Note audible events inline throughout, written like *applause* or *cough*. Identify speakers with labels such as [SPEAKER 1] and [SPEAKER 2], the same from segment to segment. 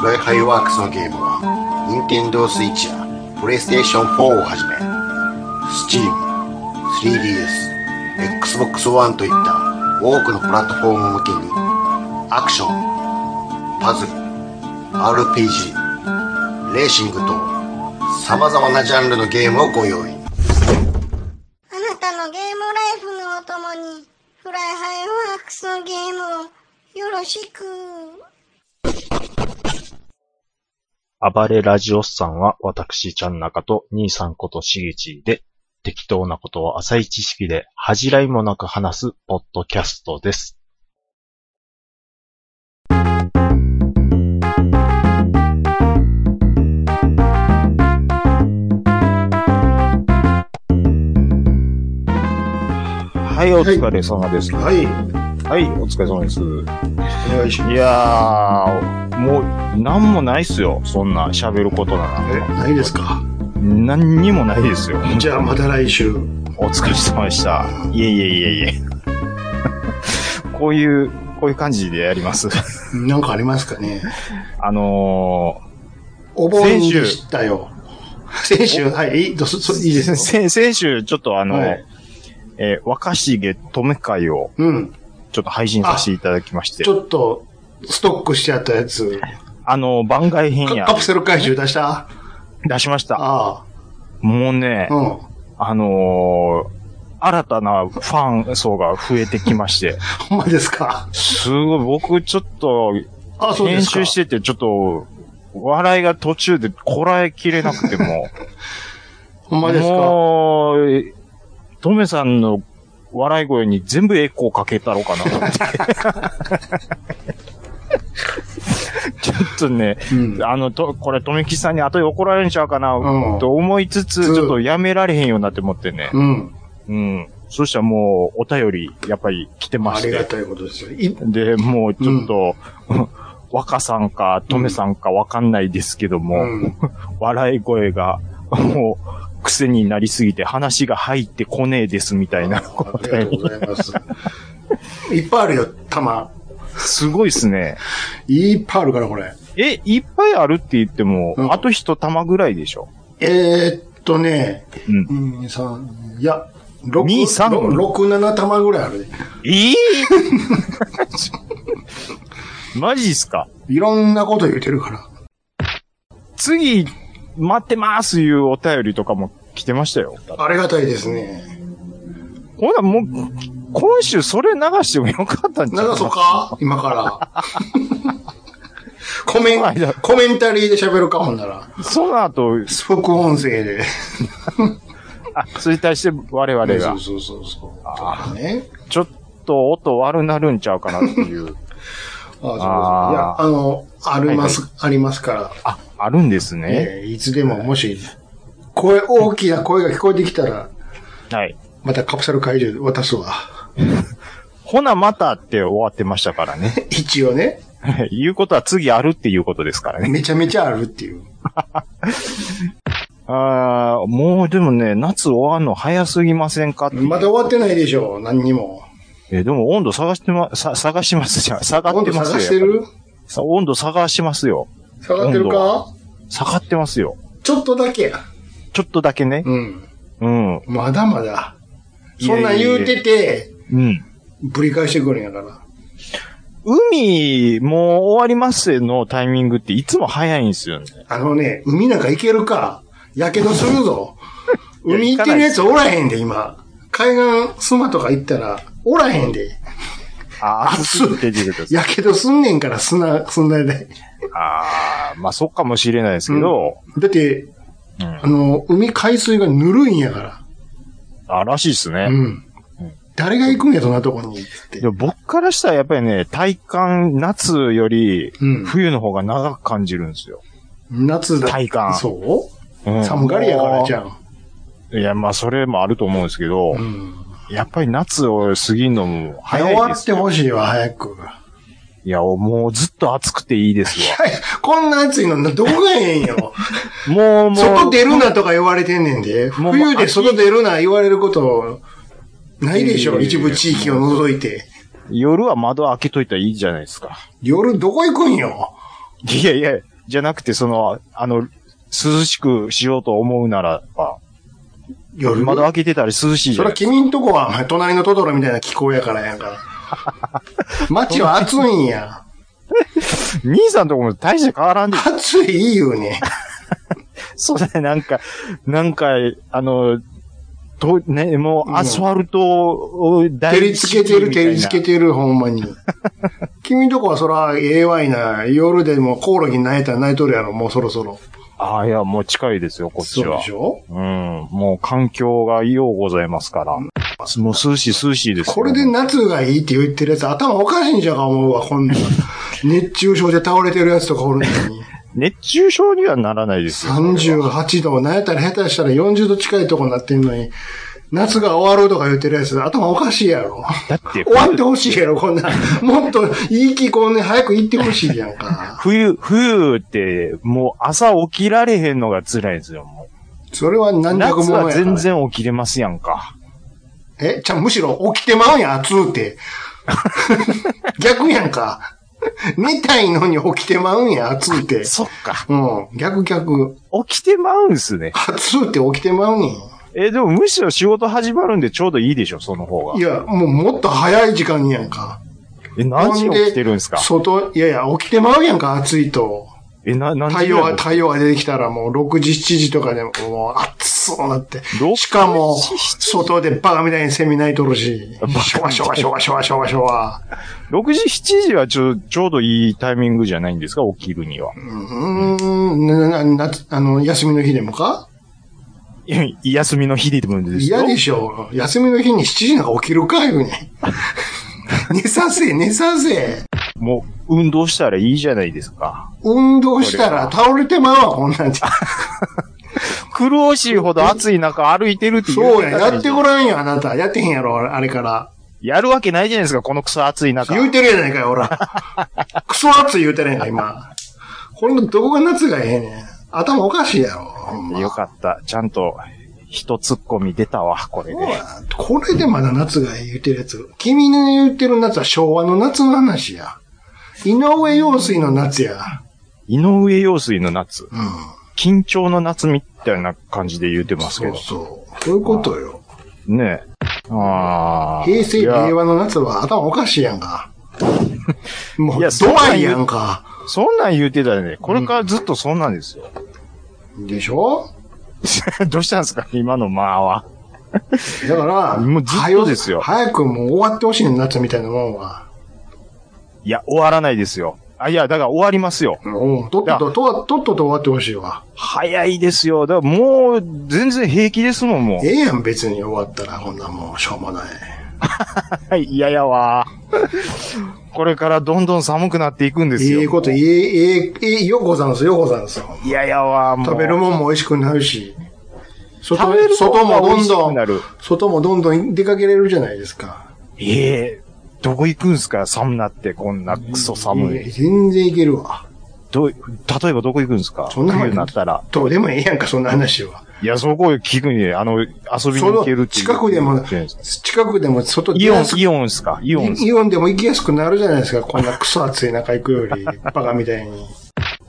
[SPEAKER 1] ブライハイワークスのゲームは、Nintendo Switch や PlayStation 4をはじめ、Steam、3DS、Xbox One といった多くのプラットフォーム向けに、アクション、パズル、RPG、レーシングと、様々なジャンルのゲームをご用
[SPEAKER 2] あ
[SPEAKER 1] 意。
[SPEAKER 2] なたのゲームライフのお供に、フライハイワークスのゲームをよろしく。
[SPEAKER 3] 暴れラジオスさんは、私、ちゃんなかと、兄さんことしげちで、適当なことを浅い知識で、恥じらいもなく話す、ポッドキャストです。はい、お疲れ様です。はい、
[SPEAKER 1] い、
[SPEAKER 3] お疲れ様です。
[SPEAKER 1] お願いし
[SPEAKER 3] いやー、もう、なんもないっすよ。そんな、喋ることな
[SPEAKER 1] え、
[SPEAKER 3] ら。
[SPEAKER 1] ないですか
[SPEAKER 3] 何にもないですよ。
[SPEAKER 1] じゃあまた来週。
[SPEAKER 3] お疲れ様でした。いえいえいえいえ。こういう、こういう感じでやります。
[SPEAKER 1] なんかありますかね
[SPEAKER 3] あの
[SPEAKER 1] お盆でしたよ。先週、はい、いいどうぞそいいで
[SPEAKER 3] ー、
[SPEAKER 1] すよ。
[SPEAKER 3] 先先週、ちょっとあの、
[SPEAKER 1] はい
[SPEAKER 3] えー若重留会を、
[SPEAKER 1] うん。
[SPEAKER 3] ちょっと配信させていただきまして
[SPEAKER 1] ち、ょっと、ストックしちゃったやつ。
[SPEAKER 3] あのー、番外編
[SPEAKER 1] カ
[SPEAKER 3] や
[SPEAKER 1] カ、プセル回収出した
[SPEAKER 3] 出しました。
[SPEAKER 1] あ
[SPEAKER 3] もうね
[SPEAKER 1] あ。、うん。
[SPEAKER 3] あのー、新たなファン層が増えてきまして、
[SPEAKER 1] ほんまですか
[SPEAKER 3] すごい、僕ちょっと、
[SPEAKER 1] あ、そうで
[SPEAKER 3] 編
[SPEAKER 1] す
[SPEAKER 3] 集
[SPEAKER 1] か。
[SPEAKER 3] してて、ちょっと、笑いが途中でこらえきれなくても、
[SPEAKER 1] *laughs* ほんまですか
[SPEAKER 3] もう、トメさんの笑い声に全部エコーかけたろうかなと思って。ちょっとね、
[SPEAKER 1] うん。
[SPEAKER 3] あの、と、これ、とめきさんに後で怒られんちゃうかな、
[SPEAKER 1] うん
[SPEAKER 3] と思いつつ、
[SPEAKER 1] うん
[SPEAKER 3] ちょっとやめられへんようになって思ってね。
[SPEAKER 1] うん。
[SPEAKER 3] うん。そしたらもう、お便り、やっぱり来てま
[SPEAKER 1] あ
[SPEAKER 3] し
[SPEAKER 1] りが
[SPEAKER 3] て。
[SPEAKER 1] たいことですよ。い
[SPEAKER 3] で、もうちょっと、若さんか、とめさんかわかんないですけども、
[SPEAKER 1] うん。
[SPEAKER 3] 笑い声が、もう、癖になりすぎて話が入ってこねえですみたいな。
[SPEAKER 1] ありがとうございます。いっぱいあるよ、玉。
[SPEAKER 3] すごいっすね。
[SPEAKER 1] いっぱいあるから、これ。
[SPEAKER 3] え、いっぱいあるって言っても、
[SPEAKER 1] うん
[SPEAKER 3] あと一玉ぐらいでしょ。
[SPEAKER 1] えー、っとね、
[SPEAKER 3] うん
[SPEAKER 1] うん、3、いや、六
[SPEAKER 3] 二三
[SPEAKER 1] 六七玉ぐらいあるね。
[SPEAKER 3] ええ *laughs* マジっすか
[SPEAKER 1] いろんなこと言ってるから。
[SPEAKER 3] 次、待ってますいうお便りとかも来てましたよ。
[SPEAKER 1] ありがたいですね。
[SPEAKER 3] ほら、もう、今週それ流してもよかったんじゃない
[SPEAKER 1] 長そうか今から。 *laughs* コメン
[SPEAKER 3] はいだ、
[SPEAKER 1] コメンタリーで喋るか、ほんなら。
[SPEAKER 3] その後、
[SPEAKER 1] 副音声で。
[SPEAKER 3] あ、それに対して我々
[SPEAKER 1] そ
[SPEAKER 3] が
[SPEAKER 1] う、そうそうそう。
[SPEAKER 3] あ
[SPEAKER 1] ね。
[SPEAKER 3] ちょっと音悪なるんちゃうかなって
[SPEAKER 1] *laughs*
[SPEAKER 3] いう。
[SPEAKER 1] あいや、あの、あります、ありますから。
[SPEAKER 3] あ、あるんですね。
[SPEAKER 1] えーいつでも、もし、声、大きな声が聞こえてきたら、
[SPEAKER 3] はい。
[SPEAKER 1] またカプセル解除で渡すわ。
[SPEAKER 3] ほな、またって終わってましたからね。 *laughs*
[SPEAKER 1] 一応ね、
[SPEAKER 3] 言うことは次あるっていうことですからね。
[SPEAKER 1] めちゃめちゃあるっていう。
[SPEAKER 3] あーもうでもね、夏終わんの早すぎませんかっていう
[SPEAKER 1] まだ終わってないでしょう、何にも。
[SPEAKER 3] えでも温度探してま、さ、探しますじゃん。下がっ
[SPEAKER 1] 温
[SPEAKER 3] て
[SPEAKER 1] 度
[SPEAKER 3] ますよ。
[SPEAKER 1] 探して
[SPEAKER 3] やっぱ
[SPEAKER 1] る
[SPEAKER 3] りさ温度探しますよ。
[SPEAKER 1] 下がってる
[SPEAKER 3] 温度
[SPEAKER 1] か
[SPEAKER 3] 下がってますよ。
[SPEAKER 1] ちょっとだけや。
[SPEAKER 3] ちょっとだけね。
[SPEAKER 1] うん。
[SPEAKER 3] うん。
[SPEAKER 1] まだまだ。
[SPEAKER 3] い
[SPEAKER 1] そ
[SPEAKER 3] や
[SPEAKER 1] ん
[SPEAKER 3] い
[SPEAKER 1] な
[SPEAKER 3] や
[SPEAKER 1] ん
[SPEAKER 3] いや
[SPEAKER 1] 言うてて、
[SPEAKER 3] うん。
[SPEAKER 1] ぶり返してくるんやから。
[SPEAKER 3] 海、もう終わりますのタイミングっていつも早いんですよね。
[SPEAKER 1] あのね、海なんか行けるか。やけどする *laughs* ぞ。
[SPEAKER 3] いや
[SPEAKER 1] 海行ってるやつおらへんで、今。海岸、妻とか行ったら、おらへんで。
[SPEAKER 3] あー
[SPEAKER 1] 暑い
[SPEAKER 3] 暑いって言うことです
[SPEAKER 1] やけどすんねんから、砂、砂で。
[SPEAKER 3] あーまあそうかもしれないですけど、
[SPEAKER 1] だって、
[SPEAKER 3] うん
[SPEAKER 1] あの、海海水がぬるいんやか
[SPEAKER 3] あ、らしいですね。
[SPEAKER 1] ら。うん。誰が行くんや、そんなとこに。って
[SPEAKER 3] でも僕からしたらやっぱりね、体感、夏より
[SPEAKER 1] うん、
[SPEAKER 3] 冬の方が長く感じるんですよ。
[SPEAKER 1] 夏だ。
[SPEAKER 3] 体感
[SPEAKER 1] そ
[SPEAKER 3] うん
[SPEAKER 1] う寒がりやからじゃん。
[SPEAKER 3] いや、まあそれもあると思うんですけど、
[SPEAKER 1] うん。
[SPEAKER 3] やっぱり夏を過ぎるのも
[SPEAKER 1] 早
[SPEAKER 3] 早
[SPEAKER 1] 終
[SPEAKER 3] い
[SPEAKER 1] わ
[SPEAKER 3] で
[SPEAKER 1] っ
[SPEAKER 3] す
[SPEAKER 1] て
[SPEAKER 3] よ。
[SPEAKER 1] ほしいわ、早く。 *laughs*
[SPEAKER 3] いや、もうずっと暑くていいですわ。
[SPEAKER 1] はい、こんな暑いのどこがええんよ。
[SPEAKER 3] *laughs* もう、もう。
[SPEAKER 1] *laughs* 外出るなとか言われてんねんで。
[SPEAKER 3] もう
[SPEAKER 1] 冬で外出るな言われることないでし
[SPEAKER 3] いや
[SPEAKER 1] ょ、
[SPEAKER 3] いやいや
[SPEAKER 1] 一部地域を除いて。
[SPEAKER 3] 夜は窓開けといたらいいじゃないですか。
[SPEAKER 1] 夜どこ行くんよ。
[SPEAKER 3] *laughs* いやいや、じゃなくて、その、あの、涼しくしようと思うならば、
[SPEAKER 1] 夜
[SPEAKER 3] 窓開けてたら涼しいじ
[SPEAKER 1] そ
[SPEAKER 3] ゃな
[SPEAKER 1] れ
[SPEAKER 3] い
[SPEAKER 1] 君んとこは、お前隣のトトロみたいな気候やからやんか。
[SPEAKER 3] *laughs*
[SPEAKER 1] 街は暑いんや。
[SPEAKER 3] 兄さんとこも大して変わらん
[SPEAKER 1] *laughs*
[SPEAKER 3] で、
[SPEAKER 1] 暑いいいよ
[SPEAKER 3] *laughs*
[SPEAKER 1] ね。
[SPEAKER 3] そうだね、なんか、なんか、あの、と、ね、もう、アスファルトを大
[SPEAKER 1] 照りつけてる、
[SPEAKER 3] みたい
[SPEAKER 1] 照
[SPEAKER 3] な
[SPEAKER 1] りつけてる、ほんま
[SPEAKER 3] *laughs*
[SPEAKER 1] に。君んとこはそら、ええわいな。夜でもコオロギ泣いたら泣いとるやろ、もうそろそろ。
[SPEAKER 3] ああ、いや、もう近いですよ、こっち
[SPEAKER 1] そう
[SPEAKER 3] は
[SPEAKER 1] で。しょ
[SPEAKER 3] うん、もう環境がようございますから。もう涼しい、涼しいですよ。
[SPEAKER 1] これで夏がいいって言ってるやつ、頭おかしいんじゃか思うわ、
[SPEAKER 3] *laughs*
[SPEAKER 1] こんな。熱中症で倒れてるやつとかおるのに。
[SPEAKER 3] 熱中症にはならないですよ。
[SPEAKER 1] 38度、なんやったら下手したら40度近いとこになってんのに、夏が終わるとか言ってるやつ、頭おかしいやろ。
[SPEAKER 3] だって
[SPEAKER 1] 終、わってほしいやろ、こんな。もっと、いい気候ね、早く行ってほしいやんか。
[SPEAKER 3] 冬、冬って、もう朝起きられへんのが辛いんですよ、も
[SPEAKER 1] それは
[SPEAKER 3] う。
[SPEAKER 1] 何百
[SPEAKER 3] 夏
[SPEAKER 1] も
[SPEAKER 3] は
[SPEAKER 1] やから
[SPEAKER 3] 全。然起きれますやんか。
[SPEAKER 1] え、じゃあむしろ起きてまうんや、暑う
[SPEAKER 3] *laughs*
[SPEAKER 1] て。逆やんか。寝たいのに起きてまうんや、暑うて。
[SPEAKER 3] そっか。
[SPEAKER 1] うん、逆逆。
[SPEAKER 3] 起きてまうんすね。
[SPEAKER 1] 暑うて起きてまうねん。
[SPEAKER 3] え、でもむしろ仕事始まるんでちょうどいいでしょ、その方が
[SPEAKER 1] い。や、もうもっと早い時間にやんか。
[SPEAKER 3] え、何時に起きてるんですか
[SPEAKER 1] 外、いやいや、起きてまうやんか、暑いと。
[SPEAKER 3] え、な、何時
[SPEAKER 1] 太
[SPEAKER 3] ぐ
[SPEAKER 1] 陽
[SPEAKER 3] らい
[SPEAKER 1] が、太陽が出てきたらもう6時、7時とかでももう暑そうなって
[SPEAKER 3] 6。
[SPEAKER 1] しかも、
[SPEAKER 3] 7時
[SPEAKER 1] 外でバカみたいにセミ鳴いとるし
[SPEAKER 3] バカみたい、
[SPEAKER 1] シュワシュワシュワシュワシュワシュワ。
[SPEAKER 3] ?6 時、7時はちょ、ちょうどいいタイミングじゃないんですか起きるには。
[SPEAKER 1] うーん、な、な、な、あの、休みの日でもか
[SPEAKER 3] いや休みの日でもですよ。
[SPEAKER 1] 嫌でしょ。休みの日に7時なんか起きるか、いう
[SPEAKER 3] *laughs*
[SPEAKER 1] ね。寝させ、寝させ。
[SPEAKER 3] もう、運動したらいいじゃないですか。
[SPEAKER 1] 運動したら倒れてまうわ、こんなんじゃ。
[SPEAKER 3] 苦しいほど暑い中歩いてるっていう。
[SPEAKER 1] そうや、やってごらんよ、あなた。やってへんやろ、あれから。
[SPEAKER 3] やるわけないじゃないですか、このクソ暑い中。
[SPEAKER 1] 言うてるやないかよ、ほら。 *laughs* クソ暑い言うてるやないか、今。ほんと、どこが夏がええねん。頭おかしいやろ、ほんま。
[SPEAKER 3] よかった。ちゃんと、一突っ込み出たわ、これ
[SPEAKER 1] ほ
[SPEAKER 3] で。
[SPEAKER 1] らこれでまだ夏がええ言うてるやつ。君の言ってる夏は昭和の夏の話や。井上陽水の夏や。
[SPEAKER 3] 井上陽水の夏。
[SPEAKER 1] うん。
[SPEAKER 3] 緊張の夏みたいな感じで言うてますけど
[SPEAKER 1] そう。そう。そういうことよ。
[SPEAKER 3] ねえ。ああ。
[SPEAKER 1] 平成、
[SPEAKER 3] いや
[SPEAKER 1] 令和の夏は頭おかしいやん *laughs* か。もう、
[SPEAKER 3] いや
[SPEAKER 1] ドアイやんか。
[SPEAKER 3] そんなん言うてたらね、これからずっとそんなんですよ。 *laughs*
[SPEAKER 1] でしょ
[SPEAKER 3] どうしたんですか今の間は。
[SPEAKER 1] だから、
[SPEAKER 3] もうずっと
[SPEAKER 1] はよ
[SPEAKER 3] ですよ
[SPEAKER 1] 早くもう終わってほしいね夏みたいなもんは。
[SPEAKER 3] いや、終わらないですよ。あ、いや、だから終わりますよ。
[SPEAKER 1] うん、とっとと、ととっとと終わってほしいわ。
[SPEAKER 3] 早いですよ。だからもう、全然平気ですもん、も
[SPEAKER 1] ええやん、別に終わったら、こんなもう、しょうもない。
[SPEAKER 3] う。はい、嫌やわ。これからどんどん寒くなっていくんですよ。
[SPEAKER 1] ええこと、ええ、ええ、ええ、ようござんす、ようござんす。
[SPEAKER 3] 嫌やわ、もう。
[SPEAKER 1] 食べるもんも美味しくなるし、外
[SPEAKER 3] 食べるもん
[SPEAKER 1] 外もどん
[SPEAKER 3] 美味し
[SPEAKER 1] ど
[SPEAKER 3] くなんる、
[SPEAKER 1] 外もどんどん出かけれるじゃないですか。
[SPEAKER 3] ええどこ行くんすか寒なって、こんなクソ寒
[SPEAKER 1] ええ
[SPEAKER 3] い。
[SPEAKER 1] 全然いけるわ。
[SPEAKER 3] どう、例えばどこ行くんすか
[SPEAKER 1] そんなわけ
[SPEAKER 3] 冬になったら。
[SPEAKER 1] どうでもええやんか、そんな話は。
[SPEAKER 3] いや、そこ聞くに、あの、遊びに
[SPEAKER 1] そ
[SPEAKER 3] 行
[SPEAKER 1] の
[SPEAKER 3] けるっていう
[SPEAKER 1] 近くでも、
[SPEAKER 3] 言ってるんです
[SPEAKER 1] 近くでも外出
[SPEAKER 3] イオン
[SPEAKER 1] やす、く
[SPEAKER 3] イオンですかイオン。
[SPEAKER 1] イオンでも行きやすくなるじゃないですか、こんなクソ暑い中行くより、バカみたいに。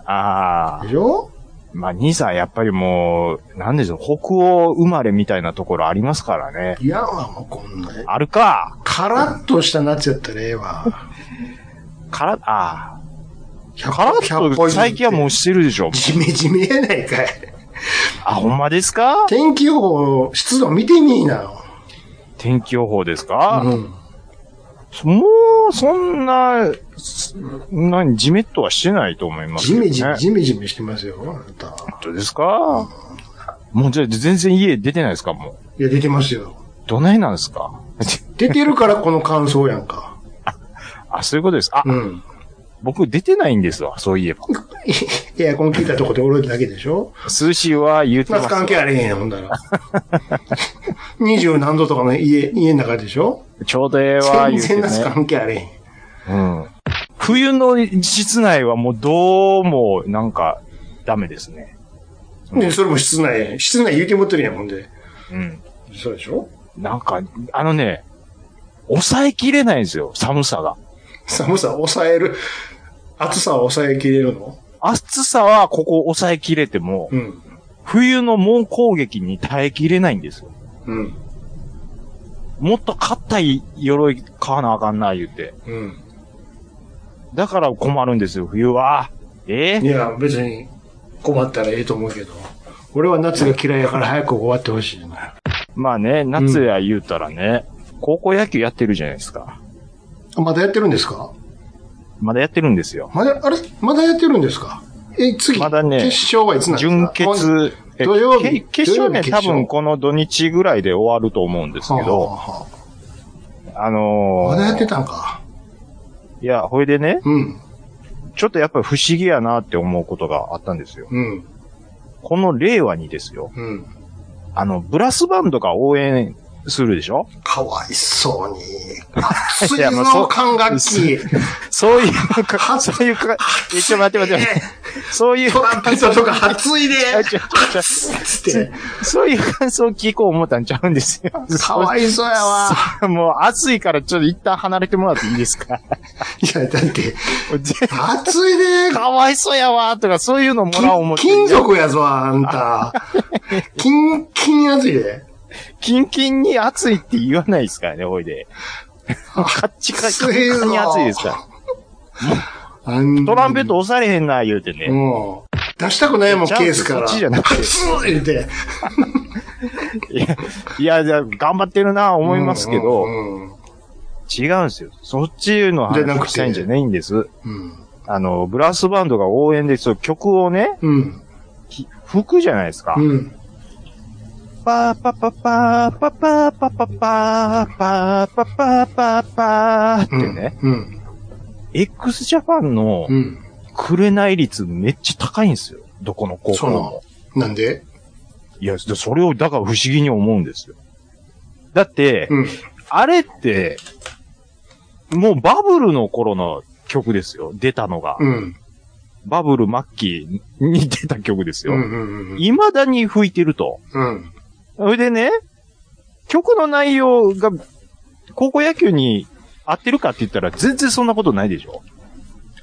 [SPEAKER 3] ああ
[SPEAKER 1] で。しょ
[SPEAKER 3] まあ、兄さん、やっぱりもう、なんでしょう、北欧生まれみたいなところありますからね。
[SPEAKER 1] いやわ、もうこんな。
[SPEAKER 3] あるか。
[SPEAKER 1] カラッとした夏やったらええわ。
[SPEAKER 3] から、ああ。
[SPEAKER 1] 100
[SPEAKER 3] からっと、最近はも
[SPEAKER 1] う。
[SPEAKER 3] うしてるでしょ。
[SPEAKER 1] ジメジメやないかい。
[SPEAKER 3] あ、ほんまですか
[SPEAKER 1] 天気予報、湿度見てみいな。
[SPEAKER 3] 天気予報ですか、
[SPEAKER 1] うん。
[SPEAKER 3] もう、そんな、す何、じめっとはしてないと思いますけ
[SPEAKER 1] ジ
[SPEAKER 3] ど、ね。
[SPEAKER 1] メジメ、ジメジメしてますよ、あなた。
[SPEAKER 3] 本当ですかもうじゃあ全然家出てないですかもう。
[SPEAKER 1] いや、出てますよ。
[SPEAKER 3] どないなんですか *laughs*
[SPEAKER 1] 出てるからこの感想やんか。
[SPEAKER 3] あ、そういうことです。あ、
[SPEAKER 1] うん。
[SPEAKER 3] 僕出てないんですわ、そういえば。
[SPEAKER 1] エアコン聞いたとこで俺だけでしょ
[SPEAKER 3] 数字は言って
[SPEAKER 1] ま
[SPEAKER 3] ま
[SPEAKER 1] あ
[SPEAKER 3] す。
[SPEAKER 1] 関係あれへんやん、ほん
[SPEAKER 3] *laughs*
[SPEAKER 1] だら。二十何度とかの家、家の中でしょ
[SPEAKER 3] ちょうどええわ、
[SPEAKER 1] 全
[SPEAKER 3] 言うて
[SPEAKER 1] 然
[SPEAKER 3] ね。
[SPEAKER 1] 夏関係あれへん。
[SPEAKER 3] うん。冬の室内はもうどうも、なんか、ダメですね。
[SPEAKER 1] で、それも室内、室内言うてもってるやん、ほんで。
[SPEAKER 3] うん。
[SPEAKER 1] そうでしょ
[SPEAKER 3] なんか、あのね、抑えきれないんですよ、寒さが。
[SPEAKER 1] 寒さを抑える。暑さを抑えきれるの
[SPEAKER 3] 暑さはここ抑えきれても、
[SPEAKER 1] うん。
[SPEAKER 3] 冬の猛攻撃に耐えきれないんですよ。
[SPEAKER 1] うん。
[SPEAKER 3] もっと硬い鎧買わなあかんな、言うて。
[SPEAKER 1] うん。
[SPEAKER 3] だから困るんですよ、冬は。え
[SPEAKER 1] い
[SPEAKER 3] え
[SPEAKER 1] や、別に困ったらええと思うけど。俺は夏が嫌いやから早く終わってほしいな。
[SPEAKER 3] まあね、夏や言うたらね、高校野球やってるじゃないですか。
[SPEAKER 1] まだやってるんですか
[SPEAKER 3] まだやってるんですよ。
[SPEAKER 1] まだ、あれまだやってるんですかえ、次、
[SPEAKER 3] まだね
[SPEAKER 1] 決勝はいつなんですか
[SPEAKER 3] 準
[SPEAKER 1] で
[SPEAKER 3] 決、え
[SPEAKER 1] 土曜日
[SPEAKER 3] け決勝ね、
[SPEAKER 1] 土曜日決
[SPEAKER 3] 多
[SPEAKER 1] 勝
[SPEAKER 3] 分この土日ぐらいで終わると思うんですけど、あのー
[SPEAKER 1] まだやってたんか。
[SPEAKER 3] いや、ほいでね、
[SPEAKER 1] うん。
[SPEAKER 3] ちょっとやっぱり不思議やなって思うことがあったんですよ。
[SPEAKER 1] うん。
[SPEAKER 3] この令和にですよ、
[SPEAKER 1] うん。
[SPEAKER 3] あの、ブラスバンドが応援するでしょ
[SPEAKER 1] かわいそうに。暑
[SPEAKER 3] *laughs*
[SPEAKER 1] い
[SPEAKER 3] いやまあそ
[SPEAKER 1] ぞ、
[SPEAKER 3] う
[SPEAKER 1] 管楽器。
[SPEAKER 3] そういうか、そういうか、え、ちょ、待って待って待って。そういう、
[SPEAKER 1] トランペットとか暑いで。
[SPEAKER 3] あちょちょちょ
[SPEAKER 1] つって。
[SPEAKER 3] そういう感想聞こう思ったんちゃうんですよ。
[SPEAKER 1] *laughs* かわいそうやわ。
[SPEAKER 3] そうもう暑いからちょっと一旦離れてもらっていいです
[SPEAKER 1] *laughs*
[SPEAKER 3] か
[SPEAKER 1] いや、だって、
[SPEAKER 3] もう全
[SPEAKER 1] 暑いで。
[SPEAKER 3] かわいそうやわーとかそういうのもらおう思
[SPEAKER 1] 金
[SPEAKER 3] って。
[SPEAKER 1] 金属やぞ、あんた。金、金暑いで。
[SPEAKER 3] キンキンに暑いって言わないですからね、おい
[SPEAKER 1] *laughs*
[SPEAKER 3] で。カッチカチカチカチに暑いですから。
[SPEAKER 1] あん
[SPEAKER 3] トランペット押されへんな、言うてね。
[SPEAKER 1] もう、出したくないもん、
[SPEAKER 3] いや
[SPEAKER 1] ケースから。
[SPEAKER 3] そっちじゃなくて
[SPEAKER 1] 暑いって。
[SPEAKER 3] いや、いや、じゃあ頑張ってるな、思いますけど、
[SPEAKER 1] うんうん
[SPEAKER 3] 違うんですよ。そっちの
[SPEAKER 1] じゃなく
[SPEAKER 3] 話
[SPEAKER 1] て
[SPEAKER 3] したいんじゃないんです。
[SPEAKER 1] うん。
[SPEAKER 3] あの、ブラスバンドが応援で、その曲をね、
[SPEAKER 1] うん。
[SPEAKER 3] き吹くじゃないですか。
[SPEAKER 1] うん。
[SPEAKER 3] パーパパパーパパーパパパーパーパパーパーパーってね、
[SPEAKER 1] うん。
[SPEAKER 3] x ジャパンの
[SPEAKER 1] うん。
[SPEAKER 3] 紅率めっちゃ高いんですよ。どこの高校
[SPEAKER 1] そうな
[SPEAKER 3] も
[SPEAKER 1] の。なんで
[SPEAKER 3] いや、それを、だから不思議に思うんですよ。だって、
[SPEAKER 1] うん。
[SPEAKER 3] あれって、もうバブルの頃の曲ですよ。出たのが。
[SPEAKER 1] うん。
[SPEAKER 3] バブル末期に出た曲です
[SPEAKER 1] う
[SPEAKER 3] よ。
[SPEAKER 1] ん。うん。
[SPEAKER 3] 未だに吹いてると。
[SPEAKER 1] うん。
[SPEAKER 3] それでね、曲の内容が、高校野球に合ってるかって言ったら、全然そんなことないでしょ。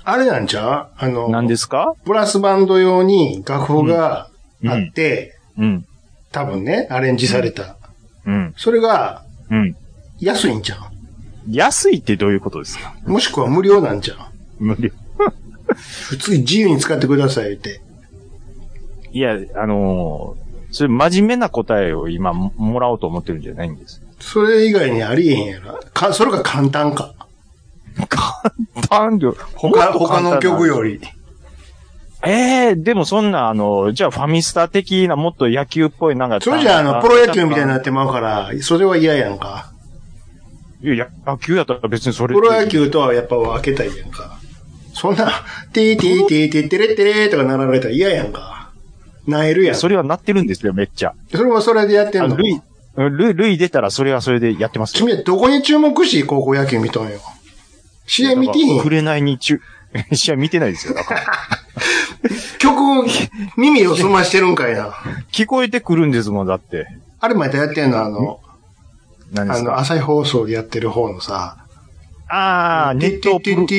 [SPEAKER 1] あれなんちゃうあの、
[SPEAKER 3] なんですか
[SPEAKER 1] ブラスバンド用に楽譜があって、
[SPEAKER 3] うん。
[SPEAKER 1] 多分ね、アレンジされた。
[SPEAKER 3] うん。
[SPEAKER 1] それが
[SPEAKER 3] うん。
[SPEAKER 1] 安いんちゃ
[SPEAKER 3] 安いってどういうことですか
[SPEAKER 1] うもしくは無料なんちゃう
[SPEAKER 3] 無理。
[SPEAKER 1] 普通に自由に使ってくださいって。
[SPEAKER 3] いや、あのーそれ真面目な答えを今ももらおうと思ってるんじゃないんです。
[SPEAKER 1] それ以外にありえへんやろ。か、それが簡単か。
[SPEAKER 3] 単純。
[SPEAKER 1] 他、他の曲。より。
[SPEAKER 3] ええでもそんな、あの、じゃあファミスタ的な、もっと野球っぽい、なんか。
[SPEAKER 1] それじゃあ、あの、プロ野球みたいになってまうから、それは嫌やんか。
[SPEAKER 3] いや、野球やったら別にそ
[SPEAKER 1] プ
[SPEAKER 3] れ。
[SPEAKER 1] ロ野球とはやっぱ分けたいやんか。そんな、てーてーてーてーてれってれーとかなられたら嫌やんか。なえるやん。そ
[SPEAKER 3] それはなってるんですよ、めっちゃ。
[SPEAKER 1] れもそれでやって
[SPEAKER 3] あ
[SPEAKER 1] んの
[SPEAKER 3] の、。類、類、類出たらそれはそれでやってますよ。
[SPEAKER 1] 君はどこに注目し、高校野球見とんよ。試合見てへん
[SPEAKER 3] 触。れないに中、 *laughs* 試合見てないですよ。だ
[SPEAKER 1] *laughs*
[SPEAKER 3] から
[SPEAKER 1] 曲、耳を澄ましてるんかいな。
[SPEAKER 3] 聞こえてくるんですもん、だって。
[SPEAKER 1] あれまたやってんのあの、
[SPEAKER 3] 何で
[SPEAKER 1] あ
[SPEAKER 3] す
[SPEAKER 1] の、
[SPEAKER 3] か
[SPEAKER 1] 朝日放送でやってる方のさ、
[SPEAKER 3] ああー、ネットプロ
[SPEAKER 1] って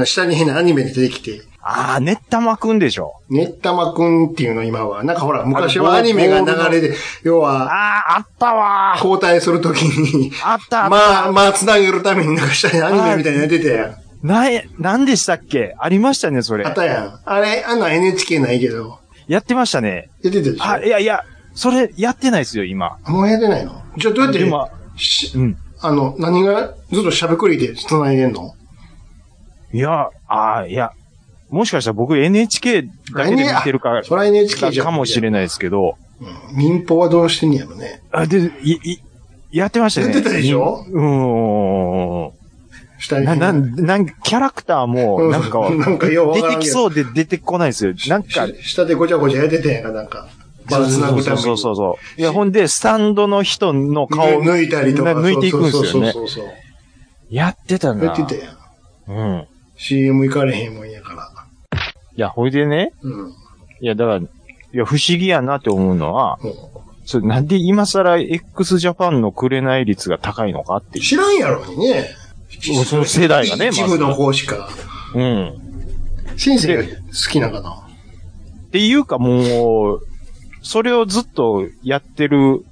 [SPEAKER 1] の下に変なアニメで出てきて、
[SPEAKER 3] ああ、熱玉くんでしょ。
[SPEAKER 1] ねったまくんっていうの今は。なんかほら、昔はアニメが流れで、要は、
[SPEAKER 3] ああ、あったわー。
[SPEAKER 1] 交代するときに、
[SPEAKER 3] あったあった。
[SPEAKER 1] まあ、まあ、つなげるためになんか下にアニメみたいなの出てたやん。
[SPEAKER 3] ない、何でしたっけありましたね、それ
[SPEAKER 1] あっ。たやん。あれ、あんな NHK ないけど、
[SPEAKER 3] やってましたね。
[SPEAKER 1] 出てたでし
[SPEAKER 3] あ、いやいや、それやってないですよ、今。
[SPEAKER 1] ょもうやってないのじゃあどうやって、
[SPEAKER 3] 今、
[SPEAKER 1] し
[SPEAKER 3] うん。
[SPEAKER 1] あの、何がずっとしゃべくりで繋いでんの
[SPEAKER 3] いや、あーいや、もしかしたら僕 NHK だけで見てるか、
[SPEAKER 1] そら NHK じゃん
[SPEAKER 3] かもしれないですけど、
[SPEAKER 1] うん民放はどうしてんねやろね。
[SPEAKER 3] あ、で、い、い、やってましたね。
[SPEAKER 1] やってたでしょ
[SPEAKER 3] うーん。
[SPEAKER 1] 下に
[SPEAKER 3] な、な、なん、キャラクターも、なんか、
[SPEAKER 1] うんなんかようわ
[SPEAKER 3] 出
[SPEAKER 1] からんけ
[SPEAKER 3] てき
[SPEAKER 1] ど
[SPEAKER 3] そうで出てこないですよ。なんか、
[SPEAKER 1] し下でごちゃごちゃやってたやんか、なんか。バラつな
[SPEAKER 3] そう
[SPEAKER 1] ぐ
[SPEAKER 3] そう
[SPEAKER 1] ために。
[SPEAKER 3] そうそうそう。いや、ほんで、スタンドの人の顔を
[SPEAKER 1] 抜いたりとか。
[SPEAKER 3] な抜いていくんですよね。
[SPEAKER 1] そうそうそうそう
[SPEAKER 3] やってた
[SPEAKER 1] そう。
[SPEAKER 3] な。
[SPEAKER 1] やってたやん。
[SPEAKER 3] うん。
[SPEAKER 1] CM 行かれへんもんやから。
[SPEAKER 3] いや、ほいでね、
[SPEAKER 1] うん。
[SPEAKER 3] いや、だから、いや、不思議やなって思うのは、
[SPEAKER 1] も
[SPEAKER 3] それなんで今更 x ジャパンの紅率が高いのかっていう。
[SPEAKER 1] 知らんやろにね。
[SPEAKER 3] その世代がね、
[SPEAKER 1] 一
[SPEAKER 3] ま
[SPEAKER 1] 部
[SPEAKER 3] ず。
[SPEAKER 1] の方しか。
[SPEAKER 3] うん。
[SPEAKER 1] 先生が好きなのかな。
[SPEAKER 3] っていうかもう、それをずっとやってる、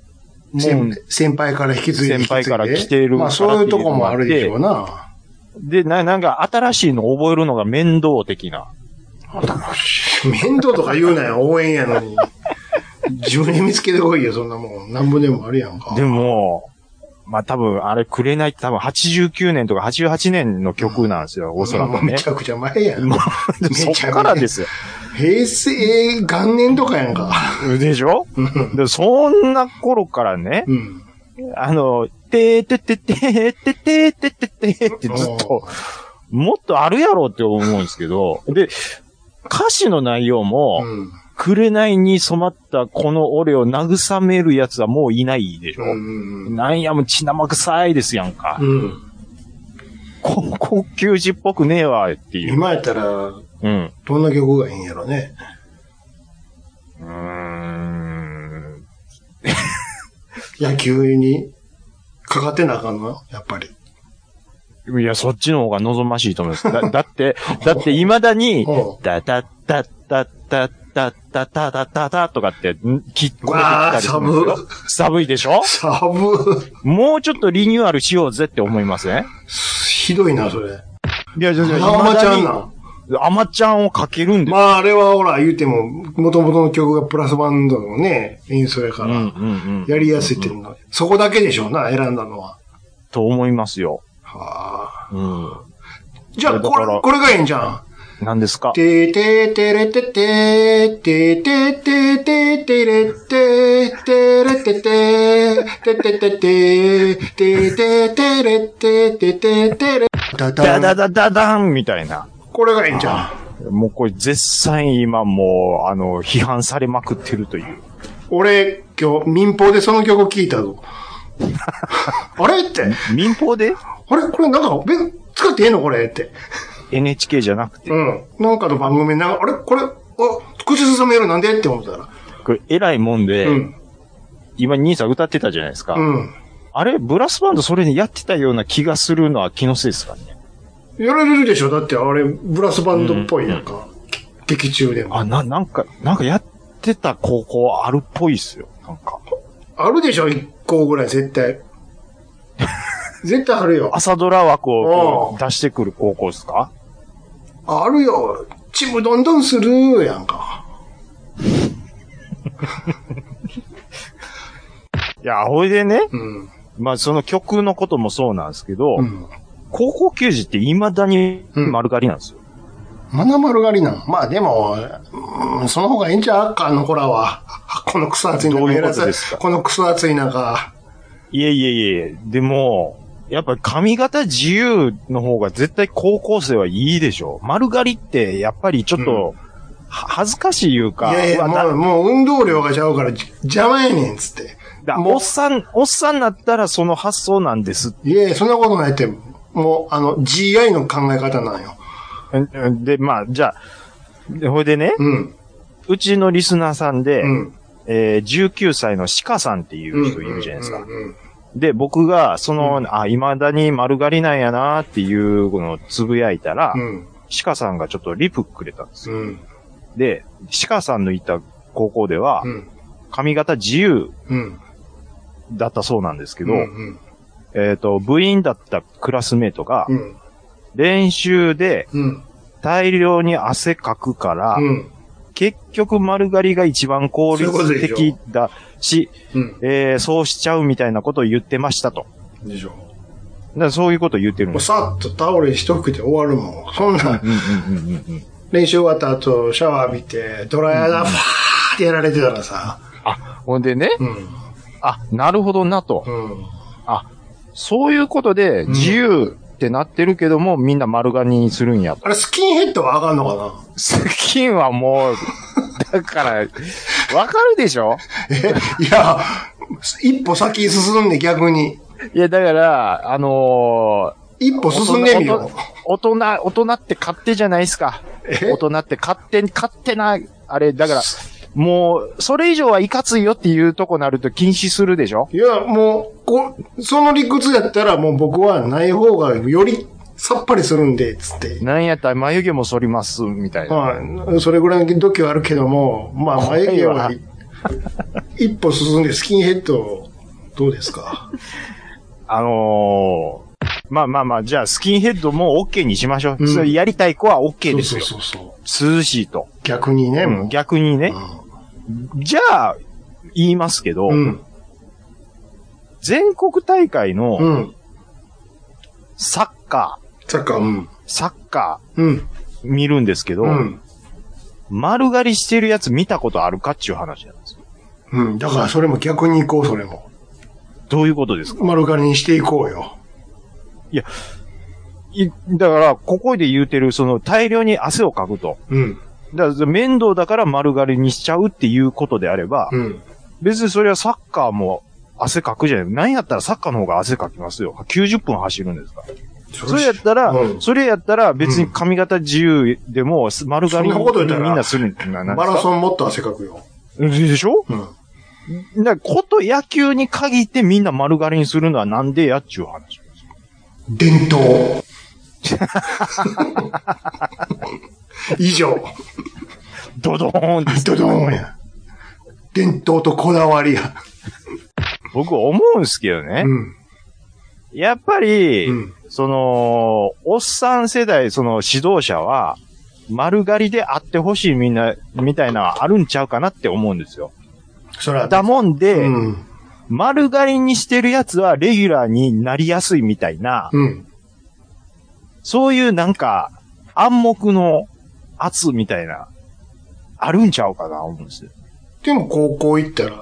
[SPEAKER 3] も
[SPEAKER 1] 先
[SPEAKER 3] う、
[SPEAKER 1] 先輩から引き継いで。
[SPEAKER 3] 先輩から
[SPEAKER 1] 引き継いで
[SPEAKER 3] 来てる
[SPEAKER 1] まあそういうとこもあるでしょうな。
[SPEAKER 3] で、な、なんか新しいの覚えるのが面倒的な。
[SPEAKER 1] 面倒とか言うなよ、応援やのに。自分で見つけてこいよ、そんなもん。なんぼでもあるやんか。
[SPEAKER 3] でも、まあ多分、あれ、くれないって多分89年とか88年の曲なんですよ、おそら
[SPEAKER 1] まあ
[SPEAKER 3] く *laughs* ね
[SPEAKER 1] め。ちゃくちゃ前やん。
[SPEAKER 3] も
[SPEAKER 1] めちゃ
[SPEAKER 3] そ
[SPEAKER 1] め
[SPEAKER 3] っ
[SPEAKER 1] ちゃ
[SPEAKER 3] からですよ。
[SPEAKER 1] 平成元年とかやんか。
[SPEAKER 3] でしょ
[SPEAKER 1] うん。
[SPEAKER 3] でそんな頃からね、
[SPEAKER 1] うん。
[SPEAKER 3] あの、てーてっててーてってーてっててーってずっと、もっとあるやろうって思うんですけど、で、歌詞の内容
[SPEAKER 1] お
[SPEAKER 3] も、
[SPEAKER 1] ー。うん。
[SPEAKER 3] くれないに染まったこの俺を慰める奴はもういないでしょ、
[SPEAKER 1] うん。
[SPEAKER 3] なんやもう血生臭いですやんか。
[SPEAKER 1] うん。
[SPEAKER 3] こ高級児っぽくねえわっていう。
[SPEAKER 1] 今やったら、
[SPEAKER 3] うん。
[SPEAKER 1] どんな曲がいいんやろね。
[SPEAKER 3] うーん。
[SPEAKER 1] 野球にかかってなあかんのやっぱり。
[SPEAKER 3] いや、そっちの方が望ましいと思います。だ *laughs* だって、だって未だに、
[SPEAKER 1] おう
[SPEAKER 3] ダダッダッダッダッダッダッダッダッダッダッとかって、んき聞こ
[SPEAKER 1] わ
[SPEAKER 3] え
[SPEAKER 1] あ、
[SPEAKER 3] てきた
[SPEAKER 1] サ
[SPEAKER 3] りするんですよ
[SPEAKER 1] ブ。。
[SPEAKER 3] 寒いでしょ
[SPEAKER 1] サブ。
[SPEAKER 3] もうちょっとリニューアルしようぜって思いません
[SPEAKER 1] ひどいな、それ。
[SPEAKER 3] いや、いやいや
[SPEAKER 1] あまちゃんなん。
[SPEAKER 3] アマちゃんをかけるんで
[SPEAKER 1] まあ、あれはほら、言うても、元々の曲がプラスバンドのね、演奏や
[SPEAKER 3] す
[SPEAKER 1] か
[SPEAKER 3] うんう
[SPEAKER 1] ら、
[SPEAKER 3] んうん。
[SPEAKER 1] やりやすいっていうのは、そこだけでしょうな、選んだのは。
[SPEAKER 3] と思いますよ。
[SPEAKER 1] はあ。
[SPEAKER 3] うん。
[SPEAKER 1] じゃあ、
[SPEAKER 3] だ
[SPEAKER 1] こ
[SPEAKER 3] から
[SPEAKER 1] れ、これがいいんじゃん。
[SPEAKER 3] 何ですか
[SPEAKER 1] てーてーてれててー、てーてーてーてーてれてー、てれててー、ててててー、てーてーてれてー、ててーてれ。だ
[SPEAKER 3] ダダ
[SPEAKER 1] だ
[SPEAKER 3] ダダダンみたいな。
[SPEAKER 1] これがいいんじゃん。
[SPEAKER 3] もうこれ絶賛今もう、あの、批判されまくってるという。
[SPEAKER 1] 俺、今日、民放でその曲聞いたぞ。あれって、
[SPEAKER 3] 民放で
[SPEAKER 1] あれこれなんか、べ使っていいのこれって。
[SPEAKER 3] ?NHK じゃなくて。
[SPEAKER 1] うん。なんかの番組な、あれこれ、あ、口ずさめるなんでって思ったら。
[SPEAKER 3] これ偉いもんで、
[SPEAKER 1] うん。
[SPEAKER 3] 今兄さん歌ってたじゃないですか。
[SPEAKER 1] うん。
[SPEAKER 3] あれ、ブラスバンドそれにやってたような気がするのは気のせいですかね。
[SPEAKER 1] やられるでしょだってあれ、ブラスバンドっぽいやんか。き劇中でも。
[SPEAKER 3] あ、な、なんか、なんかやってた高校あるっぽいっすよ。なんか。
[SPEAKER 1] あるでしょ一個ぐらい絶対。 *laughs* 絶対あるよ。
[SPEAKER 3] 朝ドラ枠を
[SPEAKER 1] お
[SPEAKER 3] こ
[SPEAKER 1] う
[SPEAKER 3] う出してくる高校ですか
[SPEAKER 1] あるよ。ちむどんどんするやんか。
[SPEAKER 3] いや、ほいでね、
[SPEAKER 1] うん。
[SPEAKER 3] まあその曲のこともそうなんですけど、
[SPEAKER 1] うん。
[SPEAKER 3] 高校球児って未だに丸刈りなんですよ。
[SPEAKER 1] まな丸刈りなん。まあでも、うんその方がいいんちゃうか、あの子らは。このクソ暑い中。
[SPEAKER 3] どういうことですか
[SPEAKER 1] このクソ暑い中。
[SPEAKER 3] いえいえいえ、でも、やっぱ髪型自由の方が絶対高校生はいいでしょ。丸刈りってやっぱりちょっと、は恥ずかしいいう
[SPEAKER 1] い
[SPEAKER 3] か、
[SPEAKER 1] やいうや、
[SPEAKER 3] わ
[SPEAKER 1] もう、もう運動量がちゃうから、じ邪魔やねん、つって。
[SPEAKER 3] だ
[SPEAKER 1] もう
[SPEAKER 3] おっさん、おっさんになったらその発想なんです。
[SPEAKER 1] いやいや、そんなことないって、もう、あの、GI の考え方なんよ。
[SPEAKER 3] で、まあ、じゃあ、でほいでね、
[SPEAKER 1] うん。
[SPEAKER 3] うちのリスナーさんで、
[SPEAKER 1] うん。
[SPEAKER 3] えー19歳のシカさんっていう人いるじゃないですか。
[SPEAKER 1] うんうんうん
[SPEAKER 3] で、僕が、その、
[SPEAKER 1] う
[SPEAKER 3] あ、未だに丸刈りなんやなっていうのをつぶやいたら、
[SPEAKER 1] うん。
[SPEAKER 3] シカさんがちょっとリプくれたんです
[SPEAKER 1] う
[SPEAKER 3] よ。
[SPEAKER 1] ん。
[SPEAKER 3] で、シカさんのいた高校では
[SPEAKER 1] う、ん。
[SPEAKER 3] 髪型自由
[SPEAKER 1] うん。
[SPEAKER 3] だったそうなんですけ
[SPEAKER 1] け
[SPEAKER 3] ど、
[SPEAKER 1] うん。
[SPEAKER 3] えっ、と、部員だったクラスメートが、
[SPEAKER 1] うん。
[SPEAKER 3] 練習で
[SPEAKER 1] うん。
[SPEAKER 3] 大量に汗かくから、
[SPEAKER 1] うん。
[SPEAKER 3] 結局丸刈りが一番効率
[SPEAKER 1] そういう
[SPEAKER 3] 的だし、
[SPEAKER 1] うん。
[SPEAKER 3] えーそうしちゃうみたいなことを言ってましたと。
[SPEAKER 1] でしょ。
[SPEAKER 3] だからそういうことを言ってるん
[SPEAKER 1] もう
[SPEAKER 3] です。
[SPEAKER 1] さっとタオル一服で終わるもん。そんな、
[SPEAKER 3] うんうんうんうんうん
[SPEAKER 1] 練習終わった後、シャワー浴びて、ドライヤーがファーってやられてたらさ。
[SPEAKER 3] ほんでね、
[SPEAKER 1] うん。
[SPEAKER 3] あ、なるほどなと。
[SPEAKER 1] うん。
[SPEAKER 3] そういうことで
[SPEAKER 1] ん
[SPEAKER 3] 自由ってなってるけども、みんな丸刈りにするんやと。
[SPEAKER 1] あれ、スキンヘッドは上がんのか
[SPEAKER 3] スキンはも *laughs* う、だから、わかるでしょ
[SPEAKER 1] な *laughs* え、いや、一歩先進んで逆に。
[SPEAKER 3] いや、だから、あの
[SPEAKER 1] 一
[SPEAKER 3] ー、
[SPEAKER 1] 歩進んでみよ
[SPEAKER 3] 大人、大人大人って勝手じゃないですか。
[SPEAKER 1] う。え
[SPEAKER 3] 大人って勝手に、勝手な、あれ、だから、もう、それ以上はいかついよっていうとこなると禁止するでしょ
[SPEAKER 1] いや、もう、こ、その理屈やったらもう僕はない方がよりさっぱりするんで、つって。
[SPEAKER 3] なんやったら眉毛も剃ります、みたいな。
[SPEAKER 1] まあ、それぐらいの度胸あるけども、まあ、眉毛は
[SPEAKER 3] はい
[SPEAKER 1] 一歩進んでスキンヘッド、どうですか
[SPEAKER 3] あのー、まあまあまあ、じゃあスキンヘッドも OK にしましょう。
[SPEAKER 1] うん
[SPEAKER 3] それやりたい子は OK ですよ。
[SPEAKER 1] そうそうそうそう。
[SPEAKER 3] 涼しいと。
[SPEAKER 1] 逆にね、もう。
[SPEAKER 3] 逆にね。じゃあ、言いますけど、
[SPEAKER 1] うん。
[SPEAKER 3] 全国大会
[SPEAKER 1] う
[SPEAKER 3] の
[SPEAKER 1] ん。
[SPEAKER 3] サッカー、
[SPEAKER 1] サッカー、うん。
[SPEAKER 3] サッカ
[SPEAKER 1] うん。
[SPEAKER 3] ー見るんですけど、
[SPEAKER 1] うん。
[SPEAKER 3] 丸刈りしてるやつ見たことあるかっていう話なんですよ。
[SPEAKER 1] うん。だからそれも逆に行こう、それも。
[SPEAKER 3] どういうことですか
[SPEAKER 1] 丸刈りにしていこうよ。
[SPEAKER 3] いだから、ここで言うてる、その大量に汗をかくと。
[SPEAKER 1] うん。
[SPEAKER 3] だから面倒だから丸刈りにしちゃうっていうことであれば、
[SPEAKER 1] うん。
[SPEAKER 3] 別にそれはサッカーも汗かくじゃない。なんやったらサッカーの方が汗かきますよ。90分走るんですから。それやったら、
[SPEAKER 1] うん
[SPEAKER 3] それやったら別に髪型自由でも丸刈り
[SPEAKER 1] そんなこと言
[SPEAKER 3] に
[SPEAKER 1] ったら
[SPEAKER 3] みんなするんななん
[SPEAKER 1] マラ
[SPEAKER 3] ン。
[SPEAKER 1] ソンもっと汗かくよ。
[SPEAKER 3] でしょ
[SPEAKER 1] うん。
[SPEAKER 3] だからこと野球に限ってみんな丸刈りにするのはなんでやっちゅう話。*laughs*
[SPEAKER 1] 伝統。以上。
[SPEAKER 3] ドドーンって。
[SPEAKER 1] ドドーンや。伝統とこだわりや。
[SPEAKER 3] 僕思うんですけどね。
[SPEAKER 1] うん。
[SPEAKER 3] やっぱり、
[SPEAKER 1] うん。
[SPEAKER 3] その、おっさん世代、その指導者は、丸刈りであってほしいみんな、みたいなのはあるんちゃうかなって思うんですよ。
[SPEAKER 1] それは、
[SPEAKER 3] だもんで、
[SPEAKER 1] うん。
[SPEAKER 3] 丸刈りにしてるやつはレギュラーになりやすいみたいな、
[SPEAKER 1] うん。
[SPEAKER 3] そういうなんか、暗黙の圧みたいな、あるんちゃうかな、思うんですよ。
[SPEAKER 1] でも高校行ったら、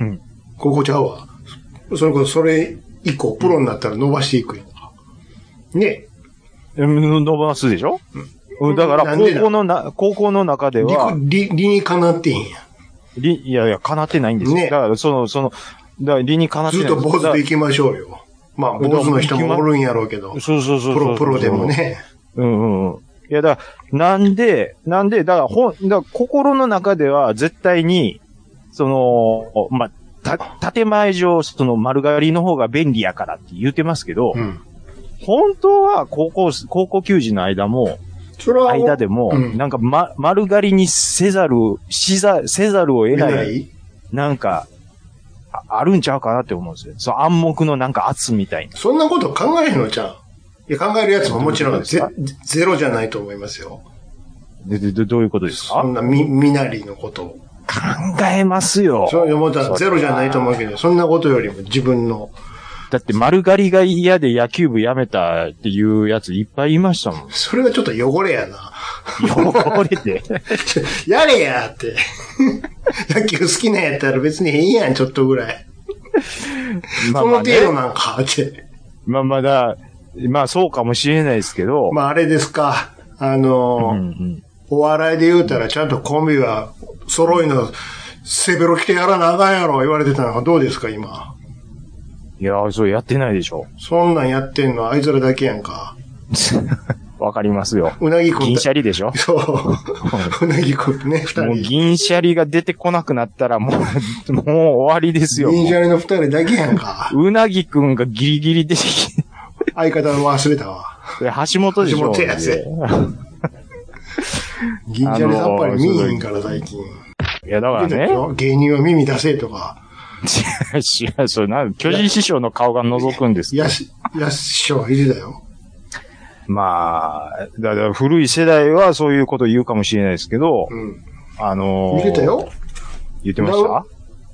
[SPEAKER 3] うん。
[SPEAKER 1] 高校ちゃうわ。それこそそれ以降、プロになったら伸ばしていくやんか。ね
[SPEAKER 3] うん伸ばすでしょ、うん、だから、
[SPEAKER 1] なんでだ
[SPEAKER 3] 高校のな、高校の中で
[SPEAKER 1] 理
[SPEAKER 3] は、
[SPEAKER 1] 理、理にかなってへんや
[SPEAKER 3] りいやいや、叶ってないんですよ。
[SPEAKER 1] ね
[SPEAKER 3] だから、その、その、だから理に叶っ
[SPEAKER 1] ん。
[SPEAKER 3] て
[SPEAKER 1] ず
[SPEAKER 3] な
[SPEAKER 1] っ
[SPEAKER 3] い
[SPEAKER 1] と坊主で
[SPEAKER 3] で
[SPEAKER 1] 行きましょうよ。まあ、
[SPEAKER 3] だ
[SPEAKER 1] 坊主の人もおるんやろうけど、
[SPEAKER 3] そうそうそうそ
[SPEAKER 1] プ
[SPEAKER 3] う
[SPEAKER 1] ロ、プロでも。ね。
[SPEAKER 3] うんうんうん。いや、だから、なんで、なんで、だから、ほん、だから心の中では絶対に、その、まあ、た、建前上、その丸刈りの方が便利やからって言ってますけど、
[SPEAKER 1] うん。
[SPEAKER 3] 本当は高校、高校球児の間も、
[SPEAKER 1] それは、
[SPEAKER 3] 間でも、
[SPEAKER 1] うん
[SPEAKER 3] なんか、ま、丸刈りにせざる、しざ、せざるを得
[SPEAKER 1] 見
[SPEAKER 3] ない、
[SPEAKER 1] ない
[SPEAKER 3] なんか、ああるんちゃうかなって思うんですよ。そう、暗黙のなんか圧みたいな。
[SPEAKER 1] そんなこと考えへんのじゃん。いや、考えるやつももちろんゼ
[SPEAKER 3] どう
[SPEAKER 1] ゼロじゃないと思いますよ。
[SPEAKER 3] で、ででどういうことです
[SPEAKER 1] そ
[SPEAKER 3] か
[SPEAKER 1] んなみ、みなりのことを。
[SPEAKER 3] 考えますよ。
[SPEAKER 1] そういうもんだ
[SPEAKER 3] それは
[SPEAKER 1] ゼロじゃないと思うけど、そんなことよりも自分の。
[SPEAKER 3] だって丸刈りが嫌で野球部辞めたっていうやついっぱいいました
[SPEAKER 1] *laughs*
[SPEAKER 3] もん。
[SPEAKER 1] それがちょっと汚れやな。 *laughs*
[SPEAKER 3] 汚れて。
[SPEAKER 1] やれやって。 *laughs* 野球好きなんやったら別にええやん、ちょっとぐらい。
[SPEAKER 3] まあ
[SPEAKER 1] そ
[SPEAKER 3] ま
[SPEAKER 1] の
[SPEAKER 3] あ、
[SPEAKER 1] 程度
[SPEAKER 3] ね、
[SPEAKER 1] なんかって。
[SPEAKER 3] まあまだ、まあそうかもしれないですけど。
[SPEAKER 1] まああれですか。あの
[SPEAKER 3] う
[SPEAKER 1] ー、
[SPEAKER 3] んうん
[SPEAKER 1] お笑いで言うたらちゃんとコンビは揃いの背広着てやらなあかんやろ言われてたのがどうですか、今。
[SPEAKER 3] いや、そうやってないでしょ。 *laughs*
[SPEAKER 1] そんなんやってんのあいつらだけやんか。
[SPEAKER 3] わかりますよ。
[SPEAKER 1] うなぎくん
[SPEAKER 3] 銀
[SPEAKER 1] た
[SPEAKER 3] シャリでしょ
[SPEAKER 1] そう。うなぎくんね、二
[SPEAKER 3] もう
[SPEAKER 1] 人。
[SPEAKER 3] 銀シャリが出てこなくなったらもう、もう終わりですよ。
[SPEAKER 1] 銀シャリの二人だけやんか。
[SPEAKER 3] うなぎくんがギリギリ出てきて、
[SPEAKER 1] 相方忘れたわ。
[SPEAKER 3] 橋本でしょ。
[SPEAKER 1] 橋本やぜ銀シャリさっぱり見えへんから最近。
[SPEAKER 3] いや、だから
[SPEAKER 1] 出て
[SPEAKER 3] ね
[SPEAKER 1] る。
[SPEAKER 3] *laughs*
[SPEAKER 1] よ芸人は耳出せとか、
[SPEAKER 3] 違う、違う、それなん、巨人師匠の顔が覗くんですけど
[SPEAKER 1] やし、やっしょ、いてたよ。
[SPEAKER 3] まあ、だから古い世代はそういうこと言うかもしれないですけど、
[SPEAKER 1] うん。
[SPEAKER 3] あのー
[SPEAKER 1] 見てたよ。
[SPEAKER 3] 言ってました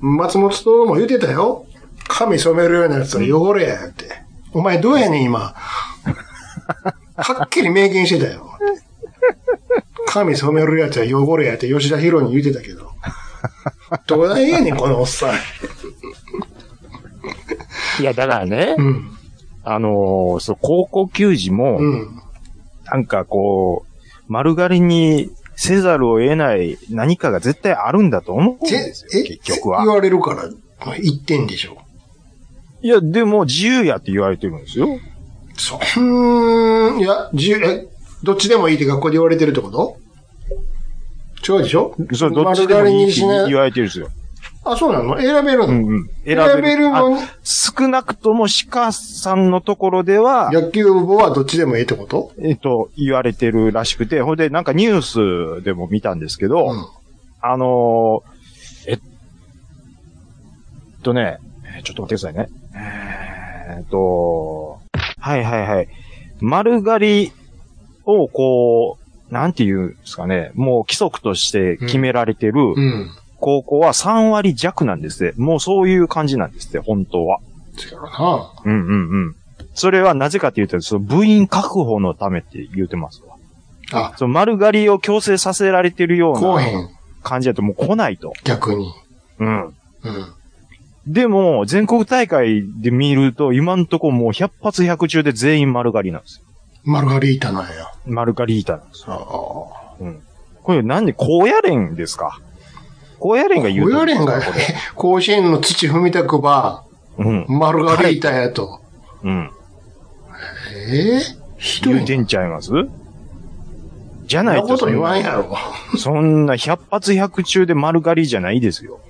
[SPEAKER 1] 松本とも言うてたよ。髪染めるようなやつは汚れやって。お前どうやねん今。はっきり明言してたよ。髪染めるやつは汚れやって吉田博に言うてたけど。どうだやねんこのおっさん。
[SPEAKER 3] いや、だからね、
[SPEAKER 1] うん。
[SPEAKER 3] あのーそう、高校球児も、
[SPEAKER 1] うん。
[SPEAKER 3] なんかこう、丸刈りにせざるを得ない何かが絶対あるんだと思うん
[SPEAKER 1] ぜ
[SPEAKER 3] ですよ、結局
[SPEAKER 1] 言
[SPEAKER 3] は。
[SPEAKER 1] われるから言ってんでしょ。
[SPEAKER 3] いや、でも自由やって言われてるんですよ。
[SPEAKER 1] そん、いや、自由、え、どっちでもいいって学校で言われてるってこと違うでしょ
[SPEAKER 3] それどっちでもいいって
[SPEAKER 1] 丸刈りにしない
[SPEAKER 3] 言われてるんですよ。
[SPEAKER 1] あ、そうなの選べるの、
[SPEAKER 3] うんうん。選べる。
[SPEAKER 1] 選べるの
[SPEAKER 3] あ
[SPEAKER 1] に、
[SPEAKER 3] 少なくとも鹿さんのところでは、
[SPEAKER 1] 野球部はどっちでもいいってこと
[SPEAKER 3] えっと、言われてるらしくて、ほんで、なんかニュースでも見たんですけど、
[SPEAKER 1] うん
[SPEAKER 3] あのーえっとね、えーちょっと待ってくださいね。えーっと、はいはいはい。丸刈りをこう、なんていうんですかね、もう規則として決められてる
[SPEAKER 1] うん。
[SPEAKER 3] 高校は3割弱なんですって。もうそういう感じなんですって、本当は。
[SPEAKER 1] 違うな。
[SPEAKER 3] うんうんうん。それはなぜかっていうと、その部員確保のためって言うてますわ。
[SPEAKER 1] あ、
[SPEAKER 3] その丸刈りを強制させられてるよう
[SPEAKER 1] こうへ、
[SPEAKER 3] なん感じだともう来ないと。
[SPEAKER 1] 逆に。
[SPEAKER 3] うん。
[SPEAKER 1] うん。
[SPEAKER 3] でも、全国大会で見ると、今んとこもう100発100中で全員丸刈りなんですよ。
[SPEAKER 1] マルガリータなんや。
[SPEAKER 3] 丸刈り板なんですよ。
[SPEAKER 1] ああ。
[SPEAKER 3] うん。これなんで、高野連ですか高野連が言うと
[SPEAKER 1] 親
[SPEAKER 3] 思うんで
[SPEAKER 1] 連
[SPEAKER 3] すよ
[SPEAKER 1] が、 *laughs* 甲子園の土踏みたくば、
[SPEAKER 3] これうん。
[SPEAKER 1] マルガリータやと。
[SPEAKER 3] うん。
[SPEAKER 1] ええひど
[SPEAKER 3] 言う
[SPEAKER 1] い
[SPEAKER 3] て
[SPEAKER 1] な。
[SPEAKER 3] んちゃいますじゃ
[SPEAKER 1] そん
[SPEAKER 3] な
[SPEAKER 1] ない
[SPEAKER 3] と
[SPEAKER 1] こと
[SPEAKER 3] そん
[SPEAKER 1] 言わ
[SPEAKER 3] なん
[SPEAKER 1] やろ。
[SPEAKER 3] そんな100発100中で丸刈りじゃないですよ。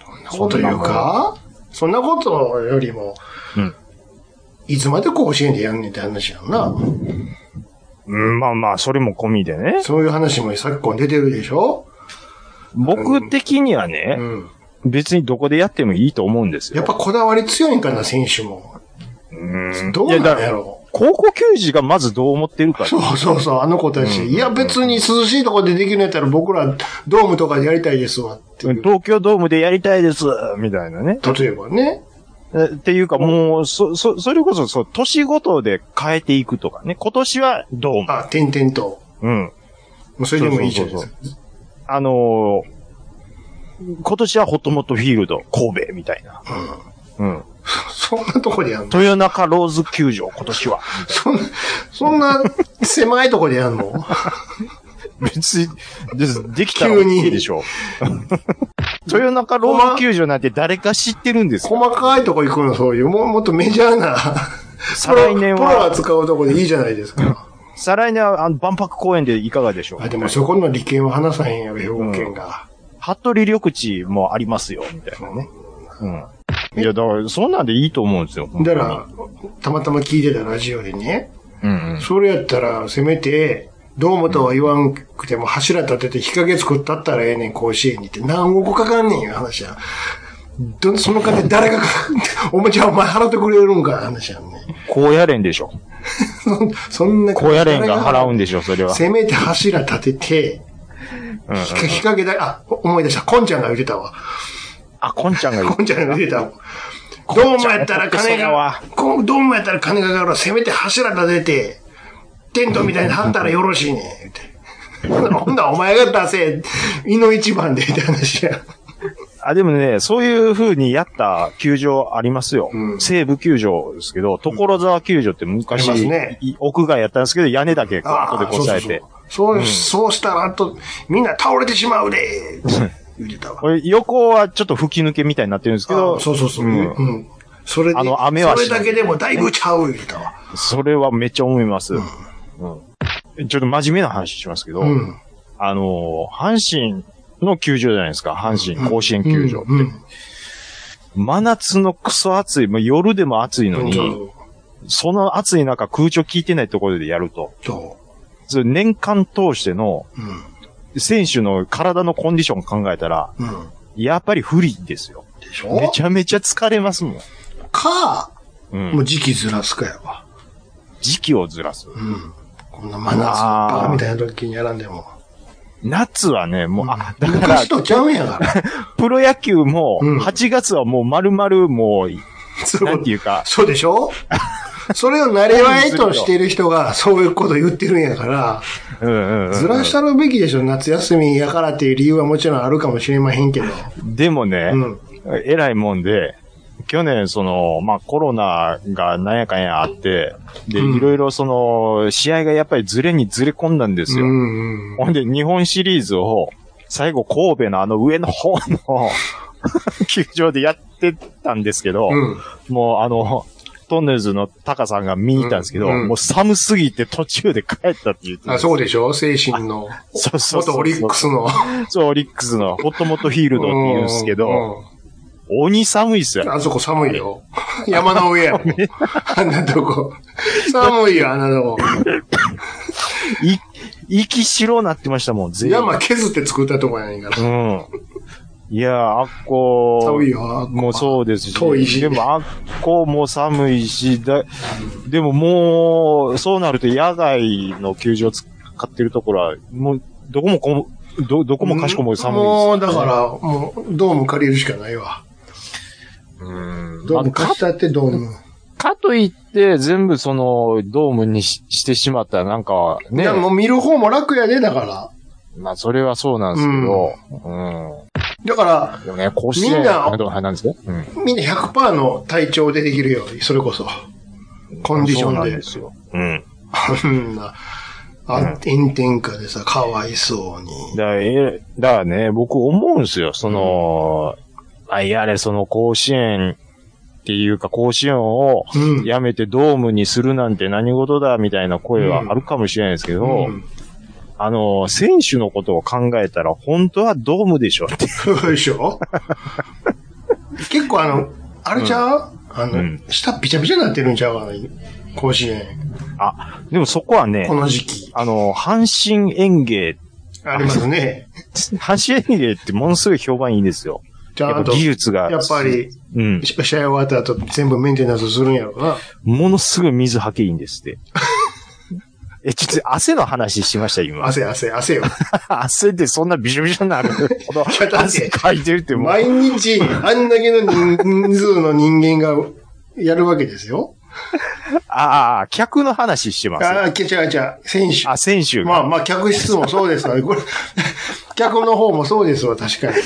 [SPEAKER 1] そんなこと言うかそんなことよりも、
[SPEAKER 3] うん
[SPEAKER 1] いつまで甲子園でやんねんって話やんな。
[SPEAKER 3] うん、まあまあ、それも込みでね。
[SPEAKER 1] そういう話も昨今出てるでしょ
[SPEAKER 3] 僕的にはね、
[SPEAKER 1] うん。
[SPEAKER 3] 別にどこでやってもいいと思うんですよ。
[SPEAKER 1] やっぱこだわり強いんかな、選手も。
[SPEAKER 3] うん、
[SPEAKER 1] どうなん
[SPEAKER 3] い
[SPEAKER 1] や
[SPEAKER 3] だ
[SPEAKER 1] ろ
[SPEAKER 3] 高校球児がまずどう思ってるか。
[SPEAKER 1] そうそうそう、あの子たち。いや、別に涼しいとこでできるんやったら僕らドームとかでやりたいですわっていう。
[SPEAKER 3] 東京ドームでやりたいです、みたいなね。
[SPEAKER 1] 例えばね。
[SPEAKER 3] えっていうかもう、そ、そ、それこそ、そう、年ごとで変えていくとかね。今年はドーム。
[SPEAKER 1] あ、点々と。
[SPEAKER 3] うん。
[SPEAKER 1] もうそれでもいいじゃないで
[SPEAKER 3] そう
[SPEAKER 1] す
[SPEAKER 3] そう
[SPEAKER 1] か。
[SPEAKER 3] あのー今年はホットモットフィールド、神戸、みたいな。うん。
[SPEAKER 1] そんなとこでやんの
[SPEAKER 3] 豊中ローズ球場、今年は。
[SPEAKER 1] そんな、そんな狭いとこでやんの
[SPEAKER 3] 別に、ですできたら
[SPEAKER 1] 急に
[SPEAKER 3] いいでしょう。 *laughs* 豊中ローズ球場なんて誰か知ってるんですよ。
[SPEAKER 1] 細かいとこ行くの、そういう。ももっとメジャーな。
[SPEAKER 3] *laughs* 再来年
[SPEAKER 1] プロプロ
[SPEAKER 3] は
[SPEAKER 1] が、使うとこでいいじゃないですか。
[SPEAKER 3] 再来年は、あの、万博公園でいかがでしょう
[SPEAKER 1] あ、でもそこの利権は話さへんやろ、兵庫県が。
[SPEAKER 3] 服部緑地もありますよ、みたいなね。うん。いや、だから、そんなんでいいと思うんですよ。
[SPEAKER 1] だから、たまたま聞いてたラジオでね、
[SPEAKER 3] うん、
[SPEAKER 1] それやったら、せめて、どうもとは言わんくても柱立てて日陰作ったったらええねん、甲子園にって何億かかんねんよ、話や。ど、その金誰がか、おもちゃお前払ってくれるんか、話やんね。 *laughs*
[SPEAKER 3] 高野連でしょ。
[SPEAKER 1] そんな
[SPEAKER 3] 高野連が払うんでしょ、それは。
[SPEAKER 1] せめて柱立てて、
[SPEAKER 3] うんうん
[SPEAKER 1] 日陰日陰だ、あ、思い出した。こんちゃんが言ってたわ。
[SPEAKER 3] あ、こんちゃんが言う
[SPEAKER 1] こんちゃんが言ってたわ。
[SPEAKER 3] こんちゃん
[SPEAKER 1] ドームやったら金が、こうドームやったら金がかかるわ。せめて柱立てて、テントみたいに張ったらよろしいねん。言うてほんならお前が出せ、井の一番で、って話や。
[SPEAKER 3] あ、でもね、そういう風にやった球場ありますよ。
[SPEAKER 1] うん
[SPEAKER 3] 西武球場ですけど、所沢球場って昔、
[SPEAKER 1] ありますね
[SPEAKER 3] い屋外やったんですけど、屋根だけこう後でこさえて。
[SPEAKER 1] そうそうそう。そう、そうしたら、あと、みんな倒れてしまうで、
[SPEAKER 3] *laughs*
[SPEAKER 1] って言ってたわ。
[SPEAKER 3] これ横はちょっと吹き抜けみたいになってるんですけど、
[SPEAKER 1] あそうそうそう。うん。
[SPEAKER 3] ん
[SPEAKER 1] うんそれで
[SPEAKER 3] あの雨は
[SPEAKER 1] そ
[SPEAKER 3] しない
[SPEAKER 1] れだけでもだいぶちゃう、言うてたわ。
[SPEAKER 3] それはめっちゃ思います。うんちょっと真面目な話しますけど、
[SPEAKER 1] うん。
[SPEAKER 3] あのー阪神の球場じゃないですか、阪神甲子園球場って。
[SPEAKER 1] うんうん
[SPEAKER 3] 真夏のクソ暑い、もう夜でも暑いのに、その暑い中空調効いてないところでやると、
[SPEAKER 1] そ
[SPEAKER 3] それ年間通しての
[SPEAKER 1] う。うん。
[SPEAKER 3] 選手の体のコンディション考えたら、
[SPEAKER 1] うん。
[SPEAKER 3] やっぱり不利ですよ。
[SPEAKER 1] でしょ
[SPEAKER 3] めちゃめちゃ疲れますもん。
[SPEAKER 1] か、
[SPEAKER 3] うん
[SPEAKER 1] もう時期ずらすかやわ。
[SPEAKER 3] 時期をずらす。
[SPEAKER 1] うん。こんな真夏
[SPEAKER 3] あー
[SPEAKER 1] バカみたいな時にやらんでも。
[SPEAKER 3] 夏はね、もう、あ、だから
[SPEAKER 1] 昔、とちゃうんや
[SPEAKER 3] *laughs*
[SPEAKER 1] から。
[SPEAKER 3] プロ野球も、
[SPEAKER 1] うん
[SPEAKER 3] 8月はもう丸々もう、
[SPEAKER 1] そう
[SPEAKER 3] なんていうか、
[SPEAKER 1] そうでしょそれをなりわいとしてる人がそういうこと言ってるんやから、
[SPEAKER 3] うんうんうん
[SPEAKER 1] ずらしたるべきでしょ夏休みやからっていう理由はもちろんあるかもしれまへんけど。
[SPEAKER 3] でもね
[SPEAKER 1] う、ん。
[SPEAKER 3] えらいもんで、去年、その、まあ、コロナがなんやかんやあって、で、
[SPEAKER 1] うん
[SPEAKER 3] いろいろその、試合がやっぱりずれにずれ込んだんです
[SPEAKER 1] う
[SPEAKER 3] よ。
[SPEAKER 1] んうん。
[SPEAKER 3] ほんで、日本シリーズを、最後神戸のあの上の *laughs* 方の球場でやってたんですけど、
[SPEAKER 1] うん。
[SPEAKER 3] もうあの、トンネルズのタカさんが見に行ったんですけど、
[SPEAKER 1] うんうん
[SPEAKER 3] もう寒すぎて途中で帰ったって言って
[SPEAKER 1] あそうで
[SPEAKER 3] し
[SPEAKER 1] しょ精神の。
[SPEAKER 3] そうそうそう
[SPEAKER 1] 元オリックスの。
[SPEAKER 3] そう、オリックスのホットモットフィールドって言うんですけ
[SPEAKER 1] う
[SPEAKER 3] ど、
[SPEAKER 1] ん
[SPEAKER 3] 鬼寒いっすよ。
[SPEAKER 1] あそこ寒いよ。山の上やろ。
[SPEAKER 3] *laughs*
[SPEAKER 1] あんなとこ。寒いよ、あんなとこ。
[SPEAKER 3] い、息白なってましたもん、全員。
[SPEAKER 1] 山削って作ったとこやねんから。
[SPEAKER 3] うん。いやー、あっこー
[SPEAKER 1] 寒いよ、あっこ
[SPEAKER 3] もうそうですし。
[SPEAKER 1] 遠いし
[SPEAKER 3] でも、あっこも寒いし、だ、でももう、そうなると野外の球場使ってるところは、もう、どこもこも、ど、どこもかしこも寒いです。
[SPEAKER 1] もう、だから、もう、ドーム借りるしかないわ。
[SPEAKER 3] うん
[SPEAKER 1] ドーム貸したってドーム。
[SPEAKER 3] かといって、全部その、ドームにししてしまったら、なんか、ね
[SPEAKER 1] で、もう見る方も楽やで、だから。
[SPEAKER 3] まあ、それはそうなんですけど、うん。
[SPEAKER 1] だから、
[SPEAKER 3] でもね、甲子園、
[SPEAKER 1] みんな
[SPEAKER 3] あどうなんですね。うん。
[SPEAKER 1] みんな100%の体調でできるよ、それこそ。コンディシ
[SPEAKER 3] そ
[SPEAKER 1] ョンで
[SPEAKER 3] うなん
[SPEAKER 1] *laughs*
[SPEAKER 3] ですよ。うん。
[SPEAKER 1] あんな、あ炎天下でさ、かわいそうに。
[SPEAKER 3] だから、えだからね、僕思うんですよ。その、まあ、やれ、その甲子園っていうか、甲子園を
[SPEAKER 1] うん。
[SPEAKER 3] やめてドームにするなんて何事だみたいな声はあるかもしれないですけど、
[SPEAKER 1] うん。
[SPEAKER 3] あの、選手のことを考えたら、本当はドームでしょって。
[SPEAKER 1] そうでしょ *laughs* 結構あの、あれちゃう、あの、
[SPEAKER 3] うん
[SPEAKER 1] 下びちゃびちゃになってるんちゃうかな、甲子園。
[SPEAKER 3] でもそこはね
[SPEAKER 1] こ、の時期。
[SPEAKER 3] あの、阪神園芸、
[SPEAKER 1] あります
[SPEAKER 3] *laughs*
[SPEAKER 1] ね。
[SPEAKER 3] 阪神園芸ってものすごい評判いいんですよ。
[SPEAKER 1] ち
[SPEAKER 3] や
[SPEAKER 1] ゃ
[SPEAKER 3] っぱ
[SPEAKER 1] んと。
[SPEAKER 3] 技
[SPEAKER 1] や
[SPEAKER 3] 術が。
[SPEAKER 1] っぱ。り、
[SPEAKER 3] うん。
[SPEAKER 1] し試合終わった後、全部メンテナンスするんやろうな。
[SPEAKER 3] ものすごい水はけいいんですって。 *laughs* え、ちょっと汗の話しました、今。
[SPEAKER 1] 汗、汗、汗よ。
[SPEAKER 3] *laughs* 汗ってそんなびしょびしょになるほ
[SPEAKER 1] *laughs*
[SPEAKER 3] ど
[SPEAKER 1] やだって
[SPEAKER 3] 汗かいてるってもう。
[SPEAKER 1] 毎日、あんだけの
[SPEAKER 3] *laughs*
[SPEAKER 1] 人人数の人間がやるわけですよ。
[SPEAKER 3] ああ、客の話してます。
[SPEAKER 1] ああ、けちゃちゃ、選手。
[SPEAKER 3] あ、選手が。
[SPEAKER 1] まあまあ、客室もそうですわ。これ、客の方もそうですわ、確かに。
[SPEAKER 3] *laughs*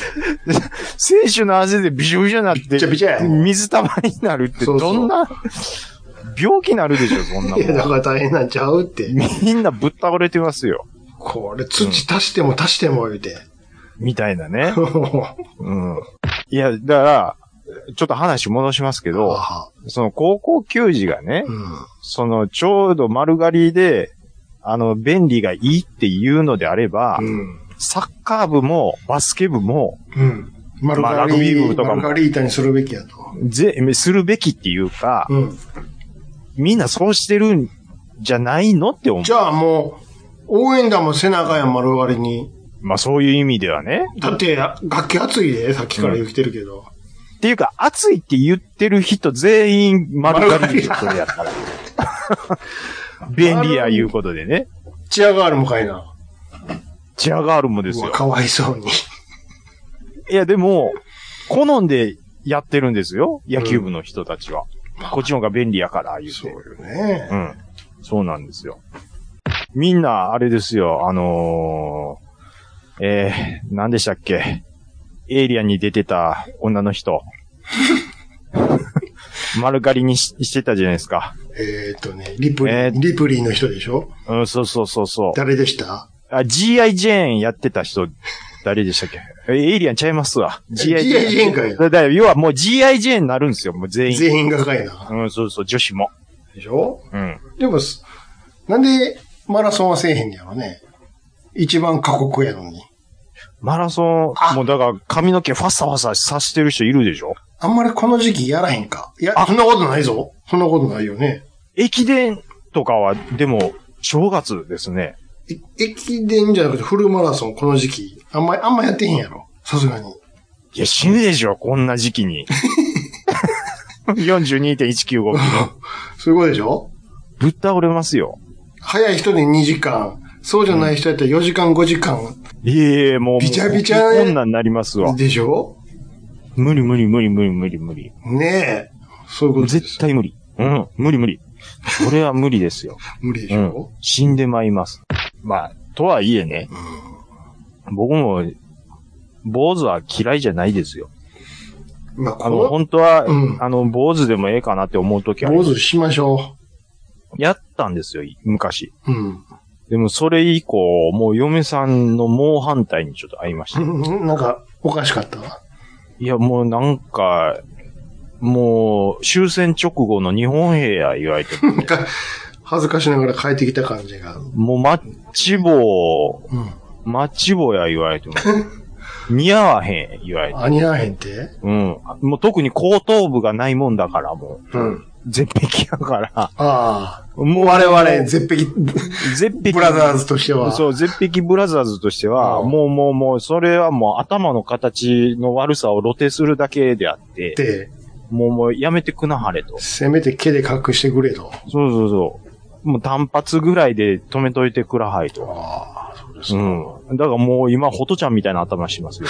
[SPEAKER 3] 選手の汗でびしょびしょになって、
[SPEAKER 1] びちゃびちゃや
[SPEAKER 3] 水たまりになるって、
[SPEAKER 1] そうそう
[SPEAKER 3] どんな、病気になるでしょ、そんないも
[SPEAKER 1] や、だ
[SPEAKER 3] ん。
[SPEAKER 1] から大変なんちゃうって。
[SPEAKER 3] みんなぶっ倒れてますよ。
[SPEAKER 1] これ、土足しても足しても言うて。。
[SPEAKER 3] みたいなね
[SPEAKER 1] *laughs* は
[SPEAKER 3] うん。いや、だから、ちょっと話戻しますけ
[SPEAKER 1] あ
[SPEAKER 3] ど、
[SPEAKER 1] はあ
[SPEAKER 3] その高校球児がね、
[SPEAKER 1] うん。
[SPEAKER 3] そのちょうど丸刈りで、あの、便利がいいっていうのであれば、
[SPEAKER 1] うん。
[SPEAKER 3] サッカー部もバスケ部も、
[SPEAKER 1] うん。丸
[SPEAKER 3] まあ
[SPEAKER 1] 刈
[SPEAKER 3] ラグビー部
[SPEAKER 1] り、
[SPEAKER 3] とかも
[SPEAKER 1] 丸刈り板にするべきやと。
[SPEAKER 3] ぜ、するべきっていうか、
[SPEAKER 1] うん。
[SPEAKER 3] みんなそうしてるんじゃないのって思う
[SPEAKER 1] じ。ゃあもう、応援団も背中やん丸刈りに。
[SPEAKER 3] まあそういう意味ではね。
[SPEAKER 1] だって、楽器暑いで、さっきから言ってるけど。
[SPEAKER 3] っていうか、暑いって言ってる人全員丸刈りでしょ、
[SPEAKER 1] 丸
[SPEAKER 3] それや
[SPEAKER 1] *laughs*
[SPEAKER 3] ったら。便利やいうことでね。
[SPEAKER 1] チアガールもかいな。
[SPEAKER 3] チアガールもです
[SPEAKER 1] うわ
[SPEAKER 3] よ。
[SPEAKER 1] かわいそうに。
[SPEAKER 3] いや、でも、好んでやってるんですよ、野球部の人たちは。こっちの方が便利やから、言う
[SPEAKER 1] そう
[SPEAKER 3] て。
[SPEAKER 1] よね
[SPEAKER 3] う。ん。そうなんですよ。みんな、あれですよ、あのー、えー、何でしたっけ。エイリアンに出てた女の
[SPEAKER 1] *laughs*
[SPEAKER 3] 人。丸刈りにししてたじゃないですか。
[SPEAKER 1] *laughs* えーっとね、リプリ
[SPEAKER 3] えー
[SPEAKER 1] ー、リプリーの人でしょ
[SPEAKER 3] うん、そうそうそうそう。
[SPEAKER 1] 誰でした
[SPEAKER 3] あ、G.I. ジェーンやってた人、誰でしたっけえエイリアンちゃいますわ。G.I. ジ
[SPEAKER 1] ?G.I.
[SPEAKER 3] ェ
[SPEAKER 1] ジェンかい
[SPEAKER 3] ーン。だだから要はもう G.I. ジェーンになるんですよ、もう全員。
[SPEAKER 1] 全員がかいな。
[SPEAKER 3] うん、そうそう、女子も。
[SPEAKER 1] でしょ
[SPEAKER 3] うん。
[SPEAKER 1] でもす、なんでマラソンはせえへんやろね。一番過酷やのに。
[SPEAKER 3] マラソ
[SPEAKER 1] あ
[SPEAKER 3] ン、もうだから髪の毛ファサファサさしてる人いるでしょ
[SPEAKER 1] あんまりこの時期やらへんか。いや、
[SPEAKER 3] あ
[SPEAKER 1] そんなことないぞ。そんなことないよね。
[SPEAKER 3] 駅伝とかは、でも、正月ですね。
[SPEAKER 1] え駅伝じゃなくてフルマラソン、この時期。あんまり、あんまやってへんやろ。さすがに。
[SPEAKER 3] いや、死ぬでしょ、こんな時期
[SPEAKER 1] *laughs*
[SPEAKER 3] に。42.195キロ。
[SPEAKER 1] そういうことでしょ
[SPEAKER 3] ぶっ倒れますよ。
[SPEAKER 1] 早い人で2時間。そうじゃない人やったら4時間、5時間。
[SPEAKER 3] いえいえ、もう。
[SPEAKER 1] びちゃびちゃ
[SPEAKER 3] こんなんなりますわ。
[SPEAKER 1] でしょ
[SPEAKER 3] 無理無理無理無理無理無理。
[SPEAKER 1] ねえ。そういうことです。
[SPEAKER 3] 絶対無理。うん、無理無理。それは無理ですよ。
[SPEAKER 1] 無理でし
[SPEAKER 3] う
[SPEAKER 1] ょ、
[SPEAKER 3] ん。死んでまいります。まあ、とはいえね、僕も、坊主は嫌いじゃないですよ。
[SPEAKER 1] まあ、こ
[SPEAKER 3] あの、
[SPEAKER 1] の、
[SPEAKER 3] 本当は、
[SPEAKER 1] うん
[SPEAKER 3] あの、坊主でもええかなって思うときは、
[SPEAKER 1] 坊主しましょ
[SPEAKER 3] やったんですよ、昔。
[SPEAKER 1] う。うん。 *laughs*
[SPEAKER 3] でもそれ以降、もう嫁さんの猛反対にちょっと会いました。
[SPEAKER 1] うんなんか、おかしかったわ。。
[SPEAKER 3] いや、もうなんか、もう、終戦直後の日本兵や、言われても、ね
[SPEAKER 1] *laughs* か恥ずかしながら帰ってきた感じが。
[SPEAKER 3] もう、マッチ棒、
[SPEAKER 1] うん。
[SPEAKER 3] マッチ棒や、言われ
[SPEAKER 1] *laughs*
[SPEAKER 3] ても。似合わへん、言われて。
[SPEAKER 1] あにゃへんて
[SPEAKER 3] うん。もう特に後頭部がないもんだから、も
[SPEAKER 1] うん。
[SPEAKER 3] う。絶壁やから。
[SPEAKER 1] ああ。
[SPEAKER 3] も
[SPEAKER 1] 我々、
[SPEAKER 3] *laughs*
[SPEAKER 1] 絶壁、
[SPEAKER 3] 絶壁。
[SPEAKER 1] ブラザーズとしては。
[SPEAKER 3] そう、絶壁ブラザーズとしては、
[SPEAKER 1] うん
[SPEAKER 3] もうもうもう、それはもう頭の形の悪さを露呈するだけであって、
[SPEAKER 1] で、
[SPEAKER 3] もうもうやめてくなはれと。
[SPEAKER 1] せめて毛で隠してくれと。
[SPEAKER 3] そうそうそう。もう単発ぐらいで止めといてくらはいと。
[SPEAKER 1] ああ、そうです
[SPEAKER 3] う
[SPEAKER 1] か。
[SPEAKER 3] ん。だからもう今、ホトちゃんみたいな頭してますよ。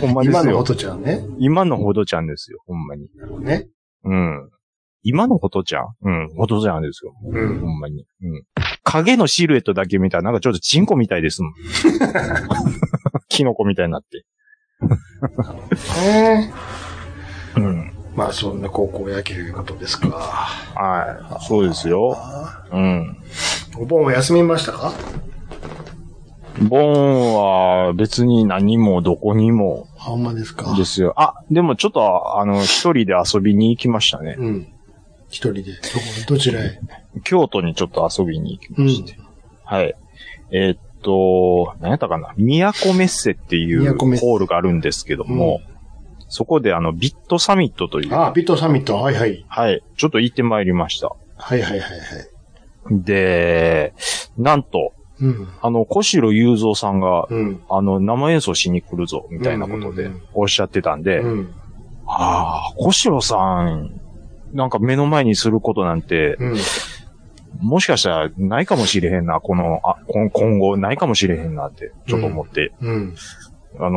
[SPEAKER 3] ほんまです
[SPEAKER 1] 今の
[SPEAKER 3] よ
[SPEAKER 1] こ。とちゃんね。
[SPEAKER 3] 今のホトちゃんですよ、ほんまに。
[SPEAKER 1] なるほどね。
[SPEAKER 3] うん。今のホトちゃんうん、ホトちゃんですよ。
[SPEAKER 1] うん
[SPEAKER 3] ほんまに。うん。影のシルエットだけ見たら、なんかちょっとチンコみたい
[SPEAKER 1] *laughs*
[SPEAKER 3] ですもん。キノコみたいになって。
[SPEAKER 1] ね
[SPEAKER 3] うん。
[SPEAKER 1] えまあ、そんな高校野球いうことですか。
[SPEAKER 3] はい。そうですよ。
[SPEAKER 1] あ
[SPEAKER 3] うん。
[SPEAKER 1] あお盆は休みましたか
[SPEAKER 3] ボンは別に何もどこにも
[SPEAKER 1] あほんまですか。
[SPEAKER 3] ですよ。あ、でもちょっと、あの、一人で遊びに行きましたね。
[SPEAKER 1] うん。一人で。どこどちらへ
[SPEAKER 3] 京都にちょっと遊びに行きまして。はい。えーっと、何やったかな都メッセっていう
[SPEAKER 1] 都メッセ
[SPEAKER 3] ホールがあるんですけども、そこであの、ビットサミットという、
[SPEAKER 1] ああ、ビットサミット。はいはい。
[SPEAKER 3] はい、ちょっと行ってまいりました。
[SPEAKER 1] はいはいはいはい。
[SPEAKER 3] で、なんと、
[SPEAKER 1] うん。
[SPEAKER 3] あの、小城雄三さんが、
[SPEAKER 1] うん。
[SPEAKER 3] あの、生演奏しに来るぞ、みたいなこと
[SPEAKER 1] う
[SPEAKER 3] で
[SPEAKER 1] んうんうん
[SPEAKER 3] おっしゃってたんで、
[SPEAKER 1] うん。
[SPEAKER 3] ああ、小城さん、なんか目の前にすることなんて、
[SPEAKER 1] うん。
[SPEAKER 3] もしかしたらないかもしれへんな、この、あ、こん今後ないかもしれへんなって、ちょっと思って、
[SPEAKER 1] うん。
[SPEAKER 3] あのー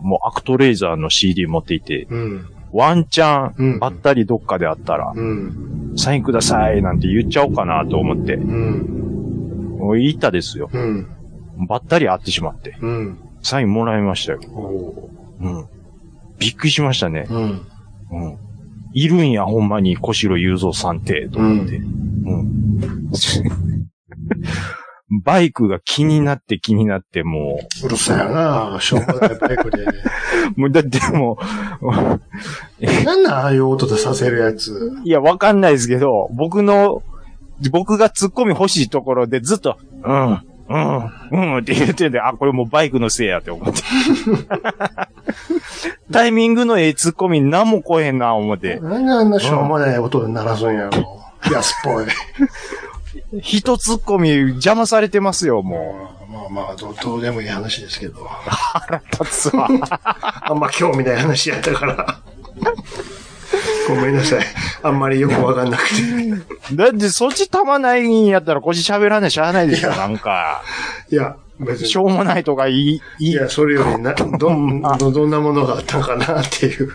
[SPEAKER 3] もうアクトレイザーの CD 持っていて、
[SPEAKER 1] うん。
[SPEAKER 3] ワンチャ
[SPEAKER 1] う
[SPEAKER 3] ン、
[SPEAKER 1] ん
[SPEAKER 3] ばったりどっかであったら、
[SPEAKER 1] うん。
[SPEAKER 3] サインくださいなんて言っちゃおうかなと思って、
[SPEAKER 1] うん。
[SPEAKER 3] もう言ったですよ。
[SPEAKER 1] うん。
[SPEAKER 3] ばったり会ってしまって、
[SPEAKER 1] うん。
[SPEAKER 3] サインもらいましたよ。
[SPEAKER 1] おお
[SPEAKER 3] うん。びっくりしましたね
[SPEAKER 1] ー。。うん。
[SPEAKER 3] うん。いるんや、ほんまに、小城雄三さんって、と思って。うん。バイクが気になって気になって、も
[SPEAKER 1] うるさいなしょうもないバイ *laughs* クで。
[SPEAKER 3] う、もうだってもう、
[SPEAKER 1] なんなんああいう音でさせるやつ。
[SPEAKER 3] いや、わかんないですけど、僕の、僕が突っ込み欲しいところでずっと、うん、うん、うんって言ってんで、あ、これもうバイクのせいやって思って。タイミングのええ突っ込み何も来へんな、思って。
[SPEAKER 1] なんであんなしょうもない音で鳴らすんやろ。安っぽい。
[SPEAKER 3] 一突っ込み邪魔されてますよ、もう。 *laughs*
[SPEAKER 1] まあまあ、どうどうでもいい話ですけど。 *laughs*
[SPEAKER 3] 立つわ。
[SPEAKER 1] あんま興味ない話やったから。 *laughs* ごめんなさい。あんまりよくわかんなくて。
[SPEAKER 3] だってそっちたまないんやったら腰喋らないしゃあないでしょ、
[SPEAKER 1] いや
[SPEAKER 3] なんか。
[SPEAKER 1] いや、別
[SPEAKER 3] し
[SPEAKER 1] に。
[SPEAKER 3] ょうもないとか言い、言
[SPEAKER 1] い
[SPEAKER 3] い
[SPEAKER 1] や、それよりな、 *laughs* どん、どどんなものがあったんかなっていう。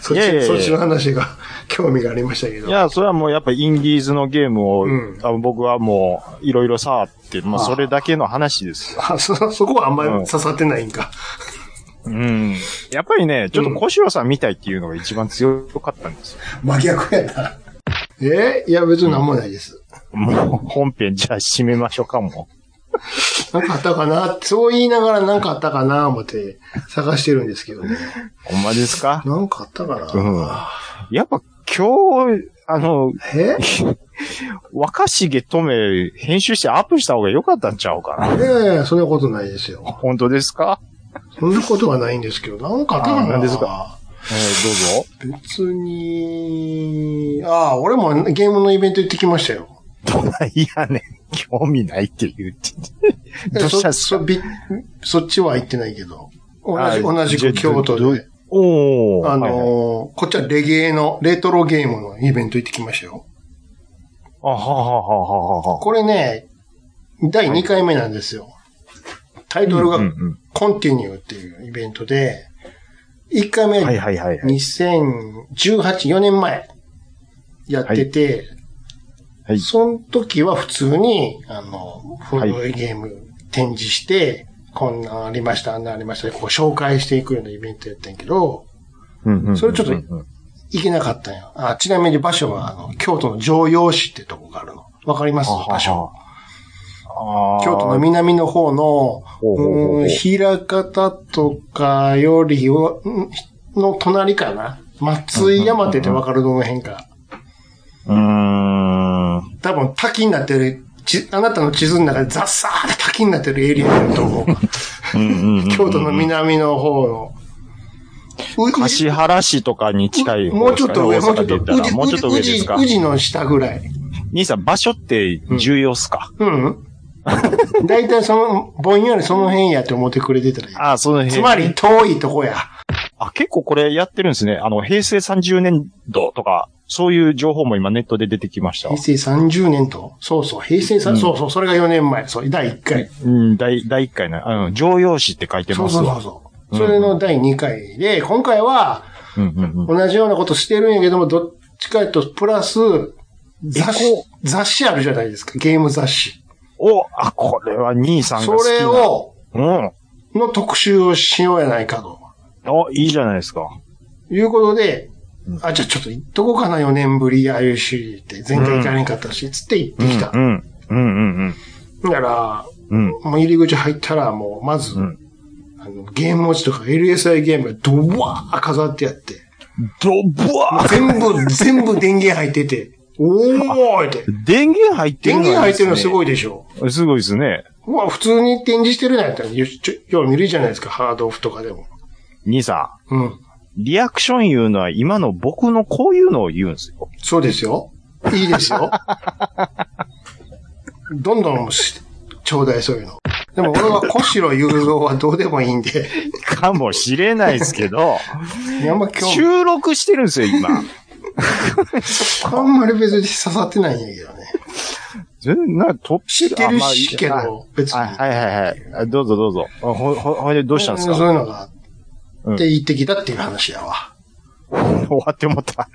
[SPEAKER 1] そっ
[SPEAKER 3] いやいやい
[SPEAKER 1] ち、
[SPEAKER 3] や
[SPEAKER 1] そっちの話が興味がありましたけど。
[SPEAKER 3] いや、それはもうやっぱインディーズのゲームを、
[SPEAKER 1] うん
[SPEAKER 3] あの僕はもういろいろ触って、まあ
[SPEAKER 1] ああ
[SPEAKER 3] それだけの話ですよ。
[SPEAKER 1] あそ、そこはあんまり
[SPEAKER 3] うん
[SPEAKER 1] 刺さってないんか。
[SPEAKER 3] うん。やっぱりね、ちょっと小城さんみたいっていうのが一番強かったんですよ。
[SPEAKER 1] 真逆やな。えいや、別になんもないです。
[SPEAKER 3] もう本編じゃあ締めましょうかも
[SPEAKER 1] なんかあったかなそう言いながらなんかあったかな思って探してるんですけどね。
[SPEAKER 3] う。ほんまですか
[SPEAKER 1] なんかあったかな、
[SPEAKER 3] うんやっぱ今日、あの、
[SPEAKER 1] え
[SPEAKER 3] 若重留編集してアップした方が良かったんちゃうかな。
[SPEAKER 1] いやいや、そんなことないですよ。
[SPEAKER 3] 本当ですか、
[SPEAKER 1] そんなことはないんですけど、なんかあったか
[SPEAKER 3] あ
[SPEAKER 1] な
[SPEAKER 3] 何ですかえーどうぞ。
[SPEAKER 1] 別に、ああ、俺もゲームのイベント行ってきましたよ。
[SPEAKER 3] どないやねん。興味ないって言ってて。どうしたん
[SPEAKER 1] そ
[SPEAKER 3] す
[SPEAKER 1] そ
[SPEAKER 3] か
[SPEAKER 1] びそっちは行ってないけど。同
[SPEAKER 3] あ
[SPEAKER 1] じ、同じ
[SPEAKER 3] じゃ
[SPEAKER 1] く京都
[SPEAKER 3] ど
[SPEAKER 1] で。
[SPEAKER 3] おお。
[SPEAKER 1] あのー
[SPEAKER 3] はいはい
[SPEAKER 1] こっちはレゲエの、レトロゲームのイベント行ってきましたよ。
[SPEAKER 3] あはははははは。
[SPEAKER 1] これね、第2回目なんですよ。タイトルが
[SPEAKER 3] うんうん
[SPEAKER 1] コンティニューっていうイベントで、1回目、
[SPEAKER 3] うんはいはいはいはい。
[SPEAKER 1] 2018、4年前、やってて、
[SPEAKER 3] はい
[SPEAKER 1] その時は普通に、あの、古いゲーム展示して、こんなんありました、あんなんありましたで、こう紹介していくようなイベントやったんやけど、
[SPEAKER 3] うんうんうんうん
[SPEAKER 1] それちょっと行けなかったんよ。あ、ちなみに場所は、あの、京都の城陽市ってとこがあるの。わかります場所。
[SPEAKER 3] あー
[SPEAKER 1] 京都の南の方
[SPEAKER 3] ほう
[SPEAKER 1] の、
[SPEAKER 3] ほうほうほう
[SPEAKER 1] うん、平方とかよりは、うんの隣かな。松井山手ってわかるどの辺か。
[SPEAKER 3] うーん。は
[SPEAKER 1] 多分滝になってる、ちあなたの地図の中でザッサーって滝になってるエリアだと思う。京都の南の方の。う
[SPEAKER 3] 橿原市とかに近い
[SPEAKER 1] も
[SPEAKER 3] 方
[SPEAKER 1] う
[SPEAKER 3] で
[SPEAKER 1] ち
[SPEAKER 3] す
[SPEAKER 1] ょっ
[SPEAKER 3] かね、
[SPEAKER 1] と
[SPEAKER 3] 大阪で
[SPEAKER 1] 上、もうちょっと
[SPEAKER 3] 言ったら。もうちょっと上で
[SPEAKER 1] 宇治、宇
[SPEAKER 3] す
[SPEAKER 1] 治
[SPEAKER 3] か
[SPEAKER 1] 宇。治の下ぐらい。
[SPEAKER 3] 兄さん、場所って重要っすか、 *laughs*
[SPEAKER 1] うん。だいたいその、ぼんやりその辺やって思ってくれてたらいい。
[SPEAKER 3] ああ、その辺。
[SPEAKER 1] つまり遠いとこや。
[SPEAKER 3] あ、結構これやってるんですね。あの、平成30年度とか、そういう情報も今ネットで出てきました
[SPEAKER 1] 平。成30年と。そうそう、平成三、
[SPEAKER 3] うん
[SPEAKER 1] そうそう、それが4年前。そう、第1回。
[SPEAKER 3] うん、第、第1回な。あの、常用紙って書いて
[SPEAKER 1] そ
[SPEAKER 3] ま
[SPEAKER 1] う
[SPEAKER 3] す
[SPEAKER 1] そうそ
[SPEAKER 3] わ
[SPEAKER 1] う。そう。
[SPEAKER 3] うん
[SPEAKER 1] それの第2回で、今回は
[SPEAKER 3] うんうんうん。
[SPEAKER 1] 同じようなことしてるんやけども、どっちかというと、プラス、雑誌
[SPEAKER 3] エコ、
[SPEAKER 1] 雑誌あるじゃないですか。ゲーム雑誌。
[SPEAKER 3] お、あ、これは兄さんが
[SPEAKER 1] そ
[SPEAKER 3] 好きな。
[SPEAKER 1] れ。を、
[SPEAKER 3] うん。
[SPEAKER 1] の特集をしようやないかと。
[SPEAKER 3] お、いいじゃないですか。
[SPEAKER 1] いうことで
[SPEAKER 3] う、ん
[SPEAKER 1] あ、じゃあちょっと行っとこうかな、4年ぶり、ああいうシリーって。前回行かれんかったし、つって行ってきた
[SPEAKER 3] う。ん。うんうん
[SPEAKER 1] だから、
[SPEAKER 3] うん。うん。
[SPEAKER 1] もう入り口入ったら、もう、まず
[SPEAKER 3] う、ん。
[SPEAKER 1] あの、ゲームウォッチとか LSI ゲームがドワー飾ってやって、
[SPEAKER 3] ドブワー
[SPEAKER 1] 全部、全部電源入ってて、おーって。
[SPEAKER 3] 電源入ってる
[SPEAKER 1] 電
[SPEAKER 3] の
[SPEAKER 1] 源入ってるのすご
[SPEAKER 3] い
[SPEAKER 1] いでしょ。
[SPEAKER 3] ですね。すごいですね。
[SPEAKER 1] うわ、普通に展示してるなんやったら、よちょよう見るじゃないですか、ハードオフとかでも。
[SPEAKER 3] 兄さ
[SPEAKER 1] うん。
[SPEAKER 3] ん、リアクション言うのは今の僕のこういうのを言うんですよ。
[SPEAKER 1] そうですよ。いいですよ。 *laughs* どんどんし、ちょうだいそういうの。でも俺は小城雄三はどうでもいいんで、 *laughs*
[SPEAKER 3] かもしれないですけど、
[SPEAKER 1] あんま興味、
[SPEAKER 3] 収録してるんですよ、今。
[SPEAKER 1] あんまり別に刺さってないんやけどね。
[SPEAKER 3] 全然、なんか撮って
[SPEAKER 1] 知ってるし、け
[SPEAKER 3] あまあいい
[SPEAKER 1] ど、別に。
[SPEAKER 3] あはいはいはいあ。どうぞどうぞ。あほ、ほ、ほいでどうしたんです
[SPEAKER 1] そう
[SPEAKER 3] か
[SPEAKER 1] いうのがあって行ってきたっていう話やわ。 *laughs*
[SPEAKER 3] 終わってもった。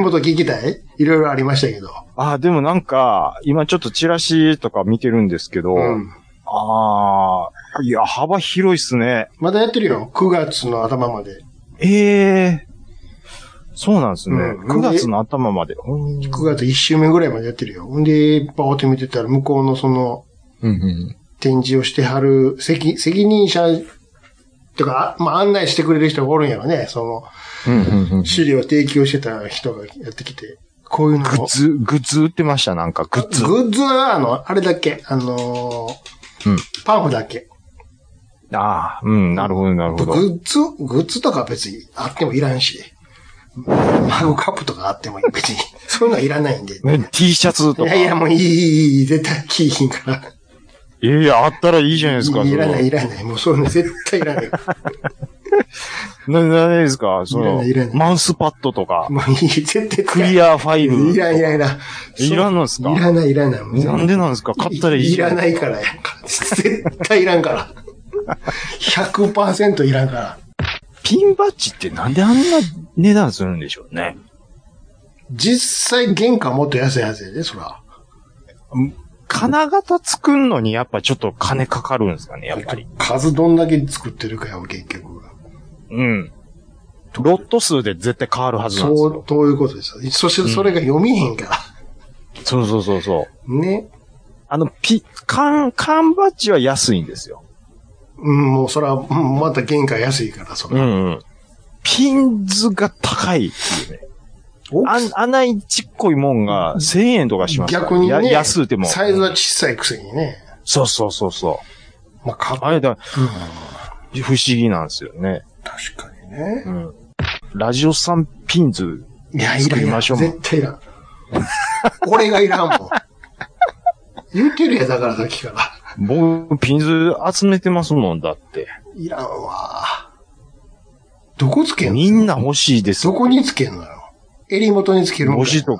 [SPEAKER 1] もっと聞きたいいろいろありましたけど。
[SPEAKER 3] あ、でもなんか、今ちょっとチラシとか見てるんですけど、
[SPEAKER 1] うん。
[SPEAKER 3] ああ、いや、幅広いっすね。
[SPEAKER 1] まだやってるよ。9月の頭まで。
[SPEAKER 3] ええそうなんですね。
[SPEAKER 1] うん
[SPEAKER 3] 9月の頭まで。うん
[SPEAKER 1] 9月1週目ぐらいまでやってるよ。ほんで、バーって見てたら向こうのその
[SPEAKER 3] うん
[SPEAKER 1] 展示をしてはる責責任者とか、あまあ案内してくれる人がおるんやろね。その
[SPEAKER 3] うんうんうん
[SPEAKER 1] 資料を提供してた人がやってきて、こういうの
[SPEAKER 3] グッ
[SPEAKER 1] を。
[SPEAKER 3] ズ、グッズ売ってました、なんか、グッズ。
[SPEAKER 1] グッズは、あの、あれだけ、あのー
[SPEAKER 3] うん
[SPEAKER 1] パンフだけ。
[SPEAKER 3] ああ、うん、なるほど、なるほ
[SPEAKER 1] グ
[SPEAKER 3] ど。
[SPEAKER 1] ッズ、グッズとか別にあってもいらんし。マグカップとかあっても別に。そういうのはいらないんで。い
[SPEAKER 3] ね T シャツとか。
[SPEAKER 1] やいや、もういい、いい、いい、絶対着いひんから。
[SPEAKER 3] いやいや、あったらいいじゃないですか。
[SPEAKER 1] いいら
[SPEAKER 3] そ
[SPEAKER 1] な
[SPEAKER 3] れ
[SPEAKER 1] い、いらない。もうそういうの絶対いら
[SPEAKER 3] *laughs*
[SPEAKER 1] ない。
[SPEAKER 3] な、な、ないですかそ
[SPEAKER 1] いらな
[SPEAKER 3] の
[SPEAKER 1] いいらない、
[SPEAKER 3] マウスパッドとか、
[SPEAKER 1] もういい、絶対
[SPEAKER 3] クリ
[SPEAKER 1] ア
[SPEAKER 3] アファイル。
[SPEAKER 1] いらん、いらん、いらん。
[SPEAKER 3] いらんのっすか
[SPEAKER 1] いらない、いらない。もう
[SPEAKER 3] なんでなんですか買ったらいい
[SPEAKER 1] い
[SPEAKER 3] じゃ
[SPEAKER 1] ら
[SPEAKER 3] ん。
[SPEAKER 1] ないからや。絶対いらんから。100%いらんから。
[SPEAKER 3] ピンバッジってなんであんな値段するんでしょうね。
[SPEAKER 1] 実際、原価もっと安いはずやで、そら。
[SPEAKER 3] 金型作んのにやっぱちょっと金かかるんですかね、やっぱり。
[SPEAKER 1] 数どんだけ作ってるかよ、結局。
[SPEAKER 3] うん。ロット数で絶対変わるはずなんです
[SPEAKER 1] そう
[SPEAKER 3] よ、。
[SPEAKER 1] ということですよ。そしてそれが読みへんか
[SPEAKER 3] そうそうそうそう。
[SPEAKER 1] ら。ね。
[SPEAKER 3] あの、ピ、缶、缶バッジは安いんですよ。
[SPEAKER 1] うん、もうそれは、うんまた原価安いから、それ。
[SPEAKER 3] ん、うん。ピンズが高いっていうね。
[SPEAKER 1] お
[SPEAKER 3] あん、あないちっこいもんが1000円とかしますから。
[SPEAKER 1] 逆に
[SPEAKER 3] や
[SPEAKER 1] ね、
[SPEAKER 3] 安うても。
[SPEAKER 1] サイズは小さいくせにね。
[SPEAKER 3] そうそうそうそ
[SPEAKER 1] まあ、か、
[SPEAKER 3] う。あれだ、
[SPEAKER 1] うん
[SPEAKER 3] 不思議なんですよね。
[SPEAKER 1] 確かにね。
[SPEAKER 3] うん。ラジオさんピンズ、
[SPEAKER 1] いや、い
[SPEAKER 3] 作
[SPEAKER 1] らん
[SPEAKER 3] り
[SPEAKER 1] いらん。
[SPEAKER 3] ましょう
[SPEAKER 1] 絶対いらん。 *laughs* 俺がいらんもん。言ってるやん、だからさっきから。
[SPEAKER 3] 僕、ピンズ集めてますもんだって。
[SPEAKER 1] いらんわ。どこつけんの
[SPEAKER 3] みんな欲しいです。
[SPEAKER 1] どこにつけんのよ。襟元につけるも
[SPEAKER 3] 文
[SPEAKER 1] んか
[SPEAKER 3] 字と、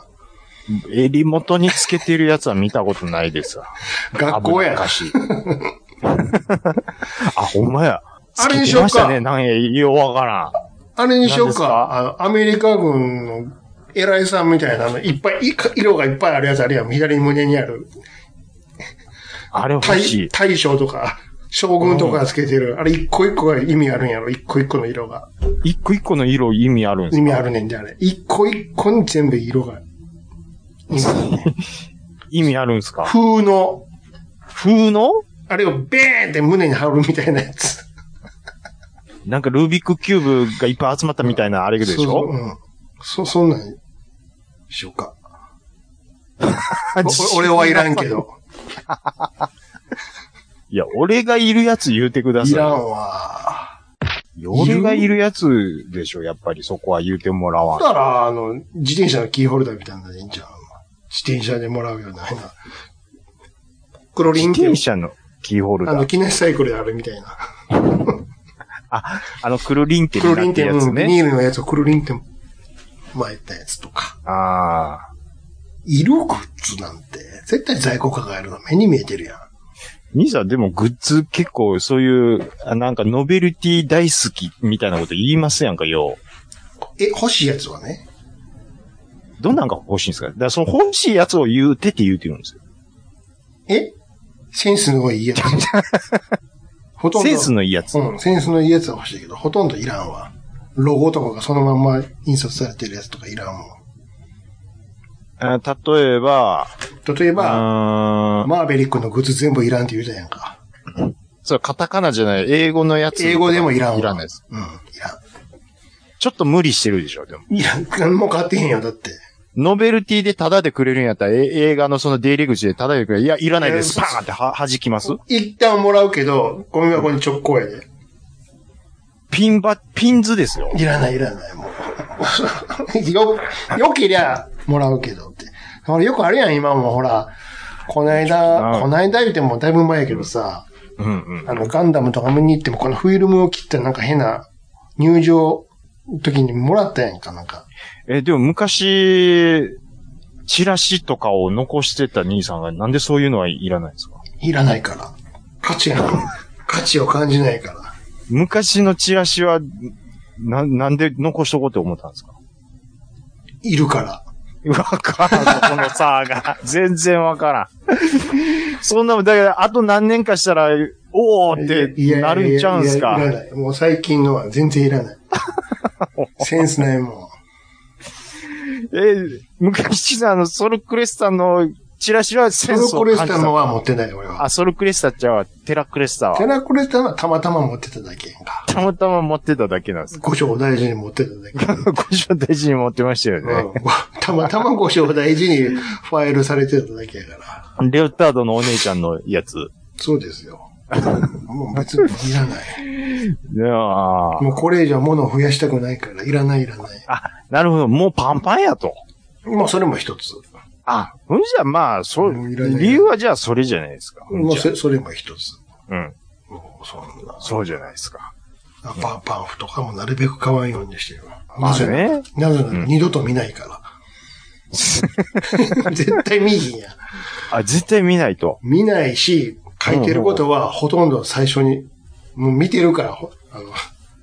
[SPEAKER 3] 襟元につけてるやつは見たことないですわ。
[SPEAKER 1] 学校や
[SPEAKER 3] 危な
[SPEAKER 1] な
[SPEAKER 3] っか。しい。あ、ほんまや。
[SPEAKER 1] あれに
[SPEAKER 3] つけ
[SPEAKER 1] し
[SPEAKER 3] て
[SPEAKER 1] ようか
[SPEAKER 3] ましたね。なんや、ようわからん。
[SPEAKER 1] あれにしようか。あ
[SPEAKER 3] 何
[SPEAKER 1] の、アメリカ軍の偉いさんみたいなの、いっぱい、い色がいっぱいあるやつあるやん。左胸にある。
[SPEAKER 3] あれ欲しい。
[SPEAKER 1] 大大将とか、将軍とかつけてる。あれ一個一個が意味あるんやろ。一個一個の色が。
[SPEAKER 3] 一個一個の色意味あるんで
[SPEAKER 1] *laughs* 意
[SPEAKER 3] す
[SPEAKER 1] 味
[SPEAKER 3] か
[SPEAKER 1] あるねんで、あれ。一個一個に全部色が。意味あるね
[SPEAKER 3] 意味あるんですか
[SPEAKER 1] 風の、
[SPEAKER 3] 風の
[SPEAKER 1] あれをベーンって胸に貼るみたいなやつ。
[SPEAKER 3] なんかルービックキューブがいっぱい集まったみたいなあれでし
[SPEAKER 1] そうそう、
[SPEAKER 3] ょ
[SPEAKER 1] うん。そ、そんなんにしようか。
[SPEAKER 3] あ
[SPEAKER 1] お俺はいらんけ。ど。
[SPEAKER 3] いや、俺がいるやつ言うてください。
[SPEAKER 1] いらんわ。
[SPEAKER 3] いや俺がいるやつでしょ、やっぱりそこは言うてもらわん。
[SPEAKER 1] だから、あの、自転車のキーホルダーみたいなのでいいんちゃう自転車でもらうような、変な。黒リ
[SPEAKER 3] 自
[SPEAKER 1] ンっていう
[SPEAKER 3] 転車のキーホル
[SPEAKER 1] あ
[SPEAKER 3] ダ
[SPEAKER 1] の、
[SPEAKER 3] ー。
[SPEAKER 1] 記念サイクルであるみたいな。
[SPEAKER 3] あ、あの、黒リンテに
[SPEAKER 1] 黒
[SPEAKER 3] な
[SPEAKER 1] リン
[SPEAKER 3] っ
[SPEAKER 1] テ
[SPEAKER 3] てるや
[SPEAKER 1] う
[SPEAKER 3] つ
[SPEAKER 1] んビニ
[SPEAKER 3] ね。
[SPEAKER 1] ールのやつを黒リンテ巻いたやつとか。
[SPEAKER 3] ああ。
[SPEAKER 1] いるグッズなんて、絶対在庫抱えるの目に見えてるやん。
[SPEAKER 3] 兄さん、でもグッズ結構そういう、あなんかノベルティ大好きみたいなこと言いますやんか、よう。
[SPEAKER 1] え、欲しいやつはね。
[SPEAKER 3] どんなんが欲しいんですかだからその欲しいやつを言うてって言うてるんですよ。
[SPEAKER 1] えセンスのいいや
[SPEAKER 3] *laughs*
[SPEAKER 1] つ。ほとんど。
[SPEAKER 3] センスのいいやつ。
[SPEAKER 1] うん、センスのいいやつは欲しいけど、ほとんどいらんわ。ロゴとかがそのまんま印刷されてるやつとかいらんも
[SPEAKER 3] あ例えば、
[SPEAKER 1] ん。例えば、
[SPEAKER 3] ま
[SPEAKER 1] マーベリックのグッズ全部いらんって言うたやんか。
[SPEAKER 3] それカタカナじゃない、英語のやつ。
[SPEAKER 1] 英語でもいらんわ。
[SPEAKER 3] いらないです。
[SPEAKER 1] うん、いら
[SPEAKER 3] ちょっと無理してるでしょ、でも。
[SPEAKER 1] ん。いらん。何も買ってへんよ、だって。
[SPEAKER 3] ノベルティでタダでくれるんやったら、え映画のその出入り口でタダでくれる。いや、いらないです。
[SPEAKER 1] えー
[SPEAKER 3] パーンっては弾きます
[SPEAKER 1] 一旦もらうけど、ゴミ箱に直行やで。
[SPEAKER 3] ピンバ、ピンズですよ。
[SPEAKER 1] いらない、いらない、もう。よ、よけりゃ、もらうけどって。ほらよくあるやん、今もほら。こないだ
[SPEAKER 3] う、ん
[SPEAKER 1] こないだ言うてもだいぶ前やけどさ、
[SPEAKER 3] うんうん。
[SPEAKER 1] あの、ガンダムとか見に行っても、このフィルムを切ったなんか変な入場の時にもらったやんか、なんか。
[SPEAKER 3] え、でも昔、チラシとかを残してた兄さんが、なんでそういうのはいらないんですか
[SPEAKER 1] いらないから。価値が、価値を感じないから。
[SPEAKER 3] 昔のチラシは、な、なんで残しとこうって思ったんですか
[SPEAKER 1] いるから。
[SPEAKER 3] わからん、この差が。全然わからん。そんなもん、だから、あと何年かしたら、おーってなるんちゃうんす
[SPEAKER 1] いやいやい
[SPEAKER 3] か
[SPEAKER 1] やいらない。もう最近のは全然い
[SPEAKER 3] *laughs*
[SPEAKER 1] らない。センスないもん。
[SPEAKER 3] え、昔のあの、ソルクレスタのチラシはセ
[SPEAKER 1] テ
[SPEAKER 3] ン
[SPEAKER 1] ラ
[SPEAKER 3] スを感
[SPEAKER 1] コレ
[SPEAKER 3] じ
[SPEAKER 1] ス
[SPEAKER 3] た。
[SPEAKER 1] タのは持ってない、俺は。
[SPEAKER 3] あ、ソルクレスタちゃうわ、テラクレスタ
[SPEAKER 1] テ
[SPEAKER 3] は。
[SPEAKER 1] ラコレスタのはたまたま持ってただけやんか。
[SPEAKER 3] たまたま持ってただけなんです
[SPEAKER 1] 五章を大事に持ってただけ。
[SPEAKER 3] ご所大事に持ってましたよ
[SPEAKER 1] うん
[SPEAKER 3] ね。
[SPEAKER 1] たまたま五章を大事にファイルされてただけやから。
[SPEAKER 3] レオタードのお姉ちゃんのやつ。
[SPEAKER 1] そうですよ。もう別にいら
[SPEAKER 3] *laughs*
[SPEAKER 1] ない。
[SPEAKER 3] いやー
[SPEAKER 1] もうこれ以上物を増やしたくないから、いらないいらない。
[SPEAKER 3] なるほど。もうパンパンやと。
[SPEAKER 1] まあそれも一つ。
[SPEAKER 3] あ、ほんじゃまあ、そう、
[SPEAKER 1] うんいらない
[SPEAKER 3] 理由はじゃあそれじゃないですか。ほん
[SPEAKER 1] まあ
[SPEAKER 3] じゃ
[SPEAKER 1] そそれも一つ。
[SPEAKER 3] うん。
[SPEAKER 1] もうそんな。
[SPEAKER 3] そうじゃないですか。
[SPEAKER 1] あパンパンフとかもなるべく買わんようにしてる。
[SPEAKER 3] まあね。
[SPEAKER 1] なぜなら
[SPEAKER 3] うん
[SPEAKER 1] 二度と見な
[SPEAKER 3] *laughs*
[SPEAKER 1] いから。絶対見ひんやん。
[SPEAKER 3] あ、絶対見ないと。
[SPEAKER 1] 見ないし、書いてることはほとんど最初に、もう見てるから、ほあの、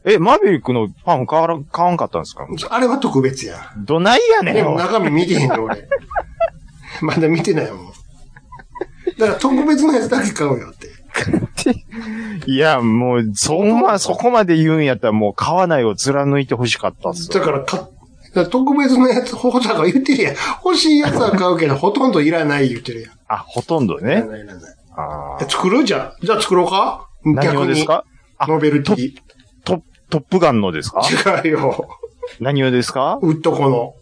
[SPEAKER 3] え、マーベリックのパン買わら買わんかったんですか
[SPEAKER 1] あれは特別や
[SPEAKER 3] どないや
[SPEAKER 1] ん。
[SPEAKER 3] ね
[SPEAKER 1] で
[SPEAKER 3] ん
[SPEAKER 1] も
[SPEAKER 3] おい。
[SPEAKER 1] 中身見てへんの俺。 *laughs* まだ見てないもん。だから特別なやつだけ買うよって。
[SPEAKER 3] いや、もう、そんま、そこまで言うんやったらもう買わないを貫いてほしかったっす
[SPEAKER 1] だ
[SPEAKER 3] よ。
[SPEAKER 1] からか、だから特別なやつ、ほらが言ってるやん。欲しいやつは買うけど、ほとんどいらない言ってるやん。
[SPEAKER 3] あ、ほとんど
[SPEAKER 1] い
[SPEAKER 3] ね。
[SPEAKER 1] らないいらない。
[SPEAKER 3] あー
[SPEAKER 1] 作るじゃあ、じゃあ作ろうか
[SPEAKER 3] 何をですか
[SPEAKER 1] 逆
[SPEAKER 3] あ
[SPEAKER 1] にノベルティ。
[SPEAKER 3] トトップガンのですか
[SPEAKER 1] 違うよ。
[SPEAKER 3] 何をですか
[SPEAKER 1] ウッドコの。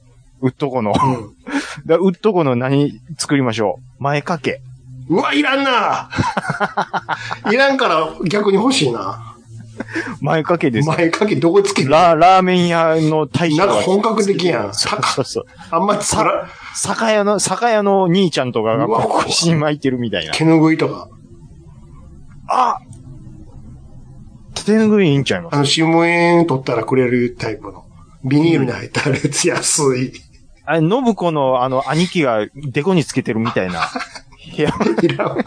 [SPEAKER 3] ウッドコの。
[SPEAKER 1] うん。
[SPEAKER 3] *laughs* だウッドコの何作りましょう前掛け。
[SPEAKER 1] うわ、いらん
[SPEAKER 3] *laughs*
[SPEAKER 1] ないらんから逆に欲しいな。
[SPEAKER 3] 前掛けです。
[SPEAKER 1] 前掛けどこつける
[SPEAKER 3] ラ
[SPEAKER 1] な
[SPEAKER 3] ラーメン屋の大将
[SPEAKER 1] んか
[SPEAKER 3] が。
[SPEAKER 1] 本格的やん。
[SPEAKER 3] そう
[SPEAKER 1] 高
[SPEAKER 3] そうそう。
[SPEAKER 1] あんま作ら、
[SPEAKER 3] 酒屋の、酒屋の兄ちゃんとかが
[SPEAKER 1] うわ怖い
[SPEAKER 3] 腰に巻いてるみたいな。
[SPEAKER 1] 毛ぬぐいとか、
[SPEAKER 3] あ手ぬぐいいいんちゃいます
[SPEAKER 1] あの、新聞取ったらくれるタイプの。ビニールに入ったやつ安
[SPEAKER 3] *laughs*
[SPEAKER 1] い。
[SPEAKER 3] あれ、信子のあの兄貴がデコにつけてるみたい
[SPEAKER 1] *laughs*
[SPEAKER 3] な。いや、
[SPEAKER 1] いらん。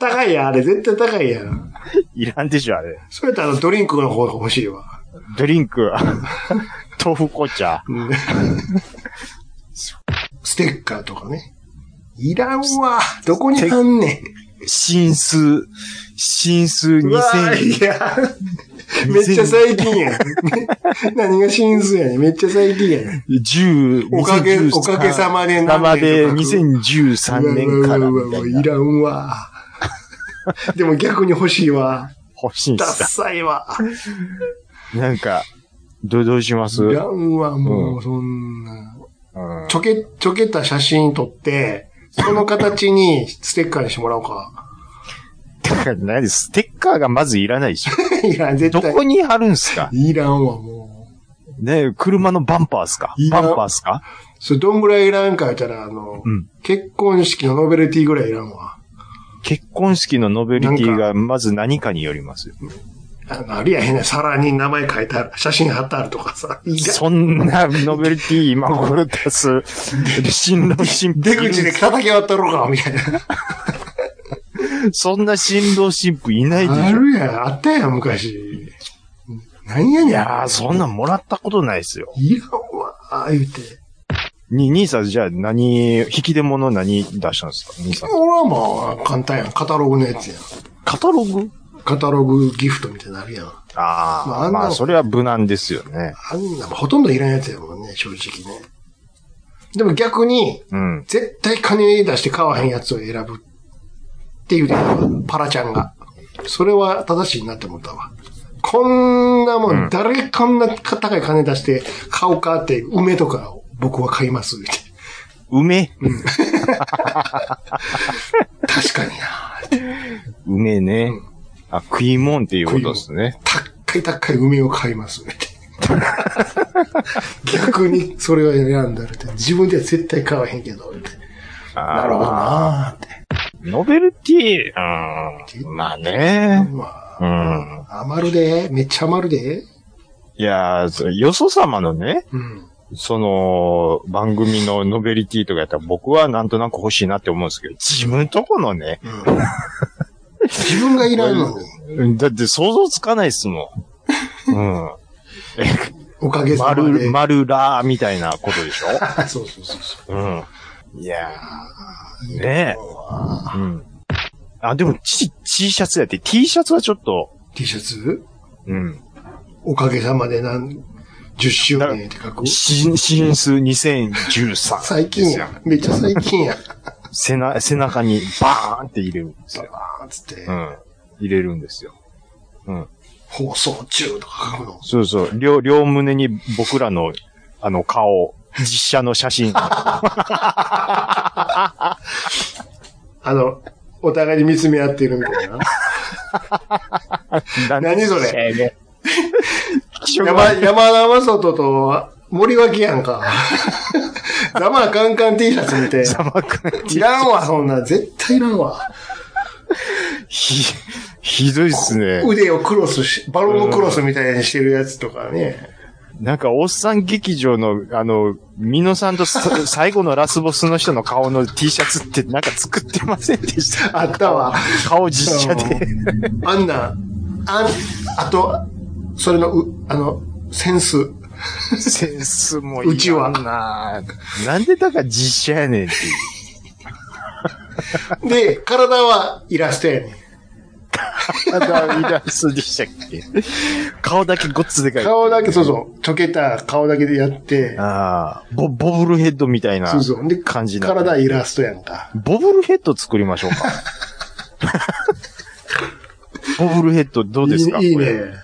[SPEAKER 1] 高いやん、あれ絶対高いやん。
[SPEAKER 3] いらんでしょ、あれ。
[SPEAKER 1] それやったらあのドリンクの方が欲しいわ。
[SPEAKER 3] ドリン
[SPEAKER 1] *laughs*
[SPEAKER 3] ク、豆腐紅茶。
[SPEAKER 1] うんステッカーとかね。いらんわ。どこにあんね
[SPEAKER 3] 新数、新数
[SPEAKER 1] ん。うわー
[SPEAKER 3] 2000。
[SPEAKER 1] いや、めっちゃ最近
[SPEAKER 3] *laughs*
[SPEAKER 1] やん。何が真数やねん。めっちゃ最近やねん。
[SPEAKER 3] 10
[SPEAKER 1] おかげ
[SPEAKER 3] 2013
[SPEAKER 1] おかげさまで何
[SPEAKER 3] 生で
[SPEAKER 1] 年
[SPEAKER 3] 2013年から
[SPEAKER 1] うわ
[SPEAKER 3] み
[SPEAKER 1] うわうわ
[SPEAKER 3] た
[SPEAKER 1] うわ
[SPEAKER 3] い
[SPEAKER 1] い
[SPEAKER 3] な。
[SPEAKER 1] らんわ。でも逆に欲しいわ。
[SPEAKER 3] 欲しいん
[SPEAKER 1] ダ
[SPEAKER 3] す
[SPEAKER 1] サいわ。
[SPEAKER 3] かなんか、どう、どうします
[SPEAKER 1] いうらんわ、も
[SPEAKER 3] う
[SPEAKER 1] う、そんな。
[SPEAKER 3] ん
[SPEAKER 1] ちょけ、ちょけた写真撮って、その形にステッカーにしてもらおうか。
[SPEAKER 3] だから何でステッカーがまずいらないでしょ。
[SPEAKER 1] いや、絶
[SPEAKER 3] ど
[SPEAKER 1] 対
[SPEAKER 3] こ。に貼るんすか
[SPEAKER 1] いらんわ、もう。
[SPEAKER 3] ね車のバンパーっすか
[SPEAKER 1] い
[SPEAKER 3] バ
[SPEAKER 1] ら
[SPEAKER 3] ンパーっすか
[SPEAKER 1] それどんぐらいいらんか言ったら、あの、
[SPEAKER 3] うん
[SPEAKER 1] 結婚式のノベルティぐらいいらんわ。
[SPEAKER 3] 結婚式のノベルティがまず何かによりますよ。
[SPEAKER 1] あの、あるやへんねん皿に名前書いてある、写真貼ってあるとかさ。いらん
[SPEAKER 3] そんなノベルティ今頃出す、新郎新婦。
[SPEAKER 1] 出口で叩き割ったろうか、みたいな。
[SPEAKER 3] そんな新郎新婦いないで
[SPEAKER 1] あ
[SPEAKER 3] しょ。
[SPEAKER 1] るやん、あったやん、昔。なんやねん。
[SPEAKER 3] いやー、そんなんもらったことないですよ。
[SPEAKER 1] いらんわ、言うて。
[SPEAKER 3] に、兄さん、じゃあ何、引き出物何出したんですか兄さん。
[SPEAKER 1] 俺はまあ、簡単やん。カタログのやつやん。
[SPEAKER 3] カタログ
[SPEAKER 1] カタログギフトみたいなのあるやん。
[SPEAKER 3] あー、
[SPEAKER 1] ま
[SPEAKER 3] ま
[SPEAKER 1] ああ
[SPEAKER 3] あ、
[SPEAKER 1] んな
[SPEAKER 3] それは無難ですよね。
[SPEAKER 1] あんな、ほとんどいらんやつやもんね、正直ね。でも逆に、
[SPEAKER 3] うん。
[SPEAKER 1] 絶対金出して買わへんやつを選ぶっていうで、パラちゃんが。それは正しいなって思ったわ。こんなもん、誰こんな高い金出して買おうかって、梅とか僕は買います、言うて
[SPEAKER 3] 梅
[SPEAKER 1] 確かにな。
[SPEAKER 3] 梅ね。
[SPEAKER 1] うん
[SPEAKER 3] あ、食いもんっていうことですね。
[SPEAKER 1] 高い高い梅を買います、言うて *laughs* 逆にそれを選んだらって、自分では絶対買わへんけど、言うてな
[SPEAKER 3] な
[SPEAKER 1] るほどなーって。
[SPEAKER 3] ノベルティ、うん。まあね。
[SPEAKER 1] う
[SPEAKER 3] う
[SPEAKER 1] わ
[SPEAKER 3] ん。
[SPEAKER 1] 余るで、めっちゃ余るで。
[SPEAKER 3] いやーそよそ様のね、
[SPEAKER 1] うん。
[SPEAKER 3] その、番組のノベルティとかやったら僕はなんとなく欲しいなって思うんですけど、自分とこのね、
[SPEAKER 1] うん、自分がいらんのに、
[SPEAKER 3] だって想像つかないっすもん。うん。
[SPEAKER 1] おかげさまで。
[SPEAKER 3] 丸、丸らーみたいなことでしょ
[SPEAKER 1] *laughs* そうそうそうそ
[SPEAKER 3] うん。いや
[SPEAKER 1] う。
[SPEAKER 3] ー、ね
[SPEAKER 1] うわ
[SPEAKER 3] え。うん。あ、でも、ち、T シャツやって、T シャツはちょっと、
[SPEAKER 1] T シャツ
[SPEAKER 3] うん。
[SPEAKER 1] おかげさまで何、10周年って書く。
[SPEAKER 3] 新、新数2013。
[SPEAKER 1] 最近
[SPEAKER 3] ですよ
[SPEAKER 1] や。めっちゃ最近や。
[SPEAKER 3] 背な、背中にバーンって入れるんですよ。
[SPEAKER 1] あーつって、
[SPEAKER 3] うん。入れるんですよ。うん。
[SPEAKER 1] 放送中とか書くの。
[SPEAKER 3] そうそう。両、両胸に僕らの、あの、顔、実写の写真。
[SPEAKER 1] あの、お互いに見つめ合ってるみ
[SPEAKER 3] *laughs*
[SPEAKER 1] たいな。 *laughs* 何そ
[SPEAKER 3] れ
[SPEAKER 1] 山、山田正人と森脇や
[SPEAKER 3] *laughs*
[SPEAKER 1] んか。ざまあカンカン T シャツ見て。
[SPEAKER 3] 砂漠
[SPEAKER 1] いらんわ、そんなん。絶対いらんわ。
[SPEAKER 3] ひ、ひどいっすね。
[SPEAKER 1] 腕をクロスし、バロムクロスみたいにしてるやつとかね。
[SPEAKER 3] なんか、おっさん劇場の、あの、ミノさんとさ *laughs* 最後のラスボスの人の顔の T シャツってなんか作ってませんでした。
[SPEAKER 1] あったわ。
[SPEAKER 3] 顔実写で。
[SPEAKER 1] あんな、あん、あと、それの、う、あの、センス。
[SPEAKER 3] センスもいい。
[SPEAKER 1] うちは。
[SPEAKER 3] なんでだから実写やねんっていう。
[SPEAKER 1] で、体はイラストやねん。
[SPEAKER 3] あイラストでしたっけ顔だけごっつでかい。
[SPEAKER 1] 顔だけ、そうそう、ちょけた顔だけでやって、
[SPEAKER 3] ああ、ボ、ボブルヘッドみたいな
[SPEAKER 1] そうそう。で、
[SPEAKER 3] 感じになってる
[SPEAKER 1] 体イラストやんか。
[SPEAKER 3] ボブルヘッド作りましょうか。
[SPEAKER 1] *laughs*
[SPEAKER 3] ボブルヘッドどうですか
[SPEAKER 1] いいいい
[SPEAKER 3] こ
[SPEAKER 1] ね
[SPEAKER 3] れ。ねえ。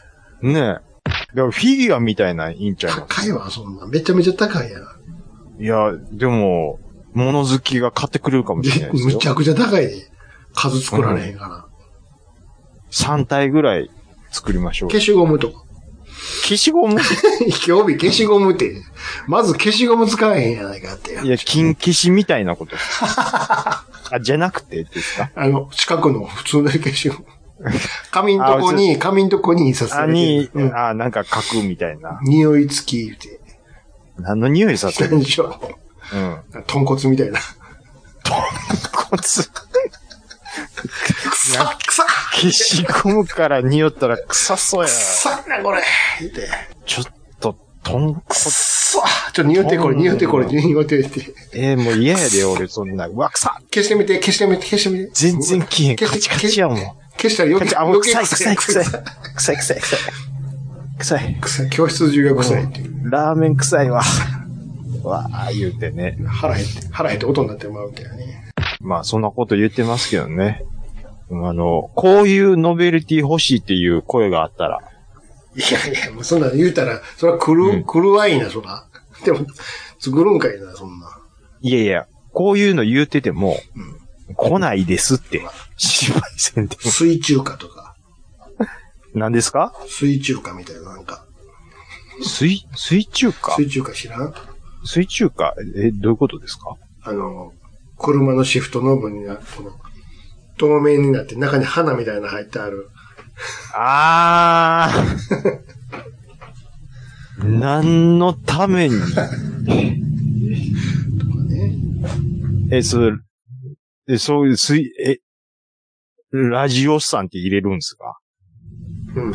[SPEAKER 3] でもフィギュアみたいなんいいんちゃいま
[SPEAKER 1] 高いわ、そんなん。めちゃめちゃ高いやん。
[SPEAKER 3] すいや、でも、物好きが買ってくれるかもしれないです
[SPEAKER 1] む
[SPEAKER 3] よ
[SPEAKER 1] ち。ゃくちゃ高いで。数作られへんから。
[SPEAKER 3] 3体ぐらい作りましょう。
[SPEAKER 1] 消しゴムとか。 *laughs*
[SPEAKER 3] 消しゴム
[SPEAKER 1] 興味消しゴムって。まず消しゴム使わへんやないかって。
[SPEAKER 3] いや、金消しみたいな
[SPEAKER 1] *laughs*
[SPEAKER 3] こと。あ、じゃなくてですか
[SPEAKER 1] あの、四角の普通の消しゴ
[SPEAKER 3] *laughs*
[SPEAKER 1] ム。紙んとこに、紙んとこに印刷さ
[SPEAKER 3] あ、
[SPEAKER 1] れて
[SPEAKER 3] に
[SPEAKER 1] る。、うん
[SPEAKER 3] あ、なんか書くみたいな。
[SPEAKER 1] 匂い付きって。
[SPEAKER 3] 何の匂いさせる
[SPEAKER 1] 何でしょ
[SPEAKER 3] うん。
[SPEAKER 1] う。豚骨みたいな。
[SPEAKER 3] こつ、
[SPEAKER 1] 臭っ臭っ
[SPEAKER 3] 消しゴムから匂ったら臭そうやな。
[SPEAKER 1] 臭いな、これ言って。
[SPEAKER 3] ちょっと、とん、
[SPEAKER 1] くっそちょっと匂ってこれ、匂ってこれ、匂ってって。
[SPEAKER 3] えー、もう嫌やで、俺、そんな。うわ、臭っ
[SPEAKER 1] 消してみて、消してみて、消してみて。
[SPEAKER 3] 全然消えん。
[SPEAKER 1] 消
[SPEAKER 3] カ
[SPEAKER 1] して
[SPEAKER 3] チカチやもん。
[SPEAKER 1] 消したら
[SPEAKER 3] カ
[SPEAKER 1] 余計
[SPEAKER 3] チ、あ、もう
[SPEAKER 1] 余計
[SPEAKER 3] 臭い、臭い、臭い
[SPEAKER 1] 臭
[SPEAKER 3] 臭い、臭
[SPEAKER 1] い。。
[SPEAKER 3] い、臭い。臭い。
[SPEAKER 1] 臭い教室中が臭いっていう。
[SPEAKER 3] ラーメン臭いわ。わあ、言うてね。
[SPEAKER 1] 腹減って、腹減って音になってもらうみたいなね。
[SPEAKER 3] まあ、そんなこと言ってますけどね。あの、こういうノベルティ欲しいっていう声があったら、
[SPEAKER 1] いやいや、もうそんなの言うたら、そら狂う、
[SPEAKER 3] うん
[SPEAKER 1] 狂わいな、そら。でも、作るんかいな、そんな。
[SPEAKER 3] いやいや、こういうの言うてても、
[SPEAKER 1] うん。
[SPEAKER 3] 来ないですって、心配せんで。
[SPEAKER 1] 水中華とか、
[SPEAKER 3] 何ですか
[SPEAKER 1] 水中華みたいな、なんか。
[SPEAKER 3] 水、水中華
[SPEAKER 1] 水中華知らん
[SPEAKER 3] 水中華え、どういうことですか
[SPEAKER 1] あの、車のシフトノブにな、この、透明になって中に花みたいなの入ってある。
[SPEAKER 3] あー。何のために、
[SPEAKER 1] とかね。
[SPEAKER 3] え、そう、え、そういう水、え、ラジオさんって入れるんですか
[SPEAKER 1] うん。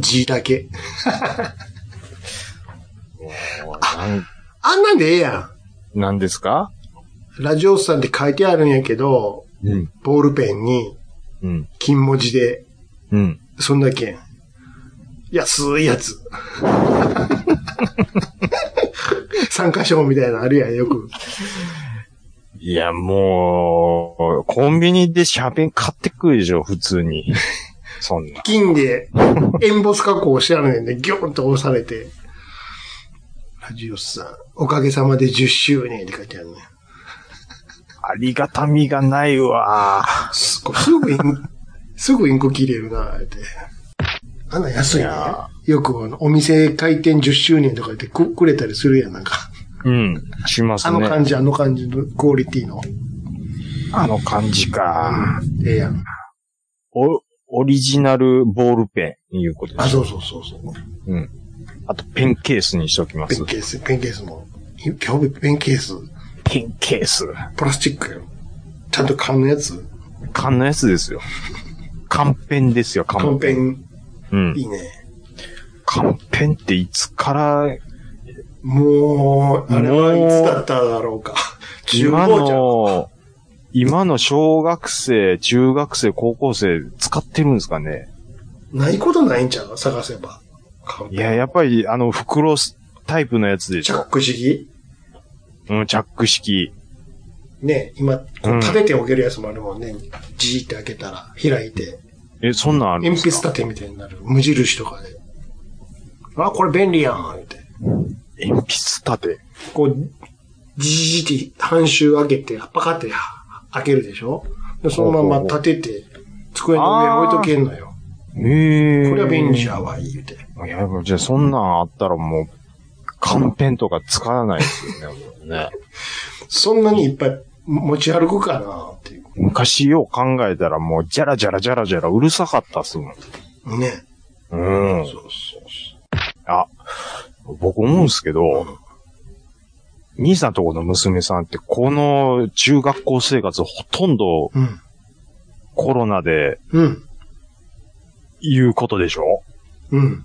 [SPEAKER 1] 字だけ。
[SPEAKER 3] なん、
[SPEAKER 1] あんなんでええや
[SPEAKER 3] なんですか
[SPEAKER 1] ん。ラジオスさんって書いてあるんやけど、
[SPEAKER 3] うん。
[SPEAKER 1] ボールペンに
[SPEAKER 3] うん。
[SPEAKER 1] 金文字で、
[SPEAKER 3] うん。
[SPEAKER 1] そんだけ。安いやつ。 *laughs* 参加賞みたいなのあるやん、よく。
[SPEAKER 3] いや、もう、コンビニでシャーペン買ってくるでしょ、普通 *laughs* に。そんな。
[SPEAKER 1] 金で、エンボス加工してあるねんで、ギョーンと押されて。ラジオスさん、おかげさまで10周年って書いてあるね。
[SPEAKER 3] ありがたみがないわ。
[SPEAKER 1] すごいすぐイン、すぐインコ切れるな、って。あんなん安い
[SPEAKER 3] いや
[SPEAKER 1] な。よくあの、お店開店10周年とか言ってくくれたりするやん、なんか。
[SPEAKER 3] うん。します
[SPEAKER 1] あ
[SPEAKER 3] ね。
[SPEAKER 1] の感じ、あの感じのクオリティの。
[SPEAKER 3] あの感じか。
[SPEAKER 1] ええやん。
[SPEAKER 3] お、オリジナルボールペン、いうことで
[SPEAKER 1] あ、
[SPEAKER 3] す。
[SPEAKER 1] そうそうそうそう。
[SPEAKER 3] うん。あと、ペンケースにしておきま
[SPEAKER 1] ペ
[SPEAKER 3] す
[SPEAKER 1] ン。ケース、ペンケースも。い今日ペンケース、
[SPEAKER 3] ペンケース。
[SPEAKER 1] プラスチックやろ。ちゃんと缶のやつ。
[SPEAKER 3] 缶のやつですよ。缶ペンですよ、
[SPEAKER 1] 缶
[SPEAKER 3] 缶
[SPEAKER 1] ペ
[SPEAKER 3] ペン。
[SPEAKER 1] ン、
[SPEAKER 3] うん
[SPEAKER 1] い。いね。
[SPEAKER 3] 缶ペンっていつから、
[SPEAKER 1] もう、あれはいつだっただろうか。中
[SPEAKER 3] 今
[SPEAKER 1] 高じゃん。
[SPEAKER 3] の、今の小学生、中学生、高校生、使ってるんですかね。
[SPEAKER 1] ないことないんちゃう探せば。缶ペ
[SPEAKER 3] い
[SPEAKER 1] ン
[SPEAKER 3] や、やっぱり、あの、袋タイプのやつでし
[SPEAKER 1] チャッ
[SPEAKER 3] ょ。
[SPEAKER 1] ク式
[SPEAKER 3] うん、チャック式。
[SPEAKER 1] ね、今、こ
[SPEAKER 3] う
[SPEAKER 1] うん立てておけるやつもあるもんね。じーって開けたら、開いて、
[SPEAKER 3] え、そんなんあるん
[SPEAKER 1] 鉛
[SPEAKER 3] ですか
[SPEAKER 1] 筆立てみたいになる。無印とかで。あ、これ便利やん、って。
[SPEAKER 3] 鉛筆立て。
[SPEAKER 1] こう、じーって半周開けて、パカって開けるでしょでそのまま立てて、机の上に置いとけんのよ。
[SPEAKER 3] へえ。
[SPEAKER 1] これは便利やわ、言うて。
[SPEAKER 3] いや、じゃあそんなんあったらもう、缶ペンとか使わないですよね。もう
[SPEAKER 1] *laughs*
[SPEAKER 3] ね
[SPEAKER 1] そんなにいっぱい持ち歩くかな、っていう。
[SPEAKER 3] 昔よう考えたらもう、じゃらじゃらじゃらじゃらうるさかったっすもん。
[SPEAKER 1] ね。
[SPEAKER 3] う。
[SPEAKER 1] そうんそうそ
[SPEAKER 3] あ、僕思うんすけ
[SPEAKER 1] う
[SPEAKER 3] ど、兄さんとこの娘さんって、この中学校生活ほとんど
[SPEAKER 1] う。うん。
[SPEAKER 3] コロナで
[SPEAKER 1] うん。
[SPEAKER 3] いうことでしょ
[SPEAKER 1] うん。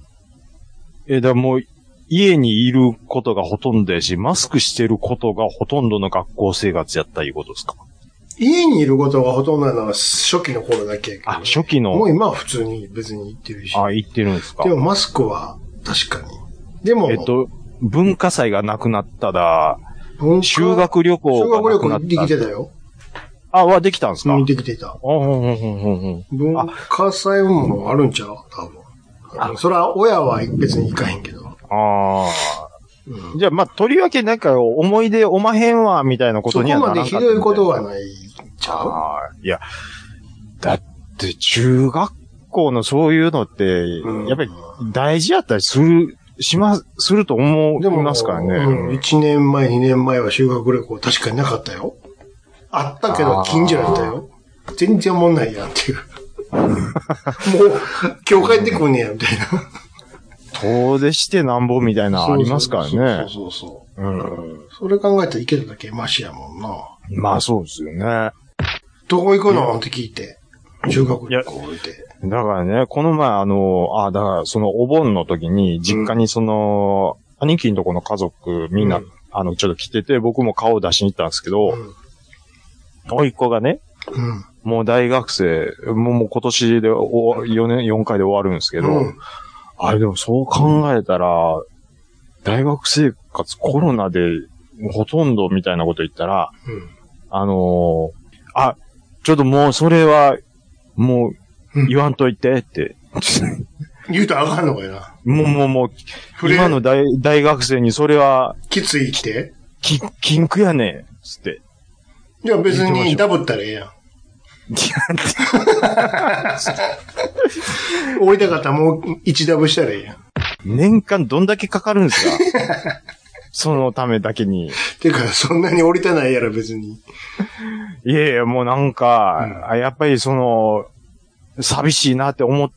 [SPEAKER 3] え、だからもう、家にいることがほとんどやし、マスクしてることがほとんどの学校生活やったいうことですか
[SPEAKER 1] 家にいることがほとんどなのは初期の頃だけやけど
[SPEAKER 3] あ、
[SPEAKER 1] ね
[SPEAKER 3] 初期
[SPEAKER 1] もう
[SPEAKER 3] の、
[SPEAKER 1] 今は普通に別に行ってるし。
[SPEAKER 3] あ、言ってるんですか
[SPEAKER 1] でもマスクは確かに。でも、
[SPEAKER 3] えっと、文化祭がなくなっただ、
[SPEAKER 1] 文化、
[SPEAKER 3] 修学旅行
[SPEAKER 1] 修学
[SPEAKER 3] がな
[SPEAKER 1] 旅
[SPEAKER 3] くな
[SPEAKER 1] 行
[SPEAKER 3] っ
[SPEAKER 1] で
[SPEAKER 3] た
[SPEAKER 1] きてたよ。
[SPEAKER 3] あ、はできたんですか、
[SPEAKER 1] う、
[SPEAKER 3] うんん
[SPEAKER 1] できてた。
[SPEAKER 3] うんうんうんうん
[SPEAKER 1] 文化祭もあるんちゃう多分。あのそれは親は別に行かへんけど。
[SPEAKER 3] あ
[SPEAKER 1] う
[SPEAKER 3] あ。
[SPEAKER 1] ん。
[SPEAKER 3] じゃあ、まあ、とりわけなんか思い出おまへんわ、みたいなこと
[SPEAKER 1] そこ
[SPEAKER 3] にはなら
[SPEAKER 1] ま
[SPEAKER 3] んか
[SPEAKER 1] で
[SPEAKER 3] った
[SPEAKER 1] ひどいことは
[SPEAKER 3] み
[SPEAKER 1] ないち
[SPEAKER 3] たい
[SPEAKER 1] ゃう
[SPEAKER 3] な。あーいや、だって中学校のそういうのって、
[SPEAKER 1] ん
[SPEAKER 3] やっぱり大事やったりする、します、すると思う、
[SPEAKER 1] でも、
[SPEAKER 3] ますからね。
[SPEAKER 1] うん。1年前、2年前は修学旅行確かになかったよ。あったけど
[SPEAKER 3] あー
[SPEAKER 1] 近所だったよ。全然もんないやんっていう。もう、今日帰ってくんねや、みたいな。
[SPEAKER 3] 遠出してなんぼみたいなのありますからね。。
[SPEAKER 1] そうそうそううんそう。それ考えたらいけるだけマシやもんな。
[SPEAKER 3] まあ、そうですよね。
[SPEAKER 1] どこ行くのって聞いて。中学旅行置いて。
[SPEAKER 3] だからね、この前あの、あ、だからそのお盆の時に、実家にその、兄貴のとこの家族みんな、
[SPEAKER 1] うん
[SPEAKER 3] あの、ちょっと来てて、僕も顔出しに行ったんですけ
[SPEAKER 1] う
[SPEAKER 3] ど、
[SPEAKER 1] ん。
[SPEAKER 3] 甥いっ子がね、
[SPEAKER 1] うん。
[SPEAKER 3] もう大学生、もうもう今年でお4年、4回で終わるんですけ
[SPEAKER 1] け
[SPEAKER 3] ど、あれでもそう考えたら、大学生活コロナでほとんどみたいなこと言ったら、あのーあ、ちょっともうそれは、もう、言わんといてって。
[SPEAKER 1] 言うとあかんのかよな。
[SPEAKER 3] もうもうもう、
[SPEAKER 1] 触れ
[SPEAKER 3] 今の大大学生にそれは、
[SPEAKER 1] きつい規定
[SPEAKER 3] き、禁句やねん、つって。 *laughs*
[SPEAKER 1] じゃあ別
[SPEAKER 3] 言ってましょ
[SPEAKER 1] に
[SPEAKER 3] う
[SPEAKER 1] ダブったらええや
[SPEAKER 3] い
[SPEAKER 1] ん。
[SPEAKER 3] や
[SPEAKER 1] 俺だからもう一ダブしたらええやん。
[SPEAKER 3] 年間どんだけかかるんですか *laughs* そのためだけに。
[SPEAKER 1] てか、そんなに降りたないやろ別に。
[SPEAKER 3] いやいや、もうなんか、
[SPEAKER 1] うん
[SPEAKER 3] あやっぱりその、寂しいなって思っ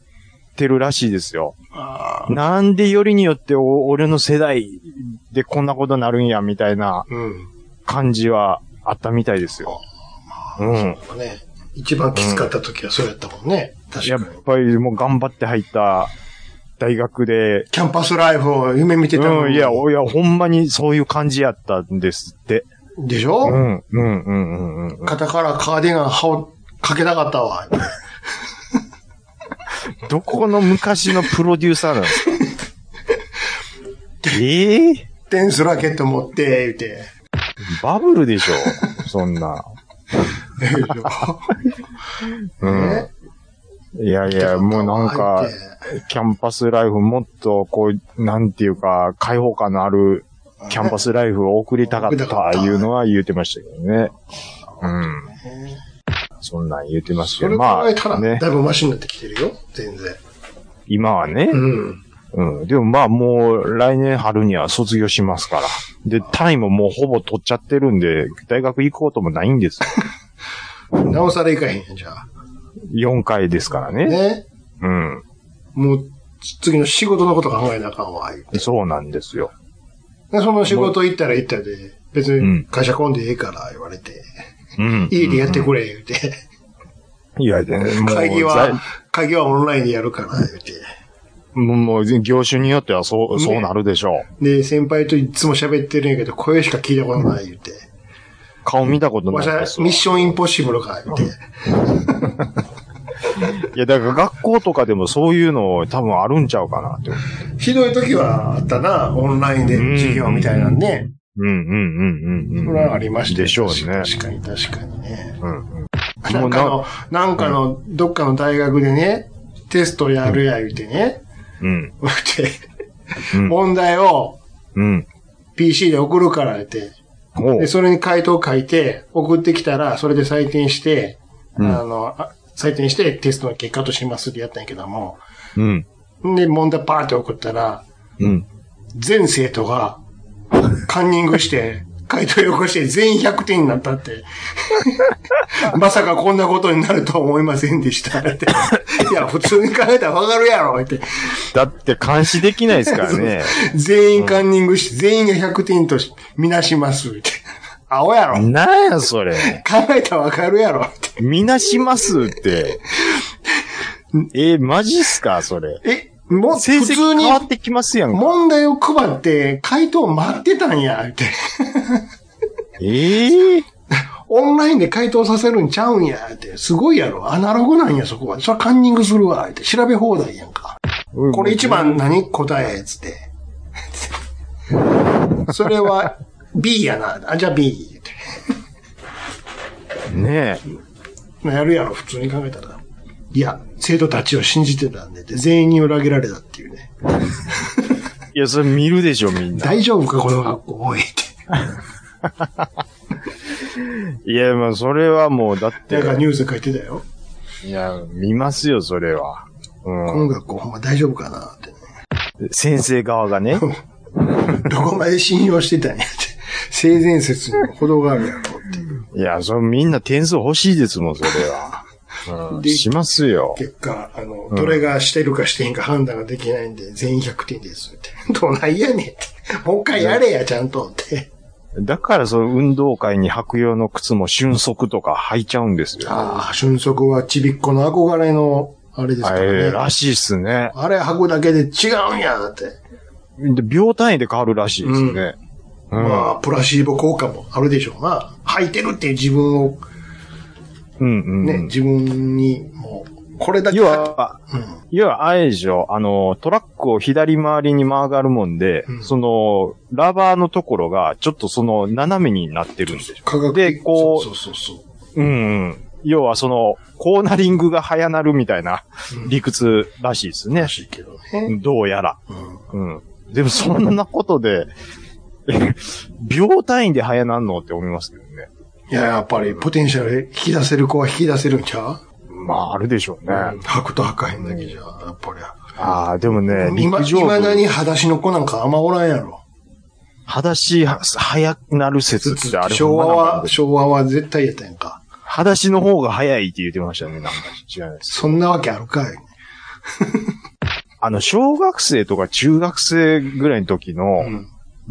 [SPEAKER 3] てるらしいですよ。
[SPEAKER 1] ああ。
[SPEAKER 3] なんでよりによってお俺の世代でこんなことなるんや、みたいな
[SPEAKER 1] うん。
[SPEAKER 3] 感じはあったみたいですよ。うん。
[SPEAKER 1] ね。一番きつかった時はそうやったもんね。確
[SPEAKER 3] や
[SPEAKER 1] か
[SPEAKER 3] っ
[SPEAKER 1] に。
[SPEAKER 3] ぱりもう頑張って入った大学で、
[SPEAKER 1] キャンパスライフを夢見てたの
[SPEAKER 3] うん、
[SPEAKER 1] に。
[SPEAKER 3] いや、おいや、ほんまにそういう感じやったんですって。
[SPEAKER 1] でし
[SPEAKER 3] う
[SPEAKER 1] ょ
[SPEAKER 3] ん、うん、うん、うんうん。
[SPEAKER 1] 肩からカーディガン羽織、かけたかったわ。
[SPEAKER 3] どこの昔のプロデューサーなん
[SPEAKER 1] *laughs*
[SPEAKER 3] ですかええ
[SPEAKER 1] テンスラケット持って、言うて。
[SPEAKER 3] バブルでしょそんな。
[SPEAKER 1] でしょ
[SPEAKER 3] うん。いやい
[SPEAKER 1] い
[SPEAKER 3] や、もうなんか、キャンパスライフもっと、こう、なんていうか、開放感のあるキャンパスライフを送りたかっ、
[SPEAKER 1] 送りたかったた
[SPEAKER 3] いうのは言うてましたけどね。うん。そんなん言うてます
[SPEAKER 1] そ
[SPEAKER 3] け
[SPEAKER 1] れ
[SPEAKER 3] ど、
[SPEAKER 1] 考
[SPEAKER 3] ま
[SPEAKER 1] えたら、
[SPEAKER 3] あ、ね
[SPEAKER 1] だ、いぶマシになってきてるよ。全然。
[SPEAKER 3] 今はね、
[SPEAKER 1] うん。
[SPEAKER 3] うん。でもまあもう来年春には卒業しますから。で、単位ももうほぼ取っちゃってるんで、大学行こうともないんです。
[SPEAKER 1] なおさらいかへんやん、じゃあ。
[SPEAKER 3] 4回ですからね。
[SPEAKER 1] ね。
[SPEAKER 3] うん。
[SPEAKER 1] もう、次の仕事のこと考えなあかんわ、言うて。
[SPEAKER 3] そうなんですよ。
[SPEAKER 1] でその仕事行ったら行ったで、別
[SPEAKER 3] う
[SPEAKER 1] に
[SPEAKER 3] ん
[SPEAKER 1] 会社混んでええから言われて、
[SPEAKER 3] うん。
[SPEAKER 1] 家でやってくれ言うて、
[SPEAKER 3] いや、でもう、
[SPEAKER 1] 会議
[SPEAKER 3] ざい
[SPEAKER 1] は、会議はオンラインでやるから言うて。
[SPEAKER 3] もう、もう業種によってはそう、
[SPEAKER 1] ね
[SPEAKER 3] そうなるでしょう。
[SPEAKER 1] で、先輩といつも喋ってるんやけど、声しか聞いたことない言うて。
[SPEAKER 3] 顔見たこと
[SPEAKER 1] わ
[SPEAKER 3] な
[SPEAKER 1] し
[SPEAKER 3] い
[SPEAKER 1] ゃ
[SPEAKER 3] です、よ。
[SPEAKER 1] ミッションインポッシブルか言うて。
[SPEAKER 3] いや、だから学校とかでもそういうの多分あるんちゃうかなって。
[SPEAKER 1] ひどい時はあったな、オンラインで授業みたいなんね。
[SPEAKER 3] うんうんうんうんうん。
[SPEAKER 1] それはありましたよ
[SPEAKER 3] でしょうね。
[SPEAKER 1] 確かに確かにね。
[SPEAKER 3] うんうん。
[SPEAKER 1] なんかの、なんかの、どっかの大学でね、テストやるや言うてね、
[SPEAKER 3] うん。
[SPEAKER 1] *laughs* 言うて、
[SPEAKER 3] うん
[SPEAKER 1] 問題を
[SPEAKER 3] うん。
[SPEAKER 1] PC で送るから言うて、
[SPEAKER 3] ほう
[SPEAKER 1] で、。それに回答書いて、送ってきたら、それで採点して、
[SPEAKER 3] うん
[SPEAKER 1] あの、あ採点してテストの結果としますってやったんやけども、
[SPEAKER 3] うん。
[SPEAKER 1] で、問題パーって送ったら、
[SPEAKER 3] うん。
[SPEAKER 1] 全生徒が、カンニングして、 *laughs* 回答よこして全員100点になったって。 *laughs* まさかこんなことになるとは思いませんでした。っていや、普通に考えたらわかるやろって。
[SPEAKER 3] だって監視できないですから
[SPEAKER 1] *laughs*
[SPEAKER 3] ね。
[SPEAKER 1] 全員カンニングして、全員が100点としみなします。って。青やろ。考
[SPEAKER 3] なんやそれ。
[SPEAKER 1] えたらわかるやろ。って
[SPEAKER 3] みなしますっ
[SPEAKER 1] *laughs*
[SPEAKER 3] て。えー、マジっすかそれ。
[SPEAKER 1] え、もう
[SPEAKER 3] 成
[SPEAKER 1] 普
[SPEAKER 3] 績
[SPEAKER 1] 通に
[SPEAKER 3] 変わってきますやんか。
[SPEAKER 1] 問題を配って回答待ってたんや、って。 *laughs*
[SPEAKER 3] ええ
[SPEAKER 1] オンラインで回答させるんちゃうんや、って。すごいやろ。アナログなんや、そこは。それカンニングするわ、って。調べ放題やんか。これ一番何答え、つって。 *laughs* それは B やな。あ、じゃあ B、って。
[SPEAKER 3] ね
[SPEAKER 1] やるやろ、普通に考えたら。いや、生徒たちを信じてたんで、って全員に裏切られたっていうね。
[SPEAKER 3] え。いや、それ見るでしょ、み
[SPEAKER 1] *laughs*
[SPEAKER 3] んな。
[SPEAKER 1] 大丈夫か、この学校、おい、って。
[SPEAKER 3] いや、まあ、それはもう、だって
[SPEAKER 1] だ、からニュース書いてたよ。
[SPEAKER 3] いや、見ますよ、それは。う
[SPEAKER 1] この
[SPEAKER 3] ん。
[SPEAKER 1] 学校、ほんま大丈夫かな、って。
[SPEAKER 3] 先生側がね。
[SPEAKER 1] どこまで信用してたんやって。性善説にも程があるやろっていう
[SPEAKER 3] いや、それみんな点数欲しいですもん、それは。うん、
[SPEAKER 1] で
[SPEAKER 3] しますよ。
[SPEAKER 1] 結果、あの、どれがしてるかしてへんか判断ができないんで、全員100点ですって。どないやねんって。もう一回やれや、ちゃんとって。
[SPEAKER 3] だから、その運動会に履く用の靴も瞬足とか履いちゃうんですよ。
[SPEAKER 1] ああ、俊足はちびっこの憧れの、あれですか
[SPEAKER 3] ええ
[SPEAKER 1] ら
[SPEAKER 3] ら
[SPEAKER 1] ね。
[SPEAKER 3] しいっすね。
[SPEAKER 1] あれ履くだけで違うんや、だって。
[SPEAKER 3] で秒単位で変わるらしいですね。うん。
[SPEAKER 1] まあ、プラシーボ効果もあるでしょうな。履いてるっていう自分を、
[SPEAKER 3] うんうん
[SPEAKER 1] ね、
[SPEAKER 3] うん。
[SPEAKER 1] 自分に、もう、これだけ。
[SPEAKER 3] 要は、
[SPEAKER 1] うん。
[SPEAKER 3] 要は、あれでしょ、あの、トラックを左回りに曲がるもんで、
[SPEAKER 1] うん
[SPEAKER 3] その、ラバーのところが、ちょっとその、斜めになってるんでしょ。
[SPEAKER 1] 科学的
[SPEAKER 3] でこう
[SPEAKER 1] そうそうそうそ
[SPEAKER 3] う
[SPEAKER 1] う。
[SPEAKER 3] んうん。要はその、コーナリングが早なるみたいな
[SPEAKER 1] うん
[SPEAKER 3] 理屈らしいですね
[SPEAKER 1] ら。しいけどね。
[SPEAKER 3] どうやら。
[SPEAKER 1] うん。
[SPEAKER 3] うん。でもそんなことで、 *laughs* え秒単位で早なんのって思いますけどね。
[SPEAKER 1] いや、やっぱりポテンシャル引き出せる子は引き出せるんちゃう
[SPEAKER 3] まあ、あるでしょうね。
[SPEAKER 1] 白と赤へんだけじゃ、やっぱり。
[SPEAKER 3] ああ、でもね、
[SPEAKER 1] 今、
[SPEAKER 3] 陸上
[SPEAKER 1] 未
[SPEAKER 3] 部、
[SPEAKER 1] だに裸足の子なんかあんまおらんやろ。
[SPEAKER 3] 裸足は早くなる説ってあれ
[SPEAKER 1] 昭和
[SPEAKER 3] ほんまなん
[SPEAKER 1] は、
[SPEAKER 3] か
[SPEAKER 1] 昭和は絶対やったやんか。
[SPEAKER 3] 裸足の方が早いって言ってましたね。なんか違います。
[SPEAKER 1] そんなわけあるかい。
[SPEAKER 3] あの、小学生とか中学生ぐらいの時の、
[SPEAKER 1] う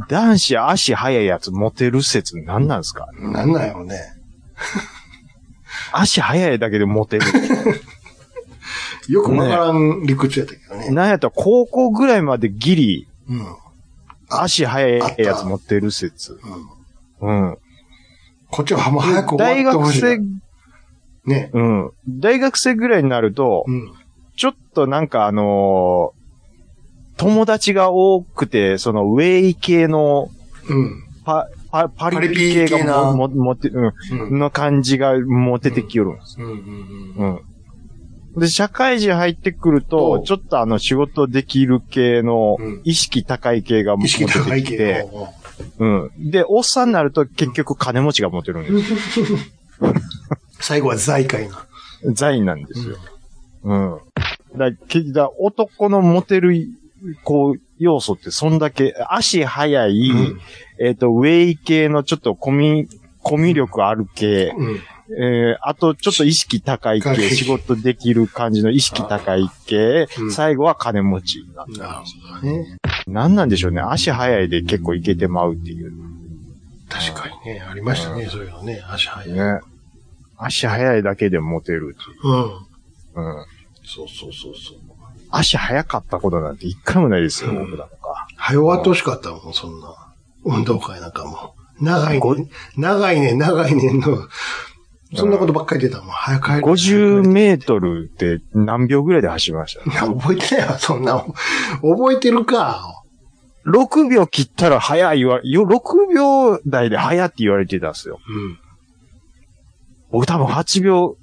[SPEAKER 3] 男子足早いやつモテる説何なんですか
[SPEAKER 1] ん。なんなんやろね。
[SPEAKER 3] 足早いだけでモテる。 *laughs*
[SPEAKER 1] よくわからん理屈やったけどね。
[SPEAKER 3] なんやったら高校ぐらいまでギリ、
[SPEAKER 1] うん。
[SPEAKER 3] 足早いやつ持ってる説。
[SPEAKER 1] うん。
[SPEAKER 3] うん。
[SPEAKER 1] こっちはもう早く終
[SPEAKER 3] 大
[SPEAKER 1] わってほ
[SPEAKER 3] 学
[SPEAKER 1] しい。
[SPEAKER 3] 生、
[SPEAKER 1] ね。
[SPEAKER 3] うん。大学生ぐらいになると、
[SPEAKER 1] うん。
[SPEAKER 3] ちょっとなんかあのー友達が多くて、そのウェイ系の
[SPEAKER 1] うん。
[SPEAKER 3] パ、パ、パリピ系
[SPEAKER 1] パリピ系な
[SPEAKER 3] がも、も、持って、う
[SPEAKER 1] うん
[SPEAKER 3] ん、。の感じがモテてきよるんです。
[SPEAKER 1] うんうんうん。
[SPEAKER 3] うん。で、社会人入ってくる
[SPEAKER 1] お
[SPEAKER 3] と、
[SPEAKER 1] う
[SPEAKER 3] ちょっとあの仕事できる系の
[SPEAKER 1] うん、
[SPEAKER 3] 意識高い系が持
[SPEAKER 1] 意
[SPEAKER 3] って
[SPEAKER 1] 識
[SPEAKER 3] き
[SPEAKER 1] 高い
[SPEAKER 3] て
[SPEAKER 1] け、ど。
[SPEAKER 3] うん。で、おっさんになると結局金持ちが持てるんですよ
[SPEAKER 1] 最後は財界な。
[SPEAKER 3] 財なんですよ。うん。だ、けだ男のモテる、こう、要素ってそんだけ、足速い、
[SPEAKER 1] うん
[SPEAKER 3] えっ、と、ウェイ系のちょっとコミ、コミュ力ある系、
[SPEAKER 1] うん。
[SPEAKER 3] えー、あとちょっと意識高い
[SPEAKER 1] 高い
[SPEAKER 3] 系、仕事できる感じの意識高い系
[SPEAKER 1] う、ん
[SPEAKER 3] 最後は金持ちになる。
[SPEAKER 1] なるほどね。
[SPEAKER 3] なんなんでしょうね。足速いで結構いけてまうっていう。
[SPEAKER 1] 確かにね。ありましたね、そういうのね。足早い。うん。
[SPEAKER 3] ね。足速いだけでモテるっていう。うん。
[SPEAKER 1] そうそうそうそう。
[SPEAKER 3] 足速かったことなんて一回もないですよ、
[SPEAKER 1] うん
[SPEAKER 3] 僕だとか。
[SPEAKER 1] 早終わってほしかったもん、そんな。運動会なんかも。長いね、長いね、長いねの、そんなことばっかり出たもん。早く帰る。
[SPEAKER 3] 50メートルって何秒ぐらいで走りました
[SPEAKER 1] いや、覚えてないわ、そんな。覚えてるか。
[SPEAKER 3] ?6 秒切ったら早い言われ、よ、6秒台で早って言われてたんですよ。
[SPEAKER 1] うん。
[SPEAKER 3] 僕多分8秒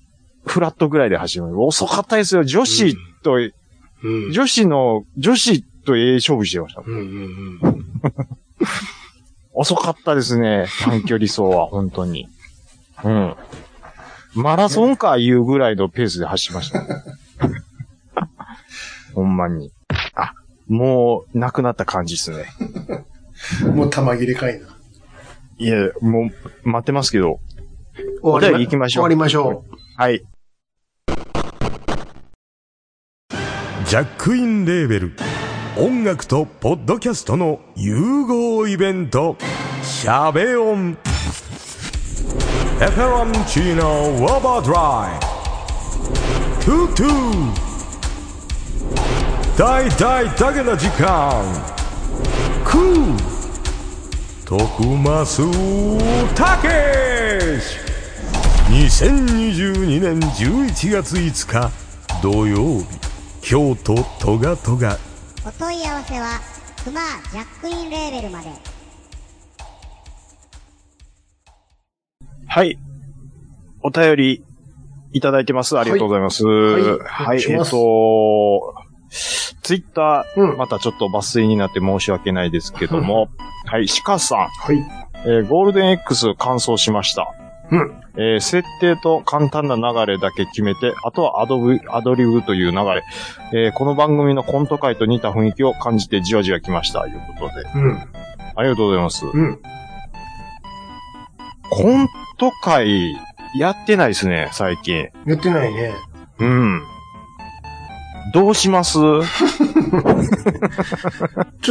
[SPEAKER 3] フラットぐらいで走りました。遅かったですよ。女子と、
[SPEAKER 1] うん。
[SPEAKER 3] 女子の、女子とええ勝負してました。
[SPEAKER 1] うんうんうん。
[SPEAKER 3] 遅かったですね。短距離走は、 *laughs* 本当に。うん。マラソンかいうぐらいのペースで走りま
[SPEAKER 1] *laughs*
[SPEAKER 3] した、ね。ほんまに。あ、もう、なくなった感じですね。
[SPEAKER 1] もう玉切れかいな。
[SPEAKER 3] いや、もう、待ってますけど。
[SPEAKER 1] 終わ
[SPEAKER 3] お便
[SPEAKER 1] り
[SPEAKER 3] り行きましょう
[SPEAKER 1] 終わりましょう。
[SPEAKER 3] はい。
[SPEAKER 4] ジャックインレーベル音楽とポッドキャストの融合イベント「シャベオン」「エフェロンチーノウォーバードライ」「トゥトゥ」「大大だけの時間」「クー」「徳マスたけし」2022年11月5日土曜日京都トガトガ
[SPEAKER 2] お問い合わせはクマージャックインレーベルまで
[SPEAKER 3] はい。お便り、いただいてます。ありがとうございます。はいい。
[SPEAKER 1] はいお願いし
[SPEAKER 3] えっ、
[SPEAKER 1] ます
[SPEAKER 3] と、ツイッター、
[SPEAKER 1] うん
[SPEAKER 3] またちょっと抜粋になって申し訳ないですけども、はい、鹿さん、
[SPEAKER 1] はい。
[SPEAKER 3] えーゴールデン X 完走しました。
[SPEAKER 1] うん。
[SPEAKER 3] えー設定と簡単な流れだけ決めて、あとはアドブアドリブという流れ、えーこの番組のコント界と似た雰囲気を感じてじわじわ来ました。ということで、
[SPEAKER 1] うん。
[SPEAKER 3] ありがとうございます。
[SPEAKER 1] うん。
[SPEAKER 3] コント界、やってないですね、最近。
[SPEAKER 1] やってないね。
[SPEAKER 3] うん。どうします
[SPEAKER 1] ちょっ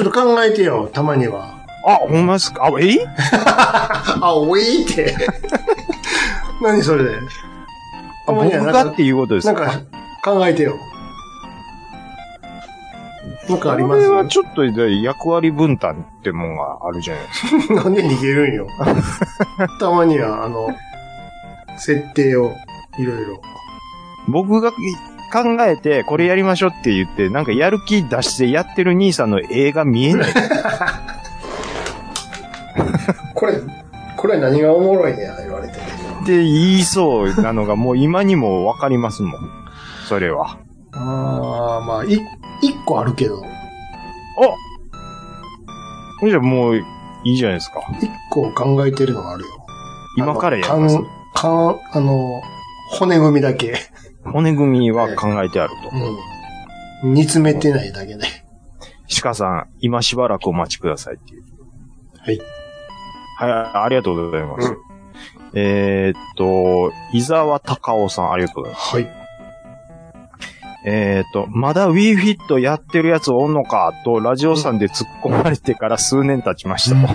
[SPEAKER 1] と考えてよ、たまには。
[SPEAKER 3] あ、ほんまですかあ、えい
[SPEAKER 1] あ、おいって。 *laughs* 何それで。
[SPEAKER 3] あ僕
[SPEAKER 1] なん
[SPEAKER 3] が
[SPEAKER 1] か
[SPEAKER 3] っていうことです
[SPEAKER 1] な
[SPEAKER 3] か
[SPEAKER 1] んか、考えてよ。なんかあり
[SPEAKER 3] こ
[SPEAKER 1] ま
[SPEAKER 3] れは
[SPEAKER 1] す
[SPEAKER 3] ちょっと役割分担ってもんがあるじゃないですか。
[SPEAKER 1] なんで逃げるん *laughs* よ。たまには、あの、設定を、いろいろ。
[SPEAKER 3] 僕が考えて、これやりましょうって言って、なんかやる気出してやってる兄さんの映画見えない。
[SPEAKER 1] これ、これ何がおもろいねや、言われてる
[SPEAKER 3] って言いそうなのがもう今にもわかりますもん。それは。
[SPEAKER 1] ああ、まあ、い、一個あるけど。
[SPEAKER 3] じゃあもういいじゃないですか。
[SPEAKER 1] 一個考えてるのがあるよ。
[SPEAKER 3] 今からや
[SPEAKER 1] あ
[SPEAKER 3] り
[SPEAKER 1] の
[SPEAKER 3] ます
[SPEAKER 1] か。ん、かん、あの、骨組みだけ。
[SPEAKER 3] 骨組みは考えてあると。
[SPEAKER 1] うん。煮詰めてないだけで。
[SPEAKER 3] 鹿さん、今しばらくお待ちくださいっていう。
[SPEAKER 1] はい。
[SPEAKER 3] はい、ありがとうございます。
[SPEAKER 1] うん
[SPEAKER 3] えーっと、伊沢隆夫さん、ありがとうございます。
[SPEAKER 1] はい。
[SPEAKER 3] えーっと、まだ WeFit やってるやつおんのかと、ラジオさんで突っ込まれてから数年経ちました。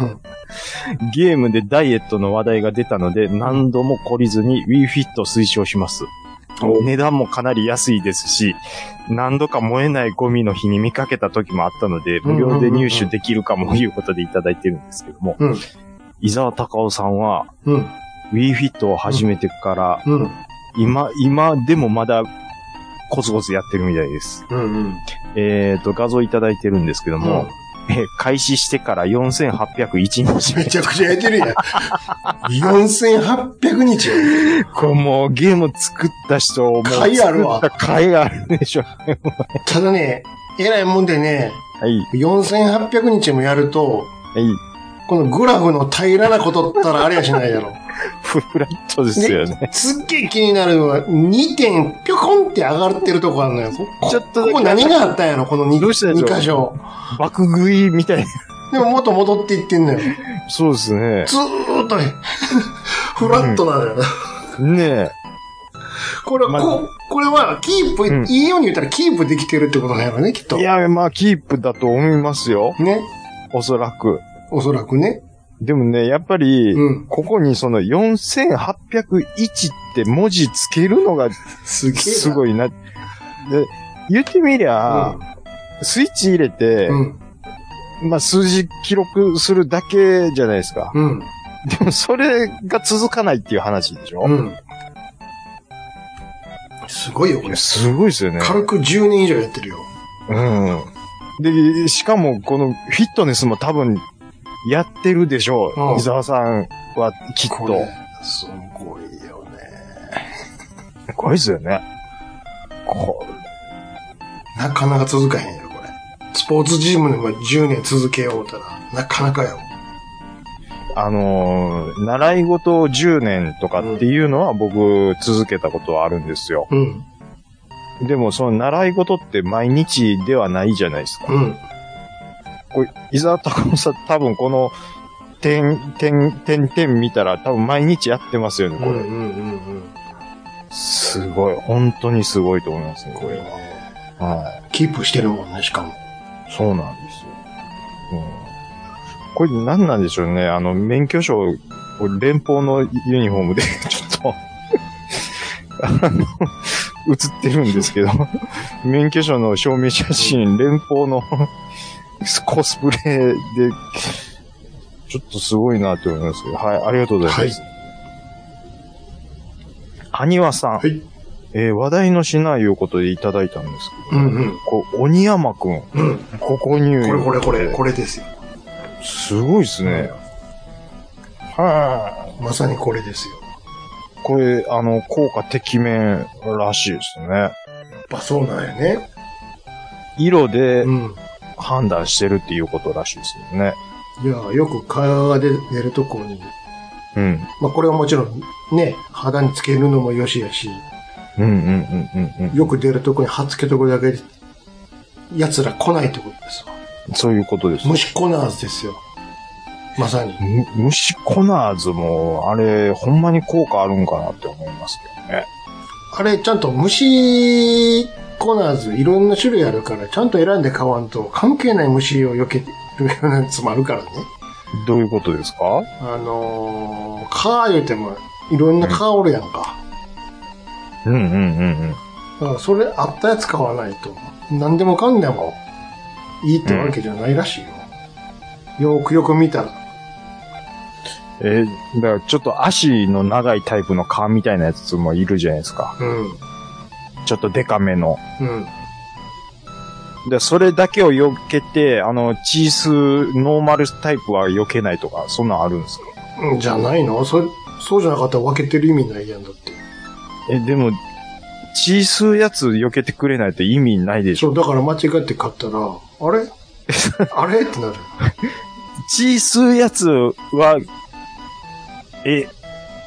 [SPEAKER 3] ゲームでダイエットの話題が出たので、何度も懲りずに WeFit 推奨します。
[SPEAKER 1] お
[SPEAKER 3] 値段もかなり安いですし、何度か燃えないゴミの日に見かけた時もあったので、無料で入手できるかもいうことでいただいてるんですけども、
[SPEAKER 1] うん
[SPEAKER 3] 伊沢隆夫さんは
[SPEAKER 1] うん。
[SPEAKER 3] WeFit を始めてから、
[SPEAKER 1] うん。
[SPEAKER 3] 今、今でもまだコツコツやってるみたいです。
[SPEAKER 1] うん。うん。
[SPEAKER 3] えっ、と、画像いただいてるんですけども、えー開始してから4801日目
[SPEAKER 1] めちゃくちゃやってるやん。4800日やん
[SPEAKER 3] これもうゲーム作った人をもう作
[SPEAKER 1] 回あるわ
[SPEAKER 3] った回あるでしょ。
[SPEAKER 1] ただね、えらいもんでね、
[SPEAKER 3] はい、
[SPEAKER 1] 4800日もやると、
[SPEAKER 3] はい。
[SPEAKER 1] このグラフの平らなことったらあれやしない
[SPEAKER 3] *laughs*
[SPEAKER 1] やろ。
[SPEAKER 3] フラットですよね。
[SPEAKER 1] すっげえ気になるのは、2点ぴょこんって上がってるとこあるのよ。
[SPEAKER 3] ちょっとだ
[SPEAKER 1] こ
[SPEAKER 3] け
[SPEAKER 1] こ何があったんやろこの 2,
[SPEAKER 3] どうしたんでしょう
[SPEAKER 1] 箇所。
[SPEAKER 3] 爆食いみたいな。
[SPEAKER 1] でももっと戻っていってんのよ。
[SPEAKER 3] そうですね。
[SPEAKER 1] ずーっとね、 *laughs* フラットなのよ。
[SPEAKER 3] ね
[SPEAKER 1] これは、
[SPEAKER 3] まあ
[SPEAKER 1] ここれは、キープ、
[SPEAKER 3] うん
[SPEAKER 1] いいように言ったらキープできてるってことなんやろね、きっと。
[SPEAKER 3] え。いや、まあ、キープだと思いますよ。
[SPEAKER 1] ね。
[SPEAKER 3] おそらく。
[SPEAKER 1] おそらくね。
[SPEAKER 3] でもね、やっぱり、
[SPEAKER 1] うん。
[SPEAKER 3] ここにその4801って文字つけるのが
[SPEAKER 1] すげえな。
[SPEAKER 3] す
[SPEAKER 1] い。
[SPEAKER 3] ごいな。で、言ってみりゃ、スイッチ入れて、
[SPEAKER 1] うん。
[SPEAKER 3] まあ数字記録するだけじゃないですか。
[SPEAKER 1] うん。
[SPEAKER 3] でもそれが続かないっていう話でしょ、
[SPEAKER 1] うん。すごいよ、これ。
[SPEAKER 3] すごいですよね。
[SPEAKER 1] 軽く10年以上やってるよ。
[SPEAKER 3] うん。で、しかも、このフィットネスも多分、やってるでしょう。
[SPEAKER 1] うん
[SPEAKER 3] 伊沢さんは、きっと。
[SPEAKER 1] これ。すごいよね。
[SPEAKER 3] これですよね。こ
[SPEAKER 1] なかなか続かへんよ、これ。スポーツジムでも10年続けようたら、なかなかよ。
[SPEAKER 3] あのー習い事を10年とかっていうのは僕、続けたことはあるんですよ。
[SPEAKER 1] うん。
[SPEAKER 3] でも、その習い事って毎日ではないじゃないですか。
[SPEAKER 1] うん。
[SPEAKER 3] これ伊沢隆夫さん、多分この、点、点、点、点見たら多分毎日やってますよね、
[SPEAKER 1] う
[SPEAKER 3] こ
[SPEAKER 1] んう
[SPEAKER 3] れ。
[SPEAKER 1] んうんうん。
[SPEAKER 3] すごい。本当にすごいと思いますね、こ
[SPEAKER 1] これ
[SPEAKER 3] れ
[SPEAKER 1] は
[SPEAKER 3] は。
[SPEAKER 1] も
[SPEAKER 3] はい。
[SPEAKER 1] うキープしてるもんね、しかも。
[SPEAKER 3] そうなんですよ。うん、これ何なんでしょうね。あの、免許証、これ連邦のユニフォームで、 *laughs* ちょっと、あの、写ってるんですけど、免許証の証明写真、連邦のコスプレで、ちょっとすごいなって思いますけど、はい、ありがとうございます。はにわさん。
[SPEAKER 1] はい
[SPEAKER 3] えー話題のしないいうことでいただいたんですけど、
[SPEAKER 1] うんうん。
[SPEAKER 3] こう、鬼山くん。
[SPEAKER 1] うん。
[SPEAKER 3] ここに。
[SPEAKER 1] これこれこれ、これですよ。
[SPEAKER 3] すごいですね。は
[SPEAKER 1] まさにこれですよ。
[SPEAKER 3] い。これ、あの、効果てきめんらしいですね。
[SPEAKER 1] やっぱそうなんやね。
[SPEAKER 3] 色で
[SPEAKER 1] うん。
[SPEAKER 3] 判断してるっていうことらしいですよね。
[SPEAKER 1] いや、よく蚊が出出るとこに、
[SPEAKER 3] うん。
[SPEAKER 1] まあこれはもちろんね、肌につけるのもよしやし、
[SPEAKER 3] うんうんうんうん
[SPEAKER 1] よく出るとこに貼っつけとくだけで、奴ら来ないってことですわ。
[SPEAKER 3] うん。そういうことです。
[SPEAKER 1] 虫コナーズですよ。まさに。
[SPEAKER 3] む虫コナーズも、あれ、ほんまに効果あるんかなって思いますけどね。
[SPEAKER 1] あれ、ちゃんと虫コナーズ、いろんな種類あるから、ちゃんと選んで買わんと、関係ない虫を避けてるようなやつもあるからね。
[SPEAKER 3] どういうことですか
[SPEAKER 1] あのー、蚊言うても、いろんな蚊おるやんか。
[SPEAKER 3] うんうんうん
[SPEAKER 1] だからそれあったやつ買わないと、何でもかんでもいいってわけじゃないらしいよ。よくよく見たら。
[SPEAKER 3] うん。えーだからちょっと足の長いタイプの蚊みたいなやつもいるじゃないですか。
[SPEAKER 1] うん。
[SPEAKER 3] ちょっとデカめの。
[SPEAKER 1] うん。
[SPEAKER 3] で、それだけを避けて、あの、チースノーマルタイプは避けないとか、そんなんあるんですか
[SPEAKER 1] うんじゃないのそそうじゃなかったら分けてる意味ないやんだって。
[SPEAKER 3] え、でも、小数やつ避けてくれないと意味ないでしょ。
[SPEAKER 1] そう、だから間違って買ったら、あ *laughs* れあれってなる。
[SPEAKER 3] 小数やつは、え、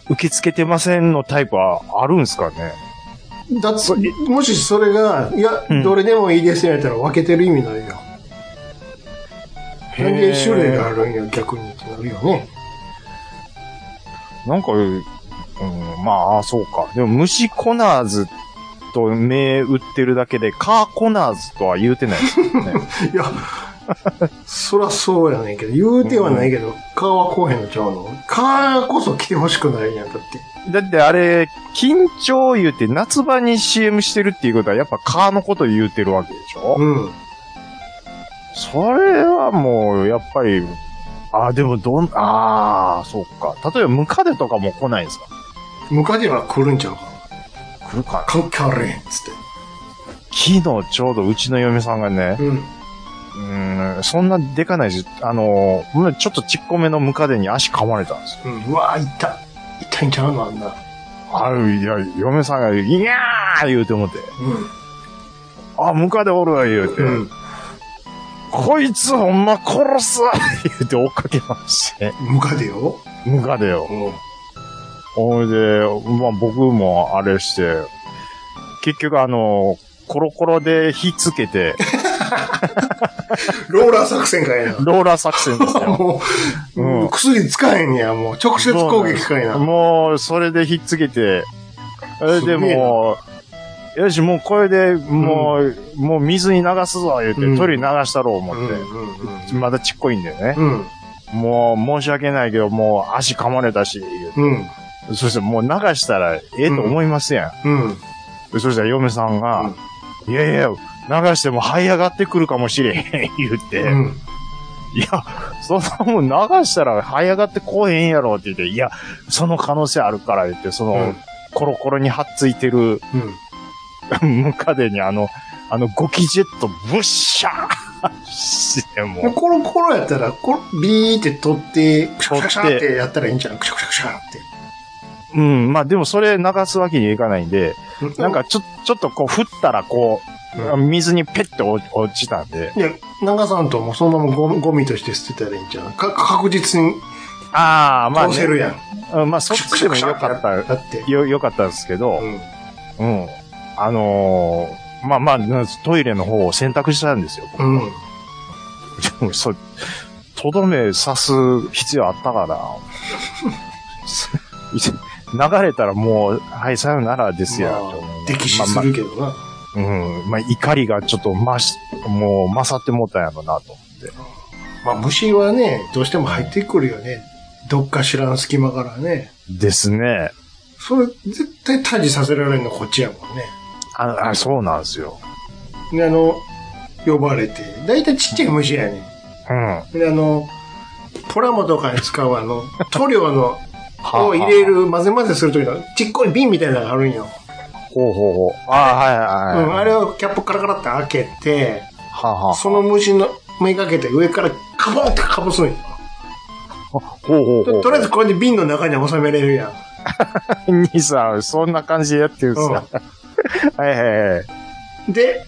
[SPEAKER 3] 受け付けてませんのタイプはあるんすかね
[SPEAKER 1] だって、もしそれが、いや、
[SPEAKER 3] うん
[SPEAKER 1] どれでもいいですよやったら分けてる意味ないよ。なんで種類があ
[SPEAKER 3] る
[SPEAKER 1] るんや、逆にってなるよね。
[SPEAKER 3] なんか、うん、まあ、そうか。でも、虫コナーズと銘打ってるだけで、カーコナーズとは言うてないですよね。
[SPEAKER 1] いや、そらそうやねんけど、言うてはないけど、蚊は来へんのちゃうの蚊こそ来てほしくないやん、だって。
[SPEAKER 3] だってあれ、緊張言うて夏場に CM してるっていうことはやっぱカーのこと言うてるわけでしょ、
[SPEAKER 1] うん。
[SPEAKER 3] それはもう、やっぱり、ああ、でもどん、ああ、そっか。例えばムカデとかも来ないんですか
[SPEAKER 1] ムカデは来るんちゃうか
[SPEAKER 3] 来るかな
[SPEAKER 1] 関係あれへん、つっ
[SPEAKER 3] 昨日ちょうどうちの嫁さんがね
[SPEAKER 1] て。、うん。
[SPEAKER 3] うーん、そんなでかないし、あのー、ちょっとちっこめのムカデに足噛まれたんですよ。
[SPEAKER 1] うん。うわぁ、痛い。痛いんちゃうの、あんな。
[SPEAKER 3] あいや、嫁さんが、いやー言うて思って、あ、ムカデおるわ言うて、
[SPEAKER 1] うん。うん。
[SPEAKER 3] こいつほんま殺すわ *laughs* 言うて追っかけまして、
[SPEAKER 1] ムカデよ。
[SPEAKER 3] ムカデを。
[SPEAKER 1] うん。
[SPEAKER 3] ほいで、まあ僕もあれして、結局あの、コロコロで火つけて、 *laughs*
[SPEAKER 1] ローラー作戦かいな。
[SPEAKER 3] ローラー作戦ですよ。
[SPEAKER 1] もう、
[SPEAKER 3] うん
[SPEAKER 1] うん薬使えんねや、もう。直接攻撃かいな。
[SPEAKER 3] もう、それで火つけて、それ
[SPEAKER 1] す
[SPEAKER 3] で
[SPEAKER 1] げえな
[SPEAKER 3] もう、よし、もうこれで、もう、もう水に流すぞ、言うて、
[SPEAKER 1] うん
[SPEAKER 3] トイレに流したろう思
[SPEAKER 1] う
[SPEAKER 3] っ
[SPEAKER 1] ん
[SPEAKER 3] て、
[SPEAKER 1] うんうん
[SPEAKER 3] まだちっこいんだよね。
[SPEAKER 1] うん。
[SPEAKER 3] もう、申し訳ないけど、もう足噛まれたし、言う
[SPEAKER 1] うん。
[SPEAKER 3] てそしてもう流したら、ええと思いますやん。
[SPEAKER 1] うん。
[SPEAKER 3] そしたら嫁さんが、いやいや、流しても這い上がってくるかもしれへん、言うて、
[SPEAKER 1] うん。
[SPEAKER 3] いや、そんなもん流したら這い上がってこうへんやろって言って、いや、その可能性あるから言って、その、
[SPEAKER 1] うん
[SPEAKER 3] コロコロにはっついてる *laughs* ムカデにあの、あのゴキジェットブッシャーして、
[SPEAKER 1] うん。 *laughs*
[SPEAKER 3] も
[SPEAKER 1] コロコロやったら、コロビーって取って、クシャ
[SPEAKER 3] 取って
[SPEAKER 1] クシャクシャってやったらいいんじゃん。クシャクシャクシャっ
[SPEAKER 3] う。うん、まあでもそれ流すわけにはいかないんで、
[SPEAKER 1] て。
[SPEAKER 3] なんか、ちょ、ちょっとこう振ったらこ
[SPEAKER 1] う
[SPEAKER 3] う、水にペッて落落ちたんで、
[SPEAKER 1] いや、長さんともそのままゴミゴミとして捨てたらいいんじゃん。か確実に
[SPEAKER 3] ああ、まあ、
[SPEAKER 1] 倒
[SPEAKER 3] ね
[SPEAKER 1] せるやん。
[SPEAKER 3] うんまあそっちでもよかっ
[SPEAKER 1] だ *laughs*
[SPEAKER 3] た、
[SPEAKER 1] って。
[SPEAKER 3] よ、よかったんですけど、
[SPEAKER 1] うん。
[SPEAKER 3] うん。あのーまあまあ、なトイレの方を選択したんですよ。
[SPEAKER 1] うん。
[SPEAKER 3] でも *laughs* そとどめ刺す必要あったかな。 *laughs* 流れたらもう、はい、さよならですよ。
[SPEAKER 1] ま
[SPEAKER 3] と思う
[SPEAKER 1] あ、敵死するけどな。
[SPEAKER 3] まあまあうん。まあ、怒りがちょっとまし、もう、勝ってもうたんやろな、と思って。
[SPEAKER 1] まあ、虫はね、どうしても入ってくるよね。どっか知らん隙間からね。
[SPEAKER 3] ですね。
[SPEAKER 1] それ、絶対退治させられるのこっちやもんね。
[SPEAKER 3] あ、あそうなんですよ。
[SPEAKER 1] で、あの、呼ばれて。だいたいちっちゃい虫やね
[SPEAKER 3] うん。
[SPEAKER 1] ん。で、あの、ポラモとかに使うあの、塗料の、
[SPEAKER 3] は
[SPEAKER 1] を入れ。る、混ぜ混ぜするときの、ちっこい瓶みたいなのがあるんよ。
[SPEAKER 3] ほうほうほう。あはいはいはい。
[SPEAKER 1] うん、あれ
[SPEAKER 3] は
[SPEAKER 1] をキャップカラカラって開けて、
[SPEAKER 3] あはあ
[SPEAKER 1] その虫の目がけて上からカボンってかぶすんよ。
[SPEAKER 3] ほうほうほ
[SPEAKER 1] と
[SPEAKER 3] う。
[SPEAKER 1] とりあえずこれで瓶の中に収めれるやん。
[SPEAKER 3] 兄さん、そんな感じでやってるんですか、はいはいはい。
[SPEAKER 1] で、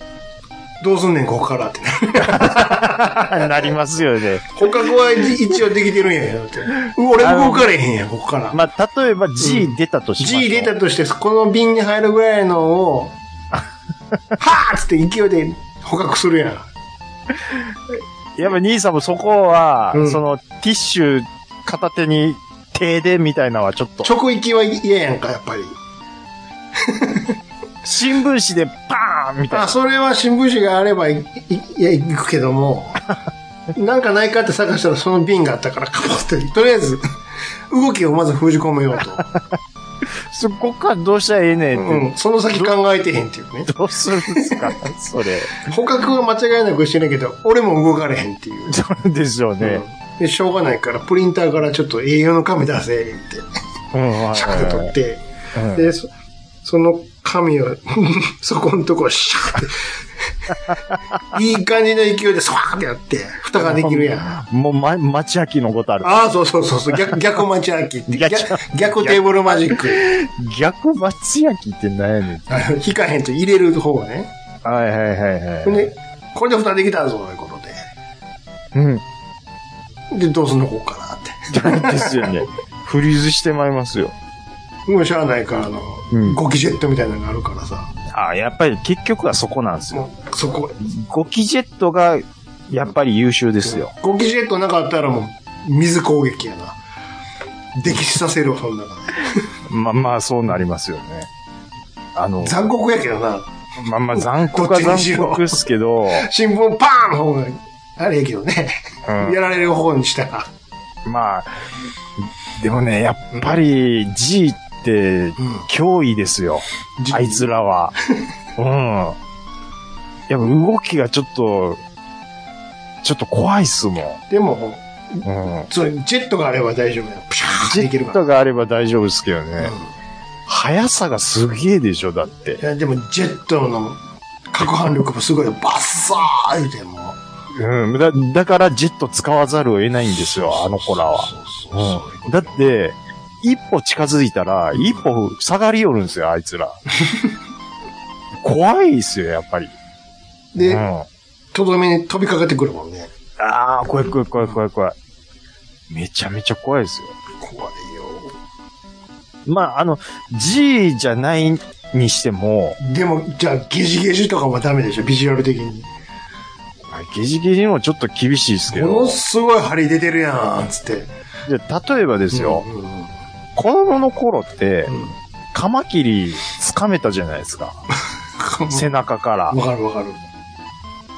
[SPEAKER 1] どうすんねん、ここからってな *laughs* る。
[SPEAKER 3] なりますよね。
[SPEAKER 1] 捕獲は一応できてるんやよって。う *laughs* 俺動かれへんやん、ここから。
[SPEAKER 3] まあ、例えば G 出たとしましょう
[SPEAKER 1] G 出たとして、この瓶に入るぐらいのを、 *laughs* はーっつって勢いで捕獲するやん。
[SPEAKER 3] やっぱ兄さんもそこは、
[SPEAKER 1] うん
[SPEAKER 3] その、ティッシュ片手に手でみたいなのはちょっと、
[SPEAKER 1] 直撃は嫌やんか、やっぱり。
[SPEAKER 3] 新聞紙でパーンみたい
[SPEAKER 1] あ、
[SPEAKER 3] な。
[SPEAKER 1] それは新聞紙があればい、いいや、行くけども、
[SPEAKER 3] *laughs*
[SPEAKER 1] なんかないかって探したらその瓶があったから、かぼって、とりあえず、動きをまず封じ込めよ
[SPEAKER 3] *laughs*
[SPEAKER 1] うと。
[SPEAKER 3] そこからどうしたらええねんって、
[SPEAKER 1] うん、その先考えてへんっていうね。
[SPEAKER 3] どうするんです *laughs* かそれ。
[SPEAKER 1] 捕獲は間違いなくしてないけど、俺も動かれへんっていう。
[SPEAKER 3] そうでしょうね。
[SPEAKER 1] うんで、しょうがないから、プリンターからちょっと栄養の紙出せ、って、
[SPEAKER 3] うん、はいはいはい
[SPEAKER 1] シャッて取って、
[SPEAKER 3] うん
[SPEAKER 1] *laughs* で、そその紙を、そこのとこシャッて、
[SPEAKER 3] *laughs*
[SPEAKER 1] いい感じの勢いでスワーってやって、蓋ができるやん。あ
[SPEAKER 3] もう、ま、町秋のことある。
[SPEAKER 1] あ、そうそうそうそう、逆、逆待ち飽きって。
[SPEAKER 3] 逆
[SPEAKER 1] 逆逆テーブルマジック。
[SPEAKER 3] 逆町秋って何やねん。
[SPEAKER 1] あの引かへんと入れる方がね。
[SPEAKER 3] はいはいはい
[SPEAKER 1] ほん
[SPEAKER 3] はい。
[SPEAKER 1] で、これで蓋できたぞ、ということ
[SPEAKER 3] うん。
[SPEAKER 1] で。で、どうすんのこうかなっ
[SPEAKER 3] *laughs*
[SPEAKER 1] て。
[SPEAKER 3] ですよね。フリーズしてまいりますよ。
[SPEAKER 1] もうしゃあないから、あの、
[SPEAKER 3] うん
[SPEAKER 1] ゴキジェットみたいなのがあるからさ。
[SPEAKER 3] ああ、やっぱり結局はそこなんですよ。
[SPEAKER 1] もう、そこ、
[SPEAKER 3] ゴキジェットが、やっぱり優秀ですよ。
[SPEAKER 1] ゴキジェットなかったらもう、水攻撃やな。溺死させるわ、そんなの。
[SPEAKER 3] まあまあ、そうなりますよね。あの、
[SPEAKER 1] 残酷やけどな。
[SPEAKER 3] まあまあ、残酷は
[SPEAKER 1] どっちにし
[SPEAKER 3] 残
[SPEAKER 1] ろ
[SPEAKER 3] 酷ですけど、
[SPEAKER 1] 新聞パーンの方が、あれやけどね。
[SPEAKER 3] うん
[SPEAKER 1] やられる方にしたら。
[SPEAKER 3] まあ、でもね、やっぱり G って
[SPEAKER 1] うん
[SPEAKER 3] 脅威ですよ。
[SPEAKER 1] G
[SPEAKER 3] あいつら
[SPEAKER 1] *laughs*
[SPEAKER 3] は。うん。やっぱ動きがちょっと、ちょっと怖いっすもん。
[SPEAKER 1] でも、
[SPEAKER 3] うん。
[SPEAKER 1] そう、ジェットがあれば大丈夫や。プシャーって
[SPEAKER 3] ジ
[SPEAKER 1] で
[SPEAKER 3] ェ
[SPEAKER 1] きる
[SPEAKER 3] ッ
[SPEAKER 1] から。
[SPEAKER 3] トがあれば大丈夫ですけどね。速さがすげえでしょ、だって
[SPEAKER 1] い。や、でも、ジェットの、攪拌力もすごいよ。バッサー言うてもう。
[SPEAKER 3] うん。だだからジェット使わざるを得ないんですよ、あの子らは。
[SPEAKER 1] そうそうそういう
[SPEAKER 3] う
[SPEAKER 1] こ
[SPEAKER 3] ん。
[SPEAKER 1] と
[SPEAKER 3] だって、一歩近づいたら、一歩下がりよるんですよ、あいつ
[SPEAKER 1] *laughs*
[SPEAKER 3] ら。怖いっすよ、やっぱり。う
[SPEAKER 1] で
[SPEAKER 3] ん、、あ
[SPEAKER 1] とどめに飛びかかってくるもんね。
[SPEAKER 3] あ、怖い怖い怖い怖い怖い。めちゃめちゃ怖いですよ。
[SPEAKER 1] 怖いよ。
[SPEAKER 3] まあ、あの、G じゃないにしても、
[SPEAKER 1] でも、じゃあ、ゲジゲジとかもダメでしょ、ビジュアル的に。
[SPEAKER 3] ゲジゲジもちょっと厳しいですけ
[SPEAKER 1] もの
[SPEAKER 3] ど、
[SPEAKER 1] すごい針出てるやん、つって。
[SPEAKER 3] じゃあ例えばですよ、
[SPEAKER 1] うんうんうん
[SPEAKER 3] 子供の頃って
[SPEAKER 1] うん、
[SPEAKER 3] カマキリ掴めたじゃないですか。背中から。
[SPEAKER 1] わかるわかる。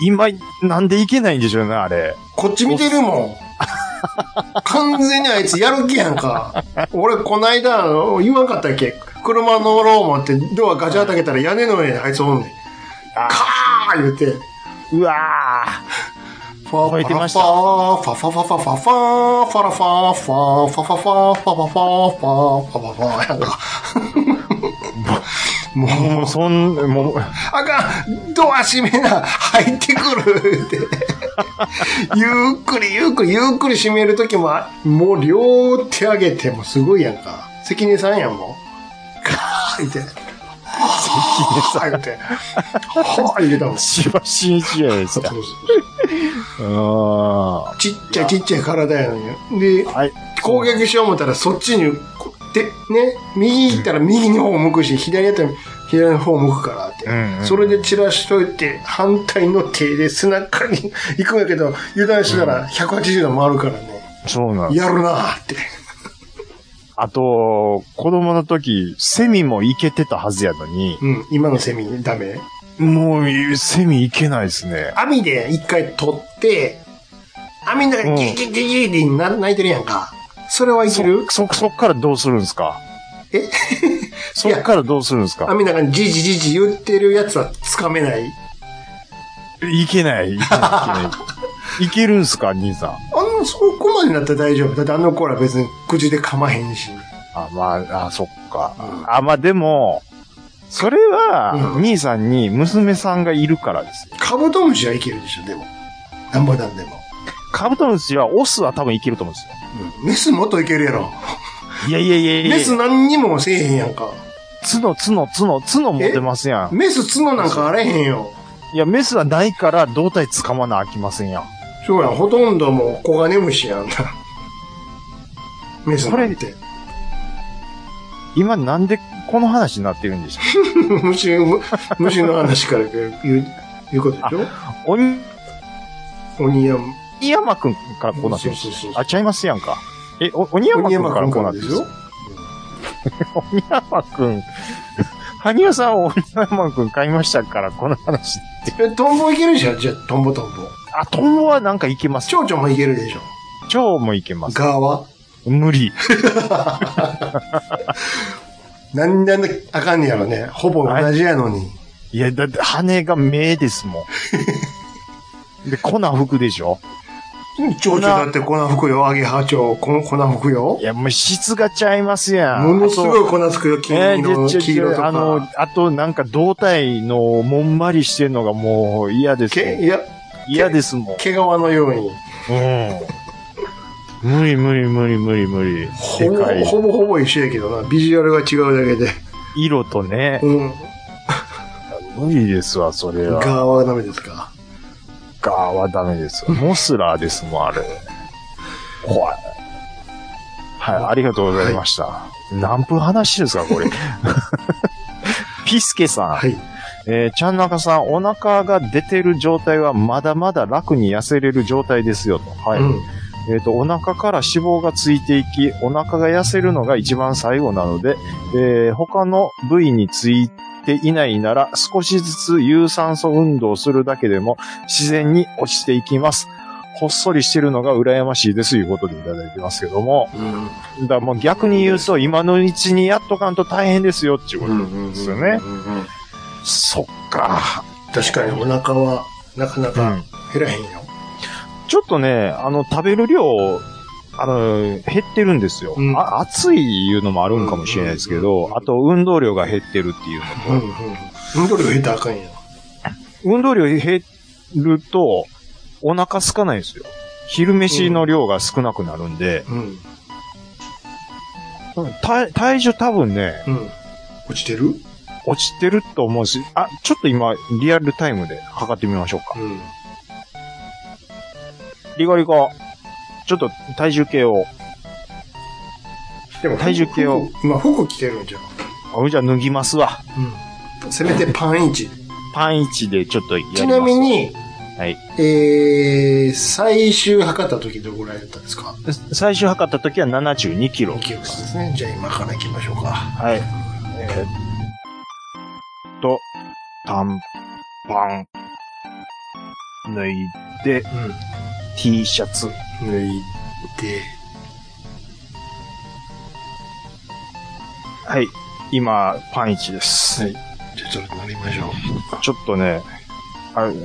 [SPEAKER 3] 今、なんでいけないんでしょうね、あれ。
[SPEAKER 1] こっち見てるも
[SPEAKER 3] *laughs*
[SPEAKER 1] ん。完全にあいつやる気やんか。俺、こないだ、あの言わんかったっけ車乗ろう思って、ドアガチャ開けたら屋根の上にあいつおんねん。カー言うて、
[SPEAKER 3] うわー。
[SPEAKER 1] ファ
[SPEAKER 3] 吠えてました
[SPEAKER 1] ファファファファファファファラファファファファファファファファファファファやんか。もう、
[SPEAKER 3] もうそん、もう、
[SPEAKER 1] あかんドア閉めな入ってくるって。ゆっくりゆっくりゆっくり閉めるときも、あもう両手上げてもすごいやんか。関根さんやんもう。かーって。関根さんって。はー言うたもん。そう
[SPEAKER 3] しばしんじゃないですか。
[SPEAKER 1] そう
[SPEAKER 3] うーん。は
[SPEAKER 1] ちっちゃいちっちゃい体やのに。で、
[SPEAKER 3] い。
[SPEAKER 1] 攻撃しよう思ったらそっちに、こで、ね、右行ったら右の方向くし、左やったら左の方向くからって。
[SPEAKER 3] うんうん
[SPEAKER 1] それで散らしといて、反対の手で背中に行くんやけど、油断したら180度回るからね。
[SPEAKER 3] そうなんです。
[SPEAKER 1] やるなーって。
[SPEAKER 3] あと、子供の時、セミもいけてたはずやのに、
[SPEAKER 1] うん、今のセミダメ。
[SPEAKER 3] もう、セミいけないですね。
[SPEAKER 1] 網で一回取って、網の中でギリギリギリギリってな泣いてるやんか。それはいける
[SPEAKER 3] そ、そっからどうするんですか
[SPEAKER 1] え
[SPEAKER 3] *laughs* そっからどうするんですか
[SPEAKER 1] 網の中にじじじじ言ってるやつは掴めない。
[SPEAKER 3] いけない。いけない。いけない *laughs* いけるんすか兄さん。
[SPEAKER 1] あの、そこまでなったら大丈夫。だってあの子ら別に口で噛まへんし。
[SPEAKER 3] あ、まあ、あ、そっか
[SPEAKER 1] う。
[SPEAKER 3] あ、まあでも、それは、
[SPEAKER 1] うん
[SPEAKER 3] 兄さんに娘さんがいるからですよ。
[SPEAKER 1] カブトムシはいけるでしょ、でも。なんぼなんでも。
[SPEAKER 3] カブトムシは、オスは多分いけると思うんですよ。
[SPEAKER 1] うん。メスもっといけるやろ。
[SPEAKER 3] いやいやいやいや。
[SPEAKER 1] メス何にもせえへんやんか。
[SPEAKER 3] 角、角、角、角持ってますやん。
[SPEAKER 1] メス角なんかあれへんよ。
[SPEAKER 3] いや、メスはないから胴体掴まなあきませんやん。
[SPEAKER 1] そうやん、ほとんどもう黄金虫やんな。メスなんて。
[SPEAKER 3] 今なんでこの話になってるんでしょ
[SPEAKER 1] *laughs* 虫、虫の話から言う、言うことでし
[SPEAKER 3] おに、
[SPEAKER 1] ょ鬼山。
[SPEAKER 3] 鬼山くんからこうなってるんです
[SPEAKER 1] そうそうそうそう
[SPEAKER 3] あ、ちゃいますやんか。え、お、鬼山くんからこうなってるん
[SPEAKER 1] 鬼
[SPEAKER 3] で
[SPEAKER 1] 山
[SPEAKER 3] す鬼山くん。萩谷さんは鬼山くん買いましたから、この話。
[SPEAKER 1] え、トンボいけるじゃん、じゃあ、トンボトンボ。
[SPEAKER 3] あ、トンボはなんかいけます。
[SPEAKER 1] 蝶々もいけるでしょ。
[SPEAKER 3] 蝶もいけます。
[SPEAKER 1] ガは
[SPEAKER 3] 無理。
[SPEAKER 1] なんであんなあかんねやろね。ほぼ同じやのに。
[SPEAKER 3] いや、
[SPEAKER 1] *laughs*
[SPEAKER 3] だって羽が目ですもん。で、粉吹くでしょ
[SPEAKER 1] 蝶々だって粉吹くよ、アゲハチョウ。この粉吹くよ
[SPEAKER 3] い。や、もう質がちゃいますやん。
[SPEAKER 1] ものす
[SPEAKER 3] あと
[SPEAKER 1] ごい粉吹くよ、黄
[SPEAKER 3] え
[SPEAKER 1] 色
[SPEAKER 3] ーでちょ
[SPEAKER 1] 黄色と
[SPEAKER 3] ちょあの
[SPEAKER 1] か。、
[SPEAKER 3] あとなんか胴体のもんまりしてるのがもう嫌です
[SPEAKER 1] け
[SPEAKER 3] もん。
[SPEAKER 1] いや、
[SPEAKER 3] 嫌ですもん。
[SPEAKER 1] 毛皮のように。
[SPEAKER 3] うん。無理無理無理無理無理。
[SPEAKER 1] ほ
[SPEAKER 3] 世
[SPEAKER 1] ぼ、
[SPEAKER 3] 界。
[SPEAKER 1] ほぼほぼ一緒やけどな。ビジュアルが違うだけで。
[SPEAKER 3] 色とね、
[SPEAKER 1] うん。
[SPEAKER 3] 無理ですわ、それは。
[SPEAKER 1] 側はダメですか。
[SPEAKER 3] ガーはダメですわ。モスラーですもん、あれ。怖い。はい、ありがとうございました。何分話ですか、こ
[SPEAKER 1] *laughs*
[SPEAKER 3] れ。ピスケさん。
[SPEAKER 1] はい。
[SPEAKER 3] えー、ちゃんなかさん、お腹が出てる状態はまだまだ楽に痩せれる状態ですよと。はい。
[SPEAKER 1] うん。
[SPEAKER 3] えっ、と、お腹から脂肪がついていき、お腹が痩せるのが一番最後なので、えー他の部位についていないなら、少しずつ有酸素運動をするだけでも、自然に落ちていきます。ほっそりしてるのが羨ましいです、いうことでいただいてますけども。
[SPEAKER 1] うん。
[SPEAKER 3] だからもう逆に言うと、今のうちにやっとかんと大変ですよ、っていうことですよね。
[SPEAKER 1] うんうんうん
[SPEAKER 3] そっか。
[SPEAKER 1] 確かにお腹はなかな
[SPEAKER 3] うん
[SPEAKER 1] か。減らへんよ。
[SPEAKER 3] ちょっとね、あの、食べる量、あの、減ってるんですよ。
[SPEAKER 1] うん
[SPEAKER 3] あ暑いいうのもあるんかもしれないですけ
[SPEAKER 1] うんうんうんう
[SPEAKER 3] ど、
[SPEAKER 1] ん
[SPEAKER 3] あと運動量が減ってるっていう
[SPEAKER 1] うん
[SPEAKER 3] の
[SPEAKER 1] う
[SPEAKER 3] と、
[SPEAKER 1] ん。緑が減ったらあかんよ。
[SPEAKER 3] 運動量減ると、お腹空かないんですよ。昼飯の量が少なくなるんで、
[SPEAKER 1] うん。
[SPEAKER 3] 体体重多分ね、
[SPEAKER 1] うん。落ちてるうん。
[SPEAKER 3] 落ちてると思うし、あ、ちょっと今、リアルタイムで測ってみましょうか。リコリコ、ちょっと体重計を、
[SPEAKER 1] でも
[SPEAKER 3] 体重計を。
[SPEAKER 1] 服今、服着てるんじゃん。
[SPEAKER 3] あじゃあ脱ぎますわ。
[SPEAKER 1] うん。せめてパンイチ。
[SPEAKER 3] パン1でちょっとやります
[SPEAKER 1] ちなみに、
[SPEAKER 3] はい。
[SPEAKER 1] えー、最終測った時どこらいだったんですか
[SPEAKER 3] 最終測った時は72キロ
[SPEAKER 1] ?2。キロですね。じゃあ今から行きましょうか。
[SPEAKER 3] はい。えーっと、短パン、脱いで、
[SPEAKER 1] う
[SPEAKER 3] T シャツ、
[SPEAKER 1] ん。脱いで、
[SPEAKER 3] はい。今、パン1です。
[SPEAKER 1] はいじゃあちょっと乗りましょう。
[SPEAKER 3] ちょっとね、あれ、ち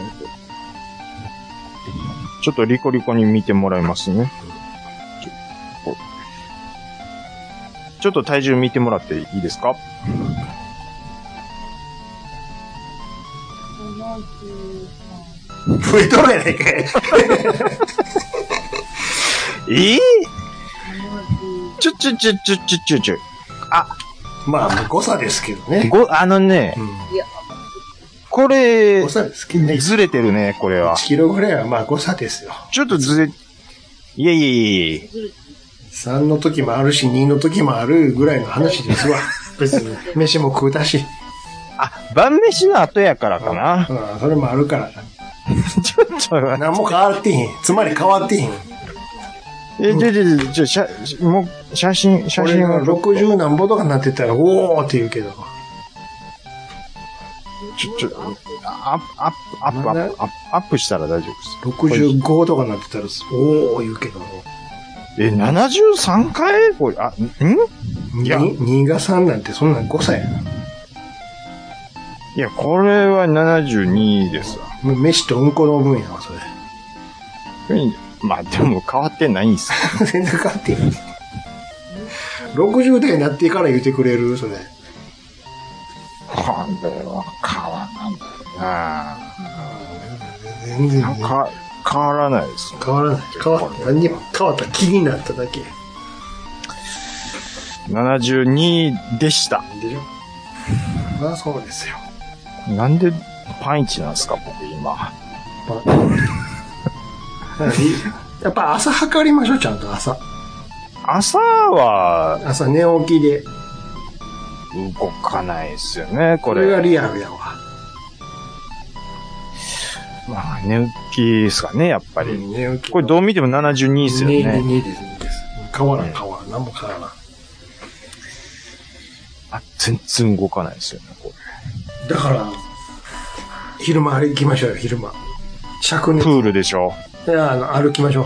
[SPEAKER 3] ょっとリコリコに見てもらいますね。ちょちょっと体重見てもらっていいですか
[SPEAKER 1] 増えとるやないかい。 *laughs*
[SPEAKER 3] ええちょちょちょちょちょちょちょ。
[SPEAKER 1] まあ、誤差ですけどね。
[SPEAKER 3] ご、あのね、
[SPEAKER 1] う
[SPEAKER 3] こ
[SPEAKER 1] ん。
[SPEAKER 3] れ
[SPEAKER 1] 誤、差ですけどね。
[SPEAKER 3] ずれてるね、これは。
[SPEAKER 1] 1キロぐらいはまあ誤差ですよ。
[SPEAKER 3] ちょっとずれ、いやいやいやいや
[SPEAKER 1] 3の時もあるし、2の時もあるぐらいの話で
[SPEAKER 3] *laughs*
[SPEAKER 1] すわ。別に、飯も食うたし。
[SPEAKER 3] あ、晩飯の後やからかな。
[SPEAKER 1] うん、それもあるから。
[SPEAKER 3] ちょっと待って、
[SPEAKER 1] 何も変わってへん。つまり変わってへん。
[SPEAKER 3] *laughs* え、ちょちょちょちょ、写、もう、写真、写
[SPEAKER 1] 俺
[SPEAKER 3] 真
[SPEAKER 1] が
[SPEAKER 3] を。
[SPEAKER 1] 60何歩とかなってたら、おーって言うけど。
[SPEAKER 3] ちょ、ちょ、アップ、アップ、アップ、ア
[SPEAKER 1] まだ
[SPEAKER 3] ップ、アップアップしたら大丈夫です。
[SPEAKER 1] 65とかなってたら、おー言うけど。
[SPEAKER 3] え、73回これ、あ、んいや
[SPEAKER 1] に2が3なんてそんなん誤差やな。
[SPEAKER 3] いや、これは72ですわ。
[SPEAKER 1] もう飯とうんこの分やわ、それ。 *laughs*
[SPEAKER 3] まあ、でも変わってないんですよ。
[SPEAKER 1] *laughs* 全然変わってへん。60代になってから言うてくれるそれ。
[SPEAKER 3] これは変わらないな
[SPEAKER 1] 全然
[SPEAKER 3] あか、変わらないですね。
[SPEAKER 1] 変わらない。変わった。何にも変わった。気になっただけ。
[SPEAKER 3] 72でした。
[SPEAKER 1] でしょまあそうですよ。
[SPEAKER 3] なんでパンイチなんですか、僕今。
[SPEAKER 1] まあだからいい *laughs* やっぱ朝測りましょう、ちゃんと朝。
[SPEAKER 3] 朝は
[SPEAKER 1] 朝寝起きで。
[SPEAKER 3] 動かないですよね、こ
[SPEAKER 1] こ
[SPEAKER 3] れ。
[SPEAKER 1] れがリアルやわ。
[SPEAKER 3] まあ、寝起きですかね、やっぱり。
[SPEAKER 1] 寝起きの。
[SPEAKER 3] これどう見ても72ですよ
[SPEAKER 1] 二二
[SPEAKER 3] ね。
[SPEAKER 1] 二です、二です。変わらん、変わらん。何も変わらん。
[SPEAKER 3] あ、全然動かないですよね、こ
[SPEAKER 1] だから、昼間歩きましょうよ、昼間。灼
[SPEAKER 3] れ。
[SPEAKER 1] 熱
[SPEAKER 3] プ。ールでしょ。
[SPEAKER 1] いや、あの、歩きましょ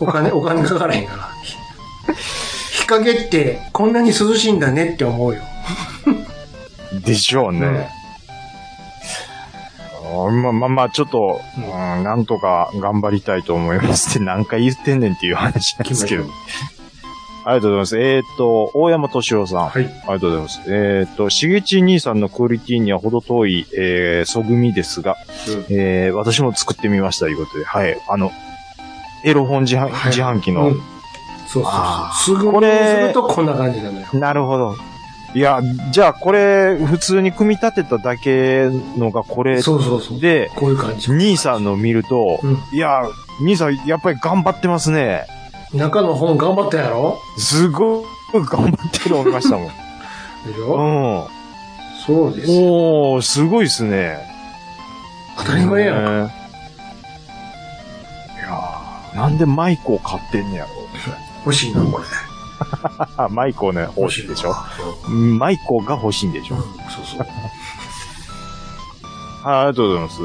[SPEAKER 1] う。お金、お金かからへんから。日陰って、こんなに涼しいんだねって思うよ。
[SPEAKER 3] でしょうね。
[SPEAKER 1] ね
[SPEAKER 3] うまあまあまあ、ちょっと、うん、なんとか頑張りたいと思いますって何回言ってんねんっていう話なんですけど。ありがとうございます。えーっ、と、大山敏夫さん。あ
[SPEAKER 1] はい。
[SPEAKER 3] りがとうございます。えーっ、と、しげち兄さんのクオリティにはほど遠い、えー、そぐみですが、えー、私も作ってみましたということで、はい。あの、エロ本自販,、
[SPEAKER 1] はい
[SPEAKER 3] 自販機
[SPEAKER 1] う
[SPEAKER 3] の、
[SPEAKER 1] んそうそう
[SPEAKER 3] あ
[SPEAKER 1] そう。すぐ
[SPEAKER 3] こ
[SPEAKER 1] こ
[SPEAKER 3] れ
[SPEAKER 1] れするとこんな感じなのよ。
[SPEAKER 3] なるほど。いや、じゃあこれ、普通に組み立てただけのがこれ
[SPEAKER 1] そうそうそう。
[SPEAKER 3] で、
[SPEAKER 1] こういう感じ。
[SPEAKER 3] 兄さんの見ると、
[SPEAKER 1] うん
[SPEAKER 3] いや、兄さん、やっぱり頑張ってますね。
[SPEAKER 1] 中の本頑張ったやろ
[SPEAKER 3] すごい頑張ってる思いま
[SPEAKER 1] *laughs*
[SPEAKER 3] したもん。
[SPEAKER 1] でしょ
[SPEAKER 3] うん。
[SPEAKER 1] そうですよ。
[SPEAKER 3] おー、すごいですね。
[SPEAKER 1] 当たり前やん。
[SPEAKER 3] ねいやーなんでマイクを買ってんねやろ。
[SPEAKER 1] 欲しいな、これ。
[SPEAKER 3] *laughs* あ、マイクをね、欲しいでしょ。うんマイクが欲しいんでし
[SPEAKER 1] う
[SPEAKER 3] ょ
[SPEAKER 1] ん。そうそう。
[SPEAKER 3] はい、ありがとうございます。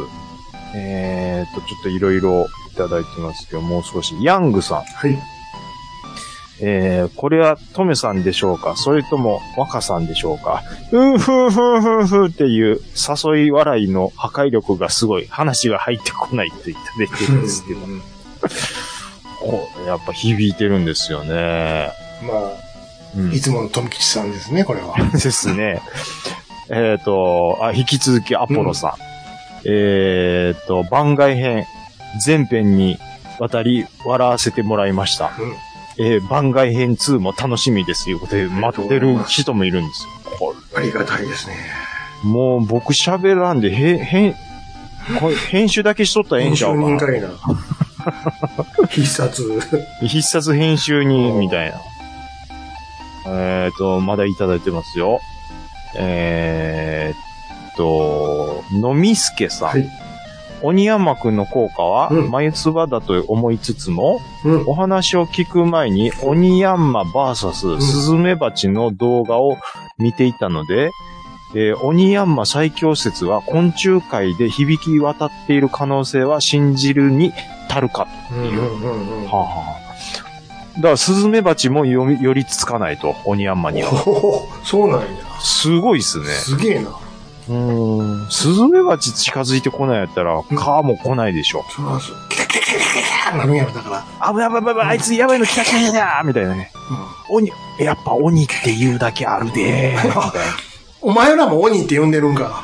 [SPEAKER 3] えーっと、ちょっといろいろいただいてますけど、もう少し。ヤングさん。
[SPEAKER 1] はい。
[SPEAKER 3] えー、これはトメさんでしょうかそれとも若さんでしょうかうん、ふんふんふんふんっていう誘い笑いの破壊力がすごい。話が入ってこないっていただいてるんですけど。こうやっぱ響いてるんですよね。
[SPEAKER 1] まあ、
[SPEAKER 3] うん
[SPEAKER 1] いつもの富吉さんですね、これは。
[SPEAKER 3] ですね。えっ、と、あ、引き続きアポロさん。えっ、と、番外編、全編にわたり笑わせてもらいました。
[SPEAKER 1] うん
[SPEAKER 3] えー番外編2も楽しみですということで、待ってる人もいるんですよ。こ
[SPEAKER 1] ありがたいですね。
[SPEAKER 3] れもう僕喋らんで、へ、へん、これ編集だけしとったらええんちゃう
[SPEAKER 1] 面
[SPEAKER 3] かな。
[SPEAKER 1] 白いんかいな。必殺。
[SPEAKER 3] 必殺編集に、みたいな。えっ、と、まだいただいてますよ。えーっと、のみすけさん。
[SPEAKER 1] はい
[SPEAKER 3] 鬼山くんの効果は、
[SPEAKER 1] うん
[SPEAKER 3] 眉唾だと思いつつも、
[SPEAKER 1] うん。
[SPEAKER 3] お話を聞く前に、鬼山 VS スズメバチの動画を見ていたので、えー鬼山最強説は昆虫界で響き渡っている可能性は信じるに足るか
[SPEAKER 1] うんうんうんうん。
[SPEAKER 3] はあ、はあ、だから、スズメバチもよみ寄りつかないと、オニヤンマには。
[SPEAKER 1] おおそうなんや。
[SPEAKER 3] すごいっすね。
[SPEAKER 1] すげえな。
[SPEAKER 3] うーん。スズメバチ近づいてこないやったら、
[SPEAKER 1] ん
[SPEAKER 3] カーも来ないでしょ。
[SPEAKER 1] そらそう。キャキャキャキャキャキャなるんやろ、だから。
[SPEAKER 3] あぶやばいやばいやばいあいつやばいの来た来た来たみたいなね。鬼、やっぱ鬼って言うだけあるで。みたいな
[SPEAKER 1] お前らも鬼って呼んでるんか。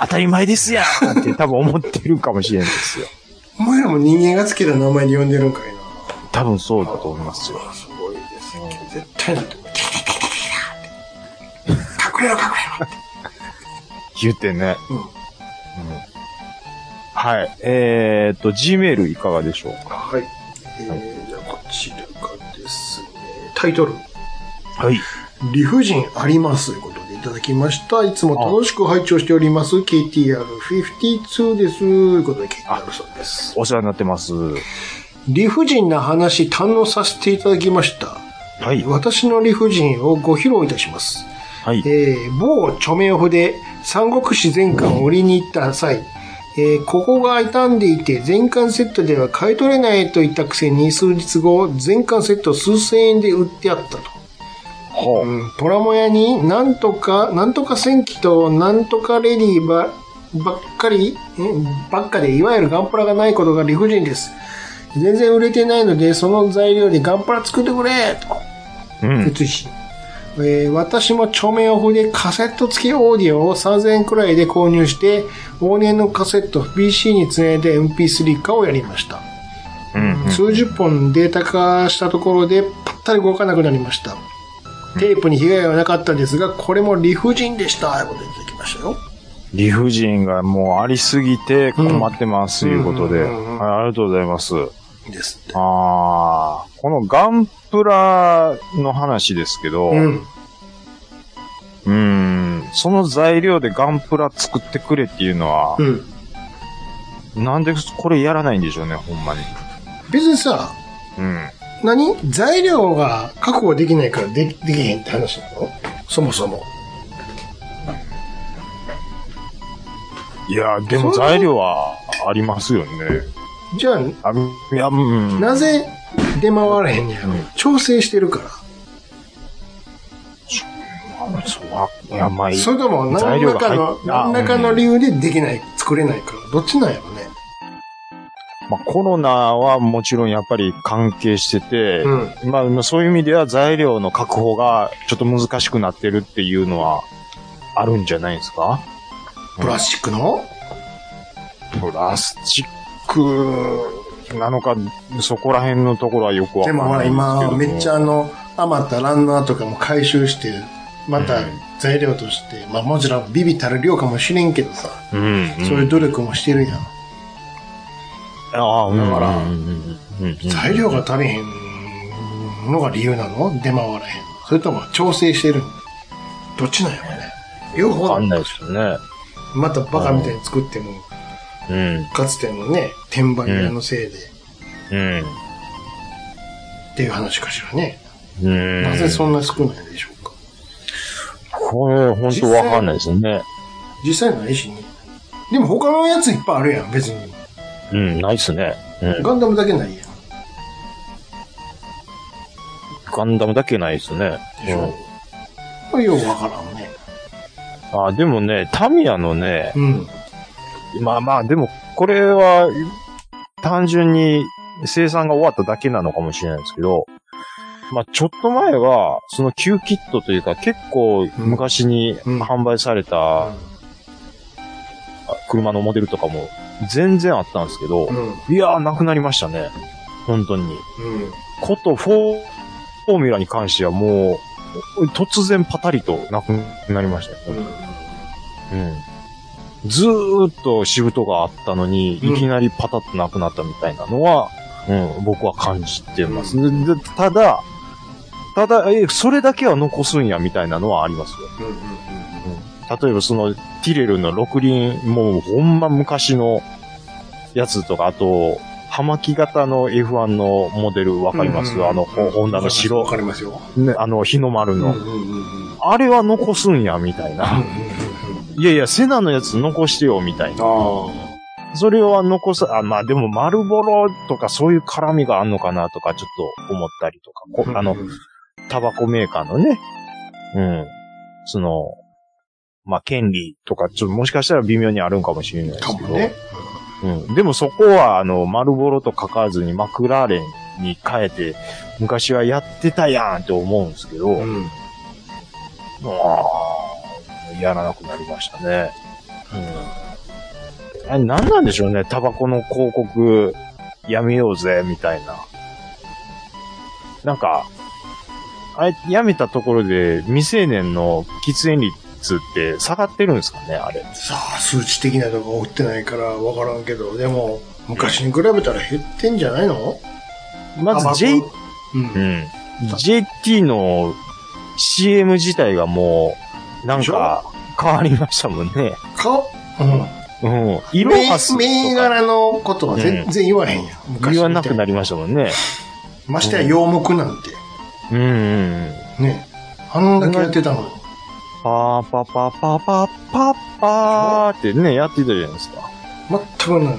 [SPEAKER 3] 当たり前ですやんって多分思ってるかもしれないですよ。
[SPEAKER 1] お前らも人間が好きな名前で呼んでるんかいな。
[SPEAKER 3] 多分そうだと思いますよ。
[SPEAKER 1] あすごいですね。絶対だって思う。キャキャキャキャキャって隠れろ、隠れろって。
[SPEAKER 3] 言ってね。
[SPEAKER 1] うん
[SPEAKER 3] はい。えー、っと、Gmail いかがでしょうか
[SPEAKER 1] はい。えー、じゃあこちらがですね。タイトル。
[SPEAKER 3] はい。
[SPEAKER 1] 理不尽ありますということでいただきました。いつも楽しく拝聴しております。KTR52 です。ということで KTR さんです。
[SPEAKER 3] お世話になってます。は
[SPEAKER 1] 理不尽な話堪能させていただきました。
[SPEAKER 3] い。
[SPEAKER 1] 私の理不尽をご披露いたします。
[SPEAKER 3] はい。
[SPEAKER 1] えー某著名府で三国志全巻を売りに行った際、えーここが傷んでいて全巻セットでは買い取れないと言ったくせに数日後、全巻セット数千円で売ってあったと。
[SPEAKER 3] ほう。
[SPEAKER 1] うんトラモヤになんとか、なんとか戦記となんとかレディーば、ばっかり、えばっかで、いわゆるガンプラがないことが理不尽です。全然売れてないので、その材料でガンプラ作ってくれ
[SPEAKER 3] う
[SPEAKER 1] と。
[SPEAKER 3] ん。
[SPEAKER 1] 写し、えー私も著名オフでカセット付きオーディオを3000円くらいで購入して、往年のカセット PC につないで MP3 化をやりました。
[SPEAKER 3] うん。
[SPEAKER 1] 数十本データ化したところでぱったり動かなくなりました。テープに被害はなかったですが、これも理不尽でした。ということでいただきましたよ。
[SPEAKER 3] 理不尽がもうありすぎて困ってます、ということで、
[SPEAKER 1] うんうんうん
[SPEAKER 3] はい。ありがとうございます。
[SPEAKER 1] いいですって。
[SPEAKER 3] あー、このガンプラの話ですけど、う
[SPEAKER 1] う
[SPEAKER 3] ーん、
[SPEAKER 1] ん。
[SPEAKER 3] その材料でガンプラ作ってくれっていうのは
[SPEAKER 1] う、ん。
[SPEAKER 3] なんでこれやらないんでしょうね、ほんまに。
[SPEAKER 1] 別にさ、
[SPEAKER 3] うん。
[SPEAKER 1] 何材料が確保できないからでできへんって話なのそもそも。
[SPEAKER 3] いや、でも
[SPEAKER 1] そう
[SPEAKER 3] 材料はありますよね。
[SPEAKER 1] じゃあ、
[SPEAKER 3] あいや、うん。
[SPEAKER 1] なぜ出回らへんねやろ、
[SPEAKER 3] うん
[SPEAKER 1] 調整してるから。
[SPEAKER 3] そうあ、いや、まあいい。
[SPEAKER 1] それとも
[SPEAKER 3] 材
[SPEAKER 1] 何
[SPEAKER 3] 料
[SPEAKER 1] ら
[SPEAKER 3] が
[SPEAKER 1] か
[SPEAKER 3] 入っ
[SPEAKER 1] の、
[SPEAKER 3] あ
[SPEAKER 1] 何らかの理由でできない、作れないから、どっちなんやろね。
[SPEAKER 3] まあ、コロナはもちろんやっぱり関係してて、
[SPEAKER 1] うん。
[SPEAKER 3] まあまあ、そういう意味では材料の確保がちょっと難しくなってるっていうのはあるんじゃないですか
[SPEAKER 1] プラスチックの
[SPEAKER 3] プラスチックなのか、そこら辺のところはよくわか
[SPEAKER 1] で
[SPEAKER 3] ん
[SPEAKER 1] もほ
[SPEAKER 3] な
[SPEAKER 1] ら
[SPEAKER 3] いんですけど
[SPEAKER 1] 今、
[SPEAKER 3] も。
[SPEAKER 1] めっちゃあの、余ったランナーとかも回収して、また材料として、まあもちろんビビたる量かもしれんけどさ、
[SPEAKER 3] うん、うん
[SPEAKER 1] そういう努力もしてるやん。
[SPEAKER 3] ああ、
[SPEAKER 1] だから
[SPEAKER 3] うんうんうんうんうん
[SPEAKER 1] 材料が足りへんのが理由なの出回らへん。それとも調整してるのどっちなんやろね。両
[SPEAKER 3] わ
[SPEAKER 1] 方
[SPEAKER 3] かんな
[SPEAKER 1] だ
[SPEAKER 3] いですよね。
[SPEAKER 1] またバカみたいに作っても、
[SPEAKER 3] うん。
[SPEAKER 1] かつてのね、転売屋のせいで、
[SPEAKER 3] うん。
[SPEAKER 1] っていう話かしらね。
[SPEAKER 3] うん。
[SPEAKER 1] なぜそんな少ないんでしょうか。
[SPEAKER 3] これ、本当わかんないですね。
[SPEAKER 1] 実際ないしね。でも他のやついっぱいあるやん、別に。
[SPEAKER 3] うん、ないっすね。うん。
[SPEAKER 1] ガンダムだけないやん。
[SPEAKER 3] ガンダムだけないですね。
[SPEAKER 1] でしょ。これよくわからんね。
[SPEAKER 3] うん、あ、でもね、タミヤのね、
[SPEAKER 1] うん。
[SPEAKER 3] まあまあ、でも、これは、単純に生産が終わっただけなのかもしれないですけど、まあ、ちょっと前は、その旧キットというか、結構昔に
[SPEAKER 1] うん
[SPEAKER 3] 販売された車のモデルとかも全然あったんですけど
[SPEAKER 1] う、ん。
[SPEAKER 3] いやー、なくなりましたね。本当に。
[SPEAKER 1] うん。
[SPEAKER 3] ことフォーフォーミュラに関してはもう、突然パタリとなくなりましたよ
[SPEAKER 1] うん。
[SPEAKER 3] うん。ずーっとシフトがあったのに、
[SPEAKER 1] う
[SPEAKER 3] い
[SPEAKER 1] ん
[SPEAKER 3] きなりパタッとなくなったみたいなのは、うん、僕は感じてます。ででただ、ただ、え、それだけは残すんや、みたいなのはありますよ。
[SPEAKER 1] うん。
[SPEAKER 3] 例えばその、ティレルの六輪、もうほんま昔のやつとか、あと、葉巻型の F1 のモデルわかります、
[SPEAKER 1] うんうん
[SPEAKER 3] あの、ほホンダの白
[SPEAKER 1] わ、かりますよ。
[SPEAKER 3] ね、あの、日の丸
[SPEAKER 1] うん。
[SPEAKER 3] の。
[SPEAKER 1] うん。うん。うん。
[SPEAKER 3] あれは残すんや、みたいな。いやいや、セナのやつ残してよ、みたいな。
[SPEAKER 1] あ
[SPEAKER 3] それは残さ、あ、まあでも丸ボロとかそういう絡みがあんのかなとかちょっと思ったりとか、こ
[SPEAKER 1] あ。
[SPEAKER 3] あの、タバコメーカーのね、うん、その、まあ権利とか、ちょっともしかしたら微妙にあるんかもしれないです
[SPEAKER 1] か
[SPEAKER 3] けど、
[SPEAKER 1] もね。
[SPEAKER 3] うん、でもそこはあの、丸ボロと書かずにマクラーレンに変えて、昔はやってたやんって思うんですけど、
[SPEAKER 1] うん。
[SPEAKER 3] ああ、やらなくなりましたね。うん。あれ、なんなんでしょうね。タバコの広告、やめようぜ、みたいな。なんか、あれ、やめたところで、未成年の喫煙率って下がってるんですかね、あれ。
[SPEAKER 1] さあ、数値的なとこ追ってないからわからんけど、でも、昔に比べたら減ってんじゃないの
[SPEAKER 3] まず J、
[SPEAKER 1] う。
[SPEAKER 3] うんん。JT の CM 自体がもう、なん
[SPEAKER 1] でしょ
[SPEAKER 3] か、変わりましたもんね。
[SPEAKER 1] 顔うん。
[SPEAKER 3] うん。色
[SPEAKER 1] 銘
[SPEAKER 3] はす
[SPEAKER 1] 銘柄のことは全然言わへんやん。昔みたい
[SPEAKER 3] 言わなくなりましたもんね。
[SPEAKER 1] ましてや洋目なんて。
[SPEAKER 3] うんうんうん。
[SPEAKER 1] ねあんだけやってたのに。
[SPEAKER 3] パーパパパパパパーってね、やってたじゃないですか。
[SPEAKER 1] 全くない。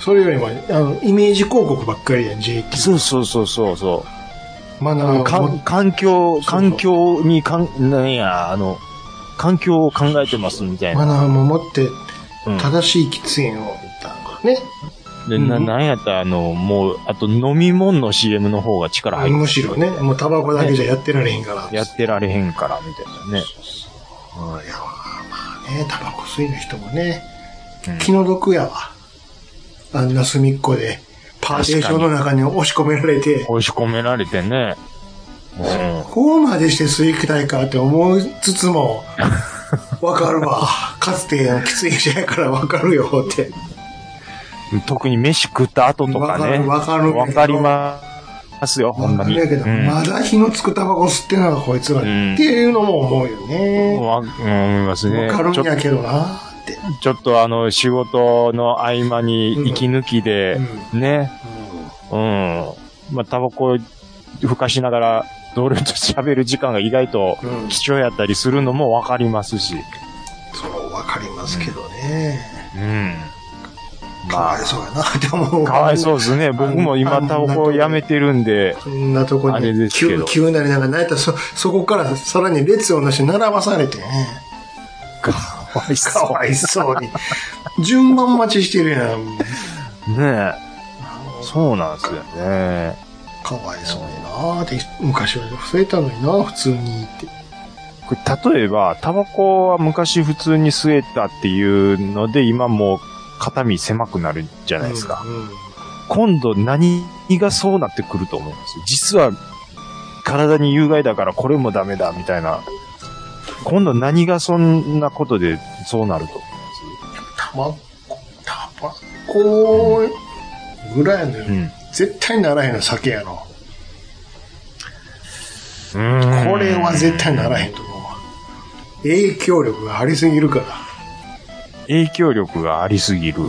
[SPEAKER 1] それよりも、あの、イメージ広告ばっかりやん、JT。
[SPEAKER 3] そうそうそうそうそ
[SPEAKER 1] まあ、
[SPEAKER 3] う。
[SPEAKER 1] な
[SPEAKER 3] あの、
[SPEAKER 1] ん
[SPEAKER 3] か
[SPEAKER 1] か
[SPEAKER 3] ん、環境、
[SPEAKER 1] そうそう
[SPEAKER 3] 環境にかん、なんや、あの、環境を考えてますみたい
[SPEAKER 1] マ
[SPEAKER 3] な。
[SPEAKER 1] ナーも持って、
[SPEAKER 3] うん
[SPEAKER 1] 正しい喫煙を、ね。
[SPEAKER 3] で、
[SPEAKER 1] うん
[SPEAKER 3] な、なんやったら、あの、もう、あと飲み物の CM の方が力入ってる
[SPEAKER 1] むしろね、もうタバコだけじゃやってられへんから。
[SPEAKER 3] やってられへんから、みたいなね。
[SPEAKER 1] いや、まあね、タバコ吸いの人もね
[SPEAKER 3] うん、
[SPEAKER 1] 気の毒やわ。あんな隅っこで、パーテーションの中に押し込められて、
[SPEAKER 3] 押し込められてね。うん。
[SPEAKER 1] こうまでして吸いたいかって思いつつ
[SPEAKER 3] *laughs*
[SPEAKER 1] も、わかるわ。かつての喫煙者やからわかるよって。
[SPEAKER 3] 特に飯食った後とかね。
[SPEAKER 1] わかるわかる
[SPEAKER 3] わかりますよ、ほん
[SPEAKER 1] わ
[SPEAKER 3] ま
[SPEAKER 1] か
[SPEAKER 3] に。
[SPEAKER 1] るやけど、
[SPEAKER 3] うん
[SPEAKER 1] まだ火のつくタバコ吸ってんのがこいつらって
[SPEAKER 3] うん
[SPEAKER 1] いうのも思うよね。
[SPEAKER 3] わ、うん、思いますね。
[SPEAKER 1] わかる
[SPEAKER 3] ちょ
[SPEAKER 1] んやけどなって。
[SPEAKER 3] ちょっとあの、仕事の合間に息抜きで、ね、うん。まあ、タバコふかしながら、同僚と喋る時間が意外と
[SPEAKER 1] うん。うん。
[SPEAKER 3] 貴重やったりするのもわかりますし。
[SPEAKER 1] そう、わかりますけどね。
[SPEAKER 3] うん。
[SPEAKER 1] かわいそうやな、でも。
[SPEAKER 3] かわいそうですね。僕も今タバコをやめてるんで、
[SPEAKER 1] そんなとこ
[SPEAKER 3] あれで
[SPEAKER 1] に、
[SPEAKER 3] すけ
[SPEAKER 1] 急
[SPEAKER 3] ど
[SPEAKER 1] 急なりなんか、なんやったらそ、そこからさらに列をなして並ばされてね、
[SPEAKER 3] かわい
[SPEAKER 1] か
[SPEAKER 3] そ
[SPEAKER 1] わいそうに。順番待ちしてるやん。
[SPEAKER 3] う。ねえ。そうなんですよね。
[SPEAKER 1] かわいそうになって、昔は増えたのにな、普通にって。
[SPEAKER 3] これ例えば、タバコは昔普通に吸えたっていうので、今もう肩身狭くなるじゃないですか。
[SPEAKER 1] うんうん
[SPEAKER 3] 今度何がそうなってくると思うんですよ。実は、体に有害だからこれもダメだ、みたいな。今度何がそんなことでそうなると思
[SPEAKER 1] タバコ、タバコぐらいの、
[SPEAKER 3] うんで
[SPEAKER 1] 絶対ならへんの酒やろ。
[SPEAKER 3] すうん。
[SPEAKER 1] これは絶対ならへんと思うわ。影響力がありすぎるから。
[SPEAKER 3] 影響力がありすぎる。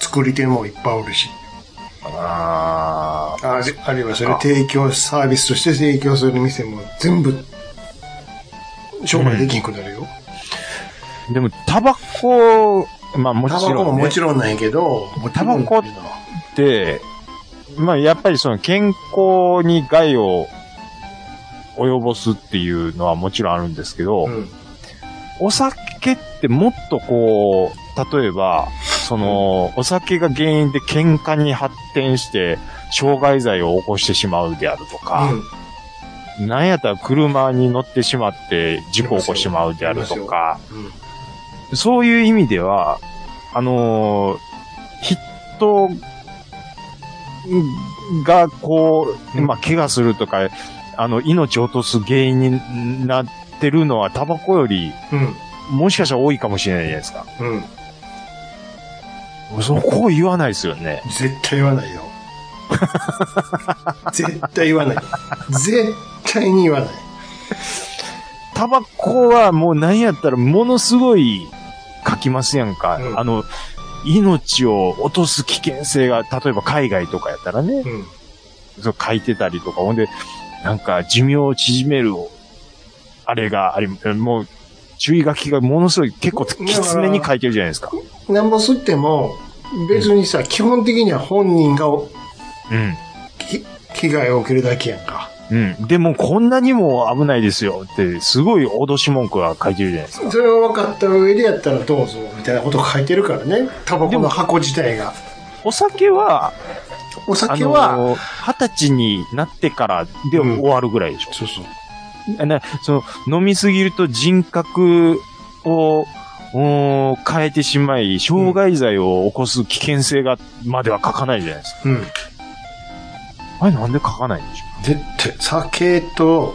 [SPEAKER 1] 作り手もいっぱいおるし。
[SPEAKER 3] あ
[SPEAKER 1] あじあるいはそれ提供、サービスとして提供する店も全部、商売できなくなるよ。
[SPEAKER 3] ーでも、タバコ、まあも
[SPEAKER 1] タ
[SPEAKER 3] ち
[SPEAKER 1] バコ
[SPEAKER 3] ろ
[SPEAKER 1] も
[SPEAKER 3] ん、ね、
[SPEAKER 1] もちろんなんやけど、
[SPEAKER 3] タバコ
[SPEAKER 1] もちろんや
[SPEAKER 3] って、まあやっぱりその健康に害を及ぼすっていうのはもちろんあるんですけど、
[SPEAKER 1] けどうん。
[SPEAKER 3] お酒ってもっとこう、例えば、その、お酒が原因で喧嘩に発展して、傷害罪を起こしてしまうであるとか、なんやったら車に乗ってしまって事故を起こしてしまうであるとか、
[SPEAKER 1] うん。うん。
[SPEAKER 3] そういう意味では、あのー、ヒットがこう、まあ、怪我するとか、あの、命を落とす原因になってるのはタバコより、もしかしたら多いかもしれないじゃないですか。
[SPEAKER 1] うん。うん。
[SPEAKER 3] そこを言わないですよね。
[SPEAKER 1] 絶対言わないよ。絶対言わない。絶対に言わない。
[SPEAKER 3] タバコはもう何やったらものすごい書きますやんか。
[SPEAKER 1] うん
[SPEAKER 3] あの、命を落とす危険性が、例えば海外とかやったらね、
[SPEAKER 1] うん。
[SPEAKER 3] そう書いてたりとか、ほんで、なんか寿命を縮める、あれがあり、もう、注意書きがものすごい結構きつめに書いてるじゃないですか。
[SPEAKER 1] なんぼ吸っても、別にさ、基本的には本人がお
[SPEAKER 3] うん。
[SPEAKER 1] き危害を受けるだけやんか。
[SPEAKER 3] うん。でも、こんなにも危ないですよって、すごい脅し文句が書いてるじゃないですか。
[SPEAKER 1] それを分かった上でやったらどうぞ、みたいなこと書いてるからね。タバコの箱自体が。
[SPEAKER 3] お酒は、
[SPEAKER 1] お
[SPEAKER 3] あ
[SPEAKER 1] 酒は、
[SPEAKER 3] の、二十歳になってからで
[SPEAKER 1] うん
[SPEAKER 3] 終わるぐらいでしょ。
[SPEAKER 1] そうそう。
[SPEAKER 3] なその飲みすぎると人格をおー変えてしまい、傷害罪を起こす危険性が、までは書かないじゃないですか。
[SPEAKER 1] うん。
[SPEAKER 3] あれなんで書かないんでしょ
[SPEAKER 1] 絶対、酒と、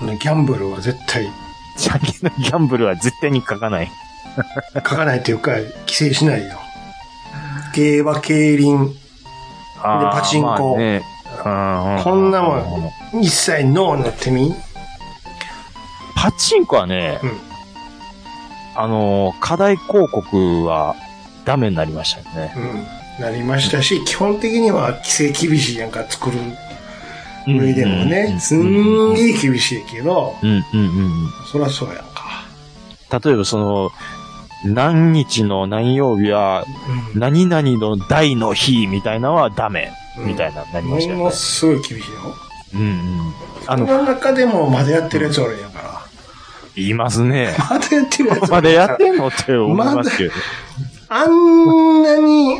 [SPEAKER 1] ギャンブルは絶対
[SPEAKER 3] う。酒のギャンブルは絶対に書かない。
[SPEAKER 1] 書かないというか、規制しないよ。競馬、競輪、
[SPEAKER 3] あー
[SPEAKER 1] パチンコ
[SPEAKER 3] まあねう
[SPEAKER 1] こんなもん。一切ノーになってみ
[SPEAKER 3] パチンコはね、
[SPEAKER 1] うん
[SPEAKER 3] あのー、課題広告はダメになりましたよね。
[SPEAKER 1] うん。なりましたし、基本的には規制厳しいやんか、作る上でも
[SPEAKER 3] う
[SPEAKER 1] ね。
[SPEAKER 3] ん
[SPEAKER 1] すんげえ厳しいけど、
[SPEAKER 3] うんうんうんうん。
[SPEAKER 1] そらそうやんか。
[SPEAKER 3] 例えばその、何日の何曜日は、
[SPEAKER 1] うん
[SPEAKER 3] 何々の大の日みたいなのはダメ、
[SPEAKER 1] うん
[SPEAKER 3] みたいなのになりました
[SPEAKER 1] も
[SPEAKER 3] よ
[SPEAKER 1] の
[SPEAKER 3] ね。
[SPEAKER 1] すごい厳しいよ。
[SPEAKER 3] うんうん。あ
[SPEAKER 1] こ
[SPEAKER 3] の、
[SPEAKER 1] の中でもまだやってるやつおるんやから。
[SPEAKER 3] 言いますね。
[SPEAKER 1] *laughs* まだやってるやつおるんやから
[SPEAKER 3] まだやってんのって思いますけど。
[SPEAKER 1] あんなに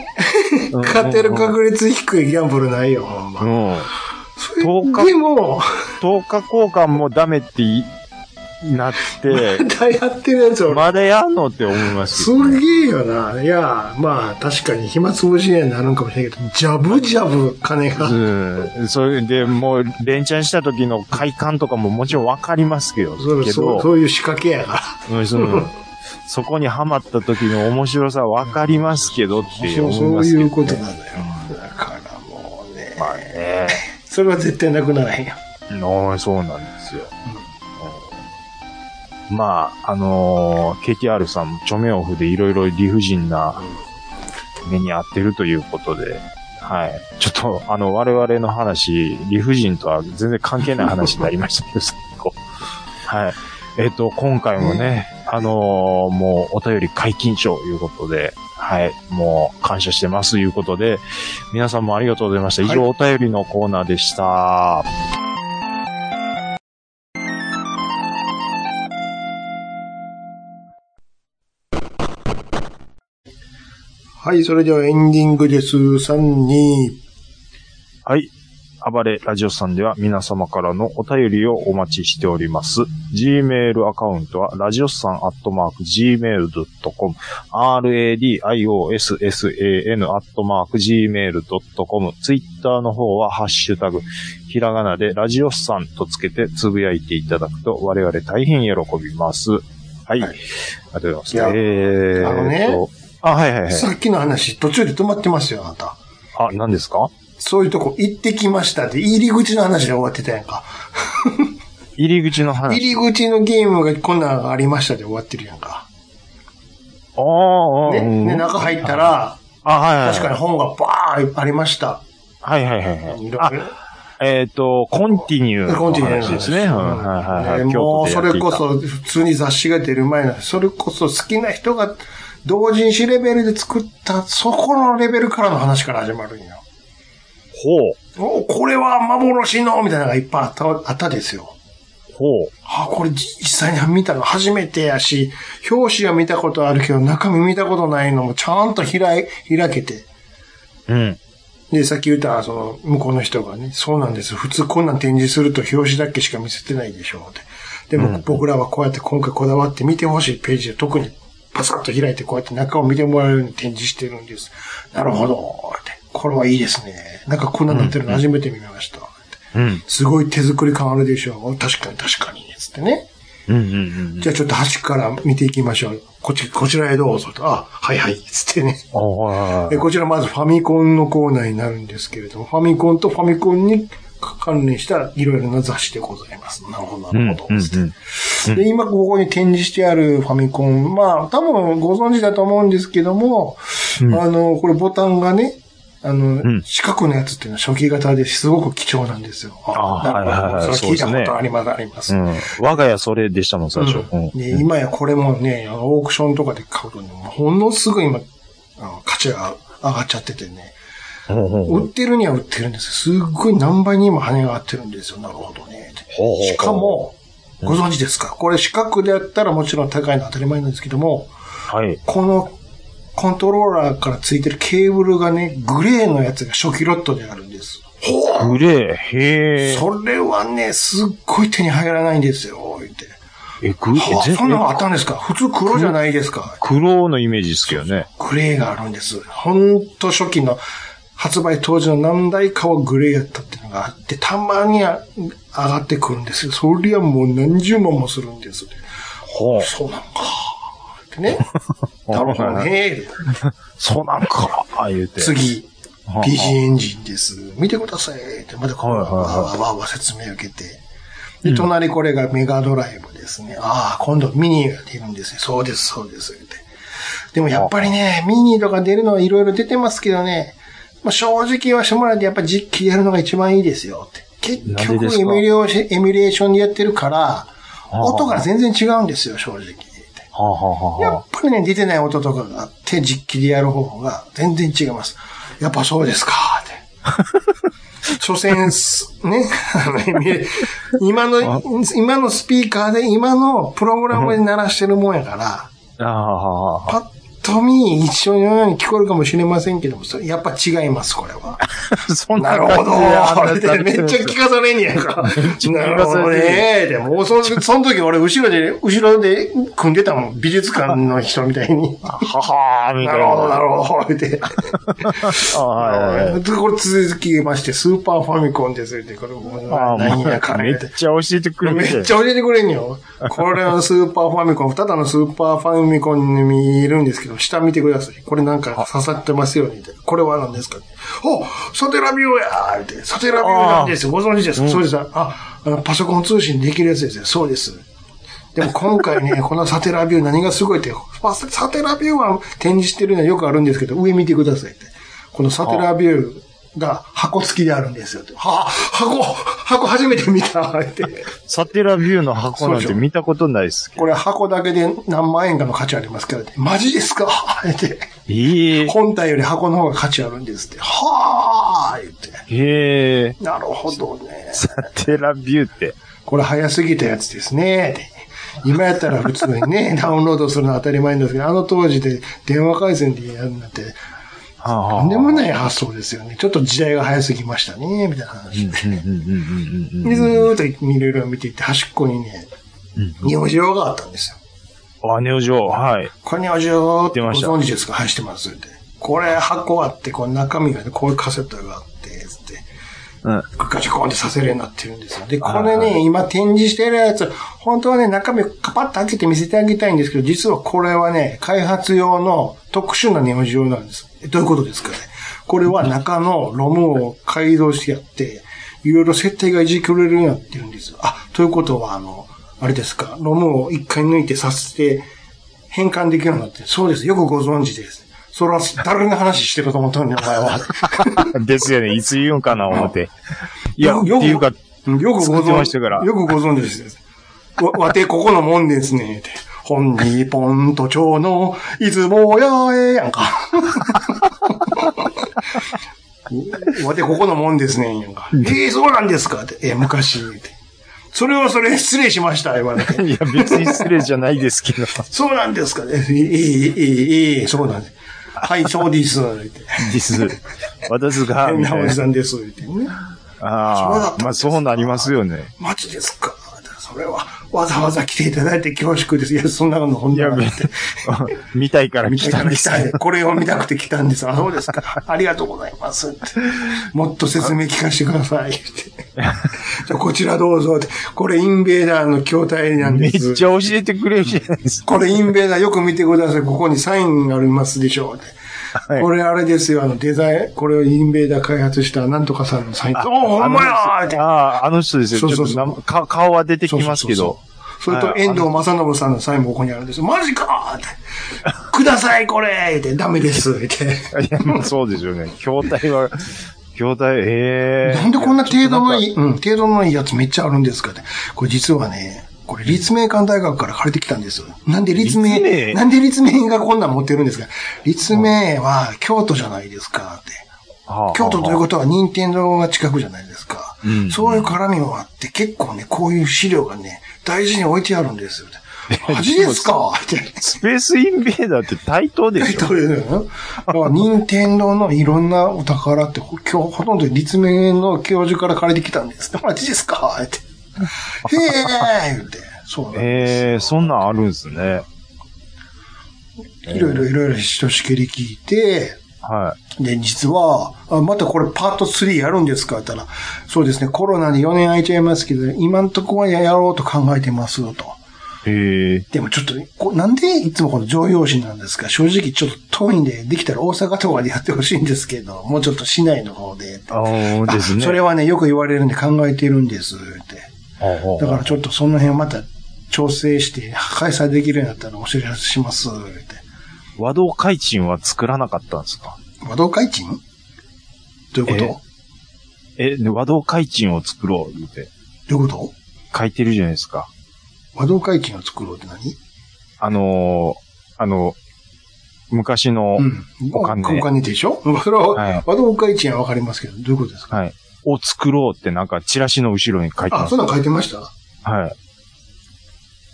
[SPEAKER 3] うん
[SPEAKER 1] *laughs* 勝てる確率低いギャンブルないよ、ほんま。
[SPEAKER 3] うん。
[SPEAKER 1] それ
[SPEAKER 3] 10日
[SPEAKER 1] でも、
[SPEAKER 3] 10日交換もダメっていな
[SPEAKER 1] *laughs*
[SPEAKER 3] って、
[SPEAKER 1] だやってるやつ俺、
[SPEAKER 3] まだやんのって思います
[SPEAKER 1] す
[SPEAKER 3] けどね
[SPEAKER 1] げえよな。いや、まあ確かに暇つぶしにはなるんかもしれんけど、ジャブジャブ金が。
[SPEAKER 3] うん。それで、もう、連チャンした時の快感とかももちろんわかりますけど、
[SPEAKER 1] そう
[SPEAKER 3] け
[SPEAKER 1] そう
[SPEAKER 3] ど、
[SPEAKER 1] そういう仕掛けやから。
[SPEAKER 3] うんそのそこにハマった時の面白さわかりますけどって
[SPEAKER 1] そう
[SPEAKER 3] 思い
[SPEAKER 1] そ
[SPEAKER 3] ま
[SPEAKER 1] う
[SPEAKER 3] すけど、
[SPEAKER 1] い
[SPEAKER 3] ね。
[SPEAKER 1] うことなんだよ。だからもうね、
[SPEAKER 3] まあね。
[SPEAKER 1] それは絶対なくならへんよ。
[SPEAKER 3] うんそうなんですよ。うんまあ、あのー KTR さんも著名オフでいろいろ理不尽な目に遭ってるということで、はい。ちょっと、あの、我々の話、理不尽とは全然関係ない話になりましたけど、最後。はい。えっ、と、今回もね、あのーもうお便り解禁賞ということで、はい、もう感謝してますということで、皆さんもありがとうございました。以上、お便りのコーナーでした。
[SPEAKER 1] はい、それではエンディングです。3、2、
[SPEAKER 3] はい。暴れラジオさんでは皆様からのお便りをお待ちしております。Gmail アカウントは、ラジオさんアットマーク Gmail.com、radiossan アットマーク Gmail.com、Twitter の方は、ハッシュタグ、ひらがなでラジオさんとつけてつぶやいていただくと、我々大変喜びます。はい。
[SPEAKER 1] はい
[SPEAKER 3] ありがとうご
[SPEAKER 1] い
[SPEAKER 3] ざいま
[SPEAKER 1] や
[SPEAKER 3] す。えー
[SPEAKER 1] あのね
[SPEAKER 3] とあ、はいはいはい。
[SPEAKER 1] さっきの話、途中で止まってますよ、あなた。
[SPEAKER 3] あ、何ですか
[SPEAKER 1] そういうとこ行ってきましたって、入り口の話で終わってたやんか。
[SPEAKER 3] 入り口の話
[SPEAKER 1] 入。り口のゲームがこんなんがありましたで終わってるやんか。
[SPEAKER 3] ああ、ああ
[SPEAKER 1] ね、
[SPEAKER 3] うん
[SPEAKER 1] ね中入ったら、
[SPEAKER 3] あ、はいはいはい。
[SPEAKER 1] 確かに本がバーンありました。
[SPEAKER 3] はいはいはいはい。
[SPEAKER 1] いろい
[SPEAKER 3] あ、
[SPEAKER 1] ろ
[SPEAKER 3] えっ、と、コンティニュー。
[SPEAKER 1] コンティニューの
[SPEAKER 3] 話ですね。うんはいはいはい。
[SPEAKER 1] ねもう
[SPEAKER 3] 京
[SPEAKER 1] そ
[SPEAKER 3] 都でやっ
[SPEAKER 1] れ
[SPEAKER 3] てい
[SPEAKER 1] こ
[SPEAKER 3] た。
[SPEAKER 1] そ普通に雑誌が出る前の、それこそ好きな人が同人誌レベルで作った、そこのレベルからの話から始まるんよ。おこれは幻のみたいなのがいっぱいあったあったですよ。
[SPEAKER 3] ほう、ほう。
[SPEAKER 1] あ、これ実際に見たの初めてやし、表紙は見たことあるけど、中身見たことないのもちゃんと開い、開けて。
[SPEAKER 3] うん。
[SPEAKER 1] で、さっき言った、その、向こうの人がね、そうなんです。普通こんなん展示すると表紙だけしか見せてないでしょうって。でも、僕らはこうやって今回こだわって見てほしいページを特にパサッと開いて、こうやって中を見てもらえるように展示してるんです。なるほど、って。これはいいですね。なんかこんなんなってるの初めて見ました。って
[SPEAKER 3] うん。
[SPEAKER 1] すごい手作り感あるでしょう。確かに確かに。つってね。
[SPEAKER 3] うんうんうん。
[SPEAKER 1] じゃあちょっと端から見ていきましょう。こっち、こちらへどうぞと。あ、はいはい。つってね。
[SPEAKER 3] あはいはい
[SPEAKER 1] え
[SPEAKER 3] はい。
[SPEAKER 1] こちらまずファミコンのコーナーになるんですけれども、ファミコンとファミコンに関連したいろいろな雑誌でございます。なるほど、
[SPEAKER 3] うん
[SPEAKER 1] な
[SPEAKER 3] うん
[SPEAKER 1] るほど。つって
[SPEAKER 3] うん。
[SPEAKER 1] で、今ここに展示してあるファミコン、まあ、多分ご存知だと思うんですけども、
[SPEAKER 3] うん
[SPEAKER 1] あの、これボタンがね、あの、
[SPEAKER 3] うん
[SPEAKER 1] 四角のやつっていうのは初期型ですごく貴重なんですよ。
[SPEAKER 3] あー
[SPEAKER 1] なるほど
[SPEAKER 3] はいはいはい
[SPEAKER 1] それ聞いた
[SPEAKER 3] そうです
[SPEAKER 1] こ
[SPEAKER 3] ね
[SPEAKER 1] とあります、あります。
[SPEAKER 3] うん。我が家それでしたもん、最初。うん。
[SPEAKER 1] で今やこれもね、オークションとかで買うとね、ものすごい今、あの価値が上がっちゃっててね、
[SPEAKER 3] ほうほうほう
[SPEAKER 1] 売ってるには売ってるんですすっごい何倍にも跳ね上がってるんですよ。なるほどね。
[SPEAKER 3] ほうほう
[SPEAKER 1] しかも、ご存知ですかこれ四角であったらもちろん高いのは当たり前なんですけども、
[SPEAKER 3] はい。
[SPEAKER 1] このコントローラーからついてるケーブルがね、グレーのやつが初期ロットであるんです。
[SPEAKER 3] グレー、へえ。
[SPEAKER 1] それはね、すっごい手に入らないんですよ、言って。
[SPEAKER 3] え、グレ
[SPEAKER 1] はあ
[SPEAKER 3] ー、ぜ
[SPEAKER 1] そんなのあったんですか普通黒じゃないですか
[SPEAKER 3] 黒のイメージですけどね。
[SPEAKER 1] グレーがあるんです。ほんと初期の発売当時の何台かはグレーやったっていうのがあって、たまにあ上がってくるんですよ。そりゃもう何十万もするんです。
[SPEAKER 3] ほう。
[SPEAKER 1] そうなんか。ってね。なるほどね。
[SPEAKER 3] そうなんか、あ言うて。
[SPEAKER 1] 次、
[SPEAKER 3] はあ
[SPEAKER 1] PC エンジンです。見てください。って、まだこう、わ
[SPEAKER 3] はいはいはい
[SPEAKER 1] わわわ説明受けて。で、隣これがメガドライブですね。ああ、今度ミニが出るんですね。そうです、そうです。ってでもやっぱりね、ミニとか出るのはいろいろ出てますけどね、まあ、正直言わしてもらってやっぱ実機でやるのが一番いいですよって。結
[SPEAKER 3] なんでで
[SPEAKER 1] 局
[SPEAKER 3] す
[SPEAKER 1] エ
[SPEAKER 3] か
[SPEAKER 1] ミュレーションエミュレーションでやってるから、
[SPEAKER 3] あ
[SPEAKER 1] 音が全然違うんですよ、正直言って。
[SPEAKER 3] はあはあはあ
[SPEAKER 1] や
[SPEAKER 3] は
[SPEAKER 1] っぱりね、出てない音とかがあって、実機でやる方が全然違います。やっぱそうですか、
[SPEAKER 3] *laughs*
[SPEAKER 1] って。所詮す、ね、あの今今の、今のスピーカーで、今のプログラムで鳴らしてるもんやから、
[SPEAKER 3] あ。ああはあはあ。
[SPEAKER 1] パッと見一緒のように聞こえるかもしれませんけども、それやっぱ違います、これは。 *laughs*
[SPEAKER 3] そん
[SPEAKER 1] な
[SPEAKER 3] な
[SPEAKER 1] る
[SPEAKER 3] 感じ *laughs*
[SPEAKER 1] ほど
[SPEAKER 3] であんな
[SPEAKER 1] ーってめっちゃ聞かされんねや
[SPEAKER 3] *laughs*
[SPEAKER 1] んか。なるほどねーって。もうそのその時俺後ろで、後ろで組んでたもん。美術館の人みたいに。
[SPEAKER 3] ははーみたな。
[SPEAKER 1] ないるほど、なるほど、って。
[SPEAKER 3] あはい *laughs* はいはい。
[SPEAKER 1] *laughs* でこれ続きまして、スーパーファミコンですよって、これもう
[SPEAKER 3] あ
[SPEAKER 1] 何やかん
[SPEAKER 3] め
[SPEAKER 1] や
[SPEAKER 3] っちゃ教えてくれる
[SPEAKER 1] めっ
[SPEAKER 3] じゃん。
[SPEAKER 1] ちゃ教えてくれんよ。 *laughs* これはスーパーファミコン、ただのスーパーファミコンに見えるんですけど、下見てください。これなんか刺さってますよね。これは何ですかね。おソテラビューやーって、ソテラビューなんですよ。ご存知ですか、そうです。あ、あのパソコン通信できるやつですよ。そうです。でも今回 *laughs* ね、このサテラビュー何がすごいって、まあササテラビューは展示してるのはよくあるんですけど、上見てくださいって。このサテラビューが箱付きであるんですよって。はあ、箱、箱初めて見たって。
[SPEAKER 3] サテラビューの箱なんて見たことないっすけど。
[SPEAKER 1] これ箱だけで何万円かの価値ありますけどって。マジですか *laughs* って。
[SPEAKER 3] ええ
[SPEAKER 1] 本体より箱の方が価値あるんですって。はあ言って。
[SPEAKER 3] へえ
[SPEAKER 1] なるほどね。
[SPEAKER 3] サテラビューって。
[SPEAKER 1] これ早すぎたやつですね。って今やったら普通に
[SPEAKER 3] *laughs*
[SPEAKER 1] ね、ダウンロードするのは当たり前なんですけど、あの当時で電話回線でやるなんて、
[SPEAKER 3] はあは
[SPEAKER 1] とんでも
[SPEAKER 3] い。
[SPEAKER 1] ない発想ですよね。ちょっと時代が早すぎましたね、みたいな話。
[SPEAKER 3] うんうんうんうんうん
[SPEAKER 1] で、ずーっといろいろ見ていって、端っこにね、ネオジオがあったんですよ。
[SPEAKER 3] あ、ネオジョー。はい。
[SPEAKER 1] これネオジオっ
[SPEAKER 3] 出
[SPEAKER 1] てご
[SPEAKER 3] ました
[SPEAKER 1] 存知ですかはい、してます。って。これ箱あって、この中身がね、こういうカセットがあって、つって。
[SPEAKER 3] うん。
[SPEAKER 1] ガチャコンってさせるようになってるんですよ。で、こ
[SPEAKER 3] は
[SPEAKER 1] れ
[SPEAKER 3] いは
[SPEAKER 1] ね、今展示してるやつ、本当はね、中身をカパッと開けて見せてあげたいんですけど、実はこれはね、開発用の特殊なネオジオなんです。えどういうことですかねこれは中のロムを改造してやって、いろいろ設定がいじくれるようになってるんですよ。あ、ということは、あの、あれですか、ロムを一回抜いてさせて、変換できるようになってる、そうです。よくご存知です。それは、誰の話してると思ったんだよ、お前は。
[SPEAKER 3] ですよね。いつ言うんかな、思
[SPEAKER 1] *laughs*
[SPEAKER 3] って。いや、
[SPEAKER 1] よ
[SPEAKER 3] って
[SPEAKER 1] よく
[SPEAKER 3] いうか、
[SPEAKER 1] よくご
[SPEAKER 3] 作って
[SPEAKER 1] 存
[SPEAKER 3] ま
[SPEAKER 1] 知
[SPEAKER 3] したから
[SPEAKER 1] よくご存知です。わ、わてここのもんですね。って本日本都庁の出雲やえやんか。 *laughs* わてここのもんですね。やんか。えー、そうなんですかって。えー昔。ってそれはそれ失礼しました。言わ
[SPEAKER 3] *laughs*
[SPEAKER 1] れて。
[SPEAKER 3] いや、別に失礼じゃないですけど。
[SPEAKER 1] そうなんですかね。えーえーえーえーそうなんです。はい、そうです。って
[SPEAKER 3] です。私が、
[SPEAKER 1] 変
[SPEAKER 3] み
[SPEAKER 1] な
[SPEAKER 3] た
[SPEAKER 1] お
[SPEAKER 3] い
[SPEAKER 1] じ
[SPEAKER 3] な。
[SPEAKER 1] さんです。言ってね。そうだったん
[SPEAKER 3] ああ、
[SPEAKER 1] です
[SPEAKER 3] まあそうなりますよね。 *laughs*
[SPEAKER 1] マジですかそれは、わざわざ来ていただいて恐縮です。いや、そんなの本
[SPEAKER 3] いや、
[SPEAKER 1] 当
[SPEAKER 3] 見
[SPEAKER 1] に。
[SPEAKER 3] て見たいから来たんですけど。
[SPEAKER 1] これを見たくて来たんです。あ、そうで
[SPEAKER 3] *laughs*
[SPEAKER 1] すか。ありがとうございます。ってもっと説明聞かせてく
[SPEAKER 3] *laughs*
[SPEAKER 1] ださい。ってじゃあこちらどうぞって。これインベーダーの筐体なん
[SPEAKER 3] め
[SPEAKER 1] で
[SPEAKER 3] っち
[SPEAKER 1] す
[SPEAKER 3] ゃ。教えてくれるじゃないですか。
[SPEAKER 1] これインベーダーよく見てください。ここにサインがありますでしょうって。
[SPEAKER 3] はい
[SPEAKER 1] これあれですよ、あのデザイン、これをインベーダー開発したなんとかさんのサイン。おお、ほんまやーって
[SPEAKER 3] あ。あ、あの人ですよ。
[SPEAKER 1] そうそうそう
[SPEAKER 3] ちょっと名前か顔は出てきますけど。
[SPEAKER 1] そうそうそう。それと
[SPEAKER 3] はい
[SPEAKER 1] 遠藤正信さんのサインもここにあるんですよ。マジかーって。ください、これって。ダメです。って。
[SPEAKER 3] いや、まあそうですよね。筐体は、筐体、ええ
[SPEAKER 1] なんでこんな程度のいい、うん、程度のいいやつめっちゃあるんですかって。これ実はね、これ立命館大学から借りてきたんですよ。なんで立命、
[SPEAKER 3] 立命
[SPEAKER 1] なんで立命がこんなん持ってるんですか立命は京都じゃないですかって。京都という
[SPEAKER 3] こ
[SPEAKER 1] ことは任天堂が近くじゃないですか。
[SPEAKER 3] うん
[SPEAKER 1] そういう絡みもあって、結構ね、こういう資料がね、大事に置いてある
[SPEAKER 3] *laughs*
[SPEAKER 1] んですよって。マジですかって。
[SPEAKER 3] スペースインベーダーって対等で
[SPEAKER 1] 対
[SPEAKER 3] しょ
[SPEAKER 1] 等ですよね。だから、任天堂のいろんなお宝って、ほ今日ほとんど立命の教授から借りてきたんです。マジですかって。へえー言って。そうなんです。
[SPEAKER 3] ええそんなんあるんですね。
[SPEAKER 1] いろいろいろいろひとしきり聞いて、
[SPEAKER 3] はい。
[SPEAKER 1] で、実は、あまたこれパート3やるんですかって言ったら、そうですね、コロナで4年空いちゃいますけど、今んとこはやろうと考えてますよと。
[SPEAKER 3] ええ
[SPEAKER 1] でもちょっと、こうなんでいつもこの常用紙なんですか正直ちょっと遠いんで、できたら大阪とかでやってほしいんですけど、もうちょっと市内の方で。
[SPEAKER 3] ああ、ですね。
[SPEAKER 1] それはね、よく言われるんで考えてるんです、って。
[SPEAKER 3] は
[SPEAKER 1] だからちょっとその辺をまた調整して、開催できるようになったらお知らせします、って。
[SPEAKER 3] 和道開珍は作らなかったんですか
[SPEAKER 1] 和道会賃どういうこと
[SPEAKER 3] ええ、で和道開珍を作ろう、言うて。
[SPEAKER 1] どういうこと
[SPEAKER 3] 書いてるじゃないですか。
[SPEAKER 1] 和道会賃を作ろうって何
[SPEAKER 3] あのーあの、昔の、
[SPEAKER 1] うん。
[SPEAKER 3] お金
[SPEAKER 1] お金でしょそれは、
[SPEAKER 3] はい
[SPEAKER 1] 和道会賃はわかりますけど、どういうことですか
[SPEAKER 3] はい。を作ろうってなんか、チラシの後ろに書いて
[SPEAKER 1] あ、
[SPEAKER 3] ます
[SPEAKER 1] そん。なん書いてました
[SPEAKER 3] は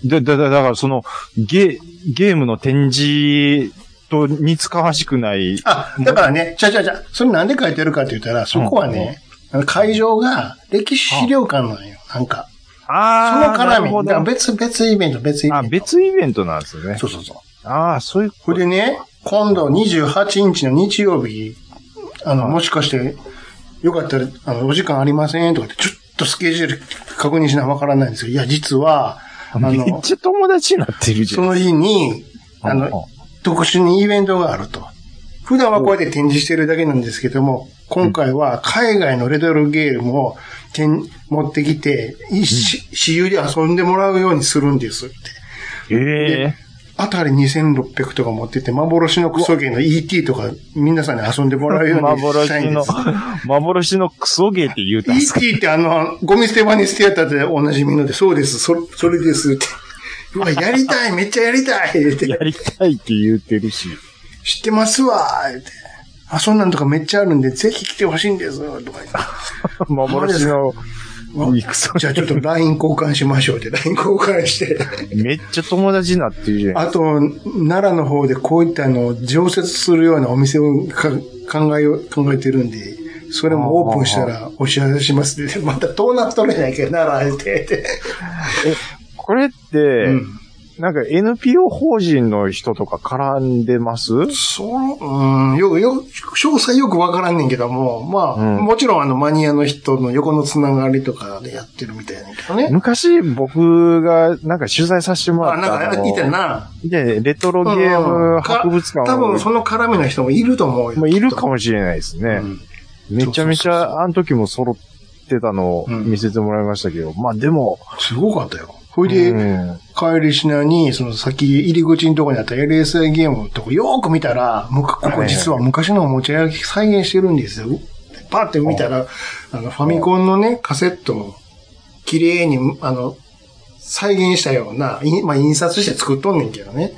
[SPEAKER 3] い。だ、だ、だ、だからその、ゲ、ゲームの展示と、に使わしくない、
[SPEAKER 1] あ、だからね、ちゃちゃちゃ、それなんで書いてるかって言ったら、そこはね、あの会場が歴史資料館なんよ、なんか。その
[SPEAKER 3] ああ、な
[SPEAKER 1] 絡
[SPEAKER 3] る
[SPEAKER 1] み、
[SPEAKER 3] ほ
[SPEAKER 1] だから
[SPEAKER 3] ど。
[SPEAKER 1] 別、別イベント、別イベン
[SPEAKER 3] あ、
[SPEAKER 1] ト。
[SPEAKER 3] 別イベントなんですね。
[SPEAKER 1] そうそうそう。
[SPEAKER 3] ああ、そういう
[SPEAKER 1] これでね、今度28日の日曜日、あの、もしかして、よかったら、あの、お時間ありませんとかって、ちょっとスケジュール確認しなわからないんですけど、いや、実は、
[SPEAKER 3] *laughs*
[SPEAKER 1] あ
[SPEAKER 3] めっ
[SPEAKER 1] の、
[SPEAKER 3] ちゃ友達になってるじゃ
[SPEAKER 1] そ
[SPEAKER 3] ん。
[SPEAKER 1] の日に、あ
[SPEAKER 3] うんうん
[SPEAKER 1] の、特殊にイベントがあると。普段はこうやって展示してるだけなんですけども、今回は海外のレトロゲームを展持ってきて、いし私有で遊んでもらうようにするんですって。
[SPEAKER 3] ええ
[SPEAKER 1] あたり2600とか持ってって、幻のクソゲーの ET とか、皆さんに遊んでもらうようにした
[SPEAKER 3] 幻
[SPEAKER 1] いんで
[SPEAKER 3] の
[SPEAKER 1] す。、
[SPEAKER 3] 幻のクソゲーって言うたんすか
[SPEAKER 1] ET ってあの、ゴミ捨て場に捨てやったっておなじみので、そうです、そ、それですって。うわ、やりたい、めっちゃやりたいって
[SPEAKER 3] や。りたいって言うてるし。
[SPEAKER 1] 知ってますわーって。あ、そんなんとかめっちゃあるんで、ぜひ来てほしいんですとか言って
[SPEAKER 3] 幻の、いいクソ
[SPEAKER 1] じゃあちょっと LINE 交換しましょうって、LINE 交換して。
[SPEAKER 3] めっちゃ友達になってるじゃん。
[SPEAKER 1] あと、奈良の方でこういったあの、常設するようなお店をか考えよう、考えてるんで、それもオープンしたらお知らせします *laughs* って、またどうなっとるんやんけ、奈良って。って
[SPEAKER 3] これって、
[SPEAKER 1] うん。
[SPEAKER 3] なんか NPO 法人の人とか絡んでます
[SPEAKER 1] その、うん、よく、よく、詳細よくわからんねんけども、まあ、
[SPEAKER 3] うん
[SPEAKER 1] もちろんあの、マニアの人の横のつながりとかでやってるみたいやねんけどね。
[SPEAKER 3] 昔僕がなんか取材させても
[SPEAKER 1] あ、
[SPEAKER 3] らった。
[SPEAKER 1] なんか、いたよな。
[SPEAKER 3] で、レトロゲー
[SPEAKER 1] う
[SPEAKER 3] ム
[SPEAKER 1] んか
[SPEAKER 3] 博物館
[SPEAKER 1] 多分その絡みの人もいると思うよ。
[SPEAKER 3] もういるかもしれないです
[SPEAKER 1] う
[SPEAKER 3] ね。
[SPEAKER 1] ん
[SPEAKER 3] めちゃめち
[SPEAKER 1] そうそうそう
[SPEAKER 3] ゃ、あの時も揃ってたのを見せてもらいましたけど、まあでも、
[SPEAKER 1] すごかったよ。ほいうで、
[SPEAKER 3] ん
[SPEAKER 1] 帰りしなに、その先入り口のとこにあった LSI ゲームのとこよーく見たら、むかここ実は昔のおもちゃ屋再現してるんですよ。パって見たら、あの、ファミコンのね、カセットを、綺麗に、あの、再現したような、いまあ、印刷して作っとんねんけどね。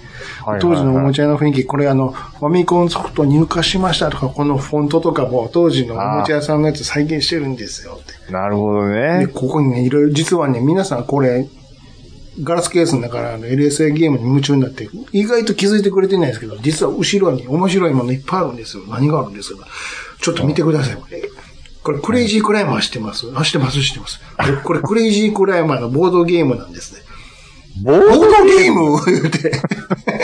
[SPEAKER 1] 当時のおもちゃ屋の雰囲気、これあの、ファミコンソフト入荷しましたとか、このフォントとかも当時のおもちゃ屋さんのやつ再現してるんですよっ
[SPEAKER 3] ゃ。
[SPEAKER 1] て。
[SPEAKER 3] なるほど
[SPEAKER 1] で、
[SPEAKER 3] ね。
[SPEAKER 1] ここにね、いろいろ、実はね、皆さんこれ、ガラスケースの中からあの LSA ゲームに夢中になって、意外と気づいてくれてないですけど、実は後ろに面白いものいっぱいあるんですよ。何があるんですかちょっと見てください、これ。これ、クレイジークライマー知ってますあ、知ってます、知ってます。これ、これクレイジークライマーのボードゲームなんですね。
[SPEAKER 3] ボ
[SPEAKER 1] ボ
[SPEAKER 3] ー
[SPEAKER 1] ードゲーム言うて。 *laughs*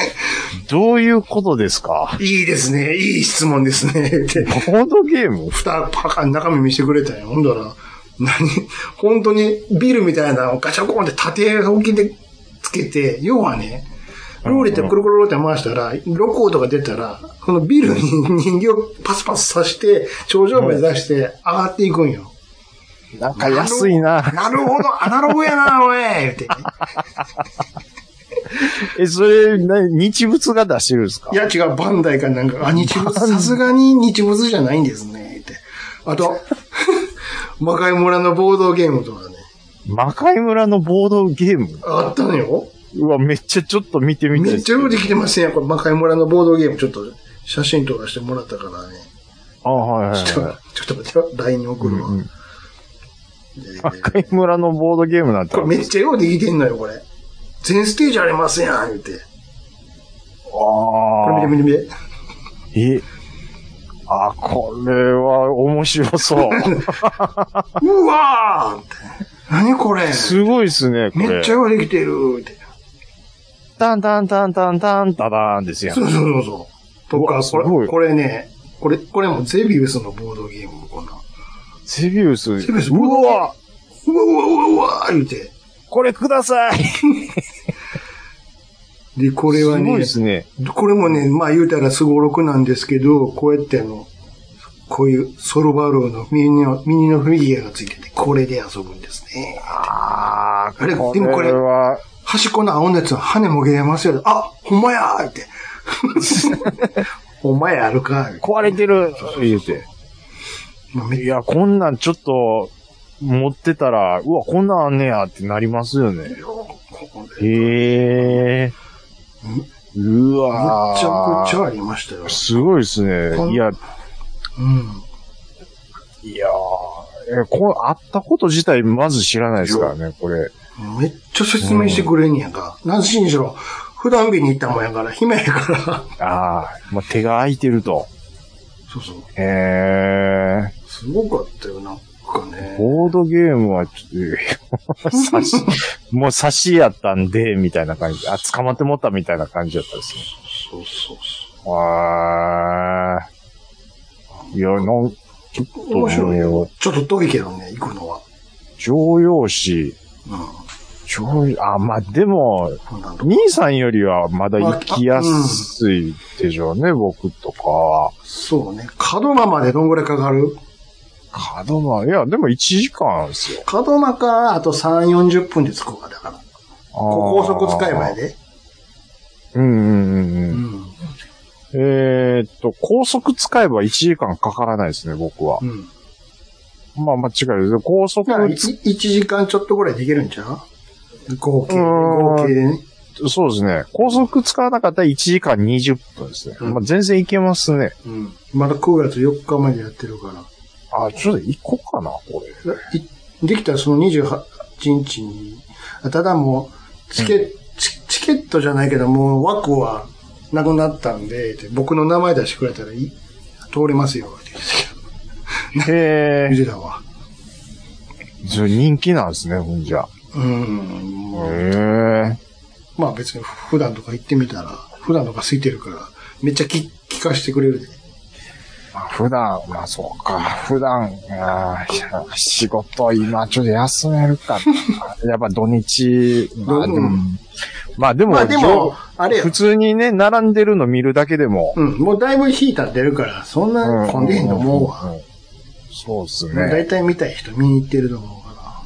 [SPEAKER 3] どういうことですか
[SPEAKER 1] いいですね、いい質問ですね。言うて
[SPEAKER 3] ボードゲーム
[SPEAKER 1] 蓋パカン中身見せてくれたんや。ほんだら、何 *laughs* 本当にビルみたいなのをガチャコンって縦置きでつけて、要はね、ローレットくるくるローレット回したら、ロコーとか出たら、このビルに人形をパスパス刺して、頂上目指して上がっていくんよ。
[SPEAKER 3] なんか安いな。
[SPEAKER 1] なるほど、アナログや *laughs* な、おい言うて。
[SPEAKER 3] え、それ、な日物が出してるんですか
[SPEAKER 1] いや、違う、バンダイかなんか、あ、日物、さすがに日物じゃないんですね、って。あと、 *laughs* 魔界村のボードゲームとかね、
[SPEAKER 3] 魔界村のボードゲーム
[SPEAKER 1] あったのよ。
[SPEAKER 3] うわ、めっちゃちょっと見てみたい
[SPEAKER 1] め
[SPEAKER 3] で
[SPEAKER 1] っ
[SPEAKER 3] す
[SPEAKER 1] ちゃようできてませんやん。これ、魔界村のボードゲーム、ちょっと写真とかしてもらったからね。
[SPEAKER 3] あ、はいはい、
[SPEAKER 1] ちょっ
[SPEAKER 3] は
[SPEAKER 1] と、ちょっと待ってよ。LINE に送るわ。
[SPEAKER 3] うんうん
[SPEAKER 1] で
[SPEAKER 3] い。魔界村のボードゲームなんて
[SPEAKER 1] こ
[SPEAKER 3] あ
[SPEAKER 1] れめっちゃようできてんのよ、これ。全ステージありますやん、言うて。これ
[SPEAKER 3] あ
[SPEAKER 1] 見て見て見て。
[SPEAKER 3] ーえ、あ、これは面白そう。
[SPEAKER 1] うわーって。何これ
[SPEAKER 3] すごいですね、これ。
[SPEAKER 1] めっちゃようできてるって。
[SPEAKER 3] タンタンタンタンタンタダーンですよ
[SPEAKER 1] そ。うそうそうそう。と
[SPEAKER 3] う
[SPEAKER 1] か、
[SPEAKER 3] わ
[SPEAKER 1] こ
[SPEAKER 3] すご
[SPEAKER 1] れ、
[SPEAKER 3] い
[SPEAKER 1] これね、これ、これもゼビウスのボードゲーム、こんなん。
[SPEAKER 3] セビウス。
[SPEAKER 1] ゼビウス、
[SPEAKER 3] うわ
[SPEAKER 1] うわうわうわうわ言うて。
[SPEAKER 3] これください
[SPEAKER 1] で、これは
[SPEAKER 3] すごい
[SPEAKER 1] ね
[SPEAKER 3] で、すね。
[SPEAKER 1] これもね、まあ言うたらすごろくなんですけど、こうやってあの、こういうソロバローの耳の、耳のフィギュアがついてて、これで遊ぶんですね。
[SPEAKER 3] あー、
[SPEAKER 1] あれでもこれ
[SPEAKER 3] は、
[SPEAKER 1] 端っこの青のやつは羽もげれますよ。あ、ほんまやー *laughs* って。ほんまやあるかーって
[SPEAKER 3] 壊れてる言うて。
[SPEAKER 1] まあ
[SPEAKER 3] い
[SPEAKER 1] め
[SPEAKER 3] や、こんなんちょっと、持ってたら、うわ、こんなんあんねやってなりますよね。へえ。う
[SPEAKER 1] むっ
[SPEAKER 3] わ
[SPEAKER 1] ちゃくち
[SPEAKER 3] ゃ
[SPEAKER 1] ゃありましたよ。
[SPEAKER 3] すごいです
[SPEAKER 1] こ
[SPEAKER 3] ね。
[SPEAKER 1] ん
[SPEAKER 3] いや、
[SPEAKER 1] うん。
[SPEAKER 3] いやーえ、こう、あったこと自体まず知らないですからね、これ。
[SPEAKER 1] めっちゃ説明してくれんねやんか。何しにしろ、普段日に行ったもんやから、姫やから。
[SPEAKER 3] ああ、まあ、手が空いてると。
[SPEAKER 1] そうそう。
[SPEAKER 3] へえ。
[SPEAKER 1] すごかったよ、なんかね。 *laughs*
[SPEAKER 3] ボードゲームは、ちょっと差し、もう差しやったんで、みたいな感じ。あ、捕まってもったみたいな感じだったですね。
[SPEAKER 1] そうそうそう。
[SPEAKER 3] わー。いや、なん、ちょっと、
[SPEAKER 1] 面白いよ
[SPEAKER 3] ね。
[SPEAKER 1] ちょっと遠いけどね、行くのは。
[SPEAKER 3] 常用紙、
[SPEAKER 1] うん。
[SPEAKER 3] 常用、あ、まあ、でも、
[SPEAKER 1] こんなんとか
[SPEAKER 3] 兄さんよりはまだ行きやすいでしょうね、僕とか。
[SPEAKER 1] そうね。門間までどんぐらいかかる
[SPEAKER 3] 角間、いや、でも1時間ですよ。
[SPEAKER 1] 門間からあと3、40分で着くわ、だか
[SPEAKER 3] あ
[SPEAKER 1] ら。
[SPEAKER 3] ー
[SPEAKER 1] こ高速使えばや。で。
[SPEAKER 3] うんうんうん
[SPEAKER 1] う
[SPEAKER 3] うん。
[SPEAKER 1] ん。
[SPEAKER 3] えーっと、高速使えば1時間かからないですね、僕は。
[SPEAKER 1] うん。
[SPEAKER 3] まあ、間違いないです。高速
[SPEAKER 1] だから、い
[SPEAKER 3] つ、
[SPEAKER 1] 1時間ちょっとぐらいできるんちゃう合計、
[SPEAKER 3] うーん
[SPEAKER 1] 合計でね。
[SPEAKER 3] そうですね。高速使わなかったら1時間20分ですね。
[SPEAKER 1] うん
[SPEAKER 3] まあ、全然いけますね。
[SPEAKER 1] うん。まだ9月4日までやってるから。
[SPEAKER 3] あ、ちょっと行こうかな、こ
[SPEAKER 1] *laughs*
[SPEAKER 3] れ。
[SPEAKER 1] いできたらその28日に、あただもう、チケ、チチケットじゃないけど、もう枠はなくなったんで、って僕の名前出してくれたらいい通れますよ、って
[SPEAKER 3] へ
[SPEAKER 1] 言
[SPEAKER 3] え。
[SPEAKER 1] ってたわ。
[SPEAKER 3] そう人気なんですね、ほんじゃ。
[SPEAKER 1] うん。
[SPEAKER 3] へ
[SPEAKER 1] もう
[SPEAKER 3] え。
[SPEAKER 1] まあ別に普段とか行ってみたら、普段とか空いてるから、めっちゃ聞聞かしてくれるで。
[SPEAKER 3] まあ普段、まあそうか。普段、あーいや仕事、今ちょっと休めるか *laughs* な。やっぱ土日、まあで
[SPEAKER 1] う
[SPEAKER 3] も
[SPEAKER 1] ん、
[SPEAKER 3] まあでも、
[SPEAKER 1] まあでも、あれ
[SPEAKER 3] 普
[SPEAKER 1] よ。
[SPEAKER 3] 通にね、並んでるの見るだけでも。
[SPEAKER 1] うん、もうだいぶヒーター出るから、そんな混んでへんと思うわ。
[SPEAKER 3] んんん。そうです
[SPEAKER 1] まあ
[SPEAKER 3] ね。
[SPEAKER 1] 大体見たい人見に行ってると思うか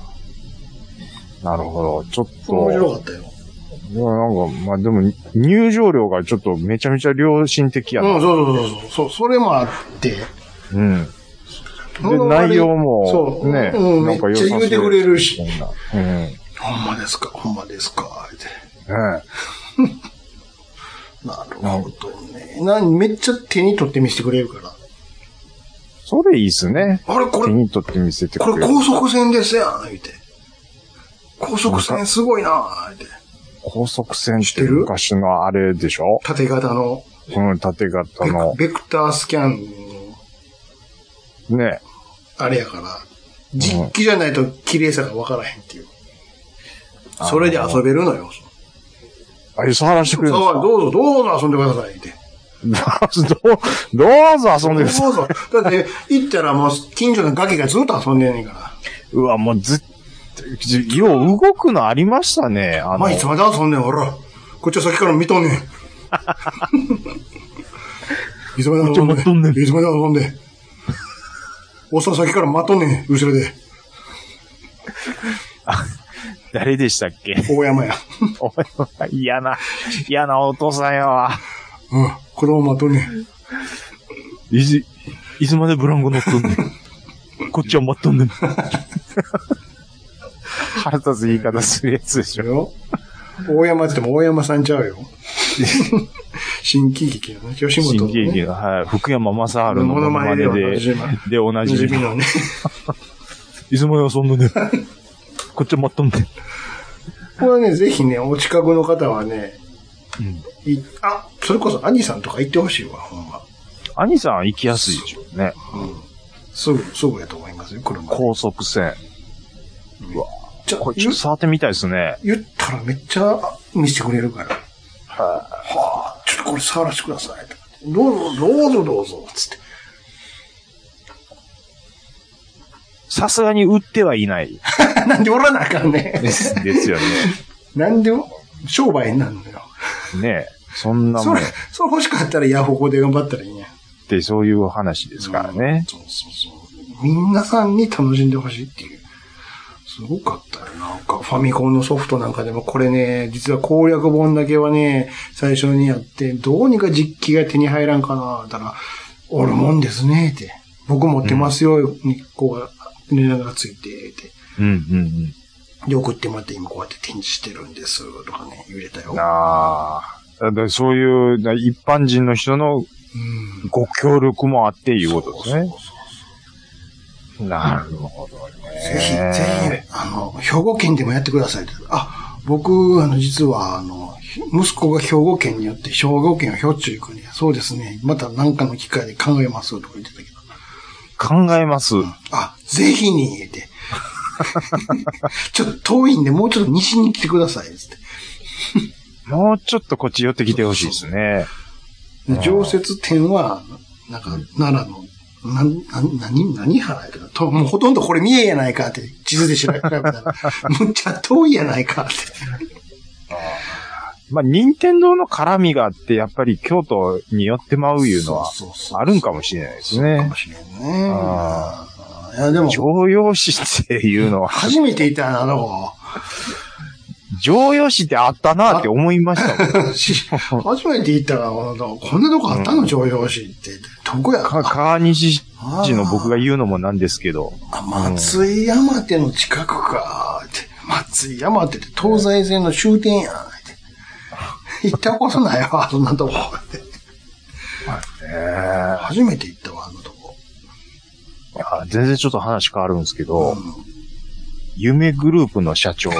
[SPEAKER 1] ら。
[SPEAKER 3] なるほど。ちょっと。
[SPEAKER 1] 面白かったよ。
[SPEAKER 3] いやなんか、まあでも、入場料がちょっとめちゃめちゃ良心的やな。
[SPEAKER 1] うん、そうそうそうそう。そう、それもあって。
[SPEAKER 3] うん。
[SPEAKER 1] その
[SPEAKER 3] で、内容も
[SPEAKER 1] そ、う
[SPEAKER 3] ね、
[SPEAKER 1] うん
[SPEAKER 3] なんか
[SPEAKER 1] めっ
[SPEAKER 3] 良
[SPEAKER 1] ち
[SPEAKER 3] さ
[SPEAKER 1] ゃ
[SPEAKER 3] そう
[SPEAKER 1] 言うてくれるし。
[SPEAKER 3] うん。ね
[SPEAKER 1] ほんまですか、ほんまですか、って。なるほどね。な、めっちゃ手に取って見せてくれるから。
[SPEAKER 3] それいいっすね。
[SPEAKER 1] あれ、こ
[SPEAKER 3] 手
[SPEAKER 1] れ、
[SPEAKER 3] に取って見せてく
[SPEAKER 1] こ
[SPEAKER 3] れ
[SPEAKER 1] れ
[SPEAKER 3] る。
[SPEAKER 1] 高速線ですやん、言うて。高速線すごいな、って。
[SPEAKER 3] 高速線っ
[SPEAKER 1] 知って
[SPEAKER 3] て
[SPEAKER 1] る
[SPEAKER 3] 昔のあれでしょ
[SPEAKER 1] 縦型の
[SPEAKER 3] うん、縦型
[SPEAKER 1] ベ
[SPEAKER 3] の
[SPEAKER 1] ク、ベクタースキャンの
[SPEAKER 3] ね。
[SPEAKER 1] あれやから、実機じゃないと綺麗さがわからへんっていう。
[SPEAKER 3] あの
[SPEAKER 1] それで遊べるのよ。
[SPEAKER 3] あ、いや触らせてくれるん
[SPEAKER 1] そう、どうぞ、どうぞ遊んでください、って。
[SPEAKER 3] ですか *laughs* どうどうぞ遊んでください。
[SPEAKER 1] そうそう。だって、行ったらもう、近所のガキがずっと遊んでんねんか
[SPEAKER 3] *laughs* うわ、もうずっと、よう動くのありましたね。あの、
[SPEAKER 1] ら。まあ、いつまで遊んねん、ほら。こっちは先から見とんねん。
[SPEAKER 3] *laughs*
[SPEAKER 1] いつまで遊
[SPEAKER 3] こっちは待っとん
[SPEAKER 1] ん
[SPEAKER 3] ね
[SPEAKER 1] で
[SPEAKER 3] ん
[SPEAKER 1] ん。いつまで遊んでん。おっさん先から待っとんねん、後ろで。
[SPEAKER 3] 誰でしたっけ *laughs*
[SPEAKER 1] 大山や。
[SPEAKER 3] お前は嫌な、嫌なお父さんやわ。
[SPEAKER 1] うん。子供待っとんねん。
[SPEAKER 3] いつ、いつまでブランコ乗っとん *laughs* ねん。こっちは待っとんねん。 *laughs* 腹立つ言い方するやつでし
[SPEAKER 1] そ
[SPEAKER 3] ょ。
[SPEAKER 1] れよ。大山って言っても大山さんちゃう
[SPEAKER 3] *laughs*
[SPEAKER 1] よ。新喜劇のね、吉本の、
[SPEAKER 3] 新
[SPEAKER 1] ね。
[SPEAKER 3] 喜劇の、はい、福山雅治のモ
[SPEAKER 1] モ
[SPEAKER 3] ノ
[SPEAKER 1] ノ
[SPEAKER 3] マ
[SPEAKER 1] マ
[SPEAKER 3] ネ
[SPEAKER 1] ネ
[SPEAKER 3] で
[SPEAKER 1] で、
[SPEAKER 3] で、同
[SPEAKER 1] おな
[SPEAKER 3] じ
[SPEAKER 1] じみのね。
[SPEAKER 3] いつまで遊んでねん。こっちは待っとんねん。
[SPEAKER 1] これね、ぜひね、お近くの方はね、
[SPEAKER 3] うん
[SPEAKER 1] いあ、それこそ兄さんとか行ってほしいわ、ほんま。
[SPEAKER 3] 兄さん行きやすいでしょうね。
[SPEAKER 1] すぐ、すぐやと思いますよ、車で。
[SPEAKER 3] 高速線。
[SPEAKER 1] じゃ
[SPEAKER 3] これちょ
[SPEAKER 1] 言
[SPEAKER 3] っと触ってみたいですね。
[SPEAKER 1] 言ったらめっちゃあ見せてくれるから。はあ、ちょっとこれ触らせてくださいとかって。どうぞ、どうぞ、どうぞ、つって。 *laughs*
[SPEAKER 3] さすがに売ってはい
[SPEAKER 1] *laughs*
[SPEAKER 3] ない。
[SPEAKER 1] なんでおらなあかんね
[SPEAKER 3] ですですよね。
[SPEAKER 1] ん。なんでも商売になるのよ。
[SPEAKER 3] ねえ。そんな
[SPEAKER 1] そ
[SPEAKER 3] もんっ
[SPEAKER 1] れ、それ欲しかったらヤフオコで頑張ったらいいね。
[SPEAKER 3] てそういう話ですからね。
[SPEAKER 1] そうそうそう。みんなさんに楽しんでほしいっていう。すごかったよ。なんか、ファミコンのソフトなんかでも、これね、実は攻略本だけはね、最初にやって、どうにか実機が手に入らんかな、たら、おるもんですね、って。僕持ってますよ、に、こうが、連絡がついて、って。
[SPEAKER 3] うんうん
[SPEAKER 1] で、送ってもらって、今こうやって展示してるんです、とかね、言えたよ。
[SPEAKER 3] う。
[SPEAKER 1] うん
[SPEAKER 3] ああ。だからそういうな一般人の人の
[SPEAKER 1] ん。
[SPEAKER 3] ご協力もあっていうことです
[SPEAKER 1] そう
[SPEAKER 3] ね
[SPEAKER 1] そう。そう
[SPEAKER 3] なるほどね。
[SPEAKER 1] ぜひ、ぜひ、あの、兵庫県でもやってくださいって。あ、僕、あの、実は、あの、ひ息子が兵庫県によって、兵庫県はひょっちゅう行くね。そうですね。また何かの機会で考えますとか言ってたけど。
[SPEAKER 3] 考えます。
[SPEAKER 1] あ、ぜひに、言えて。 *laughs* ちょっと遠いんで、もうちょっと西に来てください、つって。
[SPEAKER 3] もうちょっとこっち寄ってきてほしいですね。
[SPEAKER 1] で常設店は、なんか、奈良の、な、な、何、何原やけど、ともうほとんどこれ三重やないかって、地図で調べた
[SPEAKER 3] *laughs*
[SPEAKER 1] ら、むっちゃ遠いやないかって。
[SPEAKER 3] まあ、任天堂の絡みがあって、やっぱり京都に寄ってまういうのは、
[SPEAKER 1] そうそうそう
[SPEAKER 3] あるんかもしれないです
[SPEAKER 1] か
[SPEAKER 3] ね
[SPEAKER 1] も。しれんね。
[SPEAKER 3] あ
[SPEAKER 1] いや、でも、
[SPEAKER 3] 常用紙っていうのは、 *laughs*
[SPEAKER 1] 初めていたな、あの子。
[SPEAKER 3] 常用紙ってあったなって思いましたもん。
[SPEAKER 1] 初めて行ったら、このこんなとこあったの常用紙って。どこや
[SPEAKER 3] か
[SPEAKER 1] *laughs* か。
[SPEAKER 3] 川西市の僕が言うのもなんですけど。
[SPEAKER 1] あ、松井山手の近くか。って松井山手って東西線の終点や。って行ったことないわ、そんなとこ。って
[SPEAKER 3] え
[SPEAKER 1] 初めて行ったわ、あのとこ。
[SPEAKER 3] え全然ちょっと話変わるんですけど、夢グループの社
[SPEAKER 1] *laughs*
[SPEAKER 3] 長。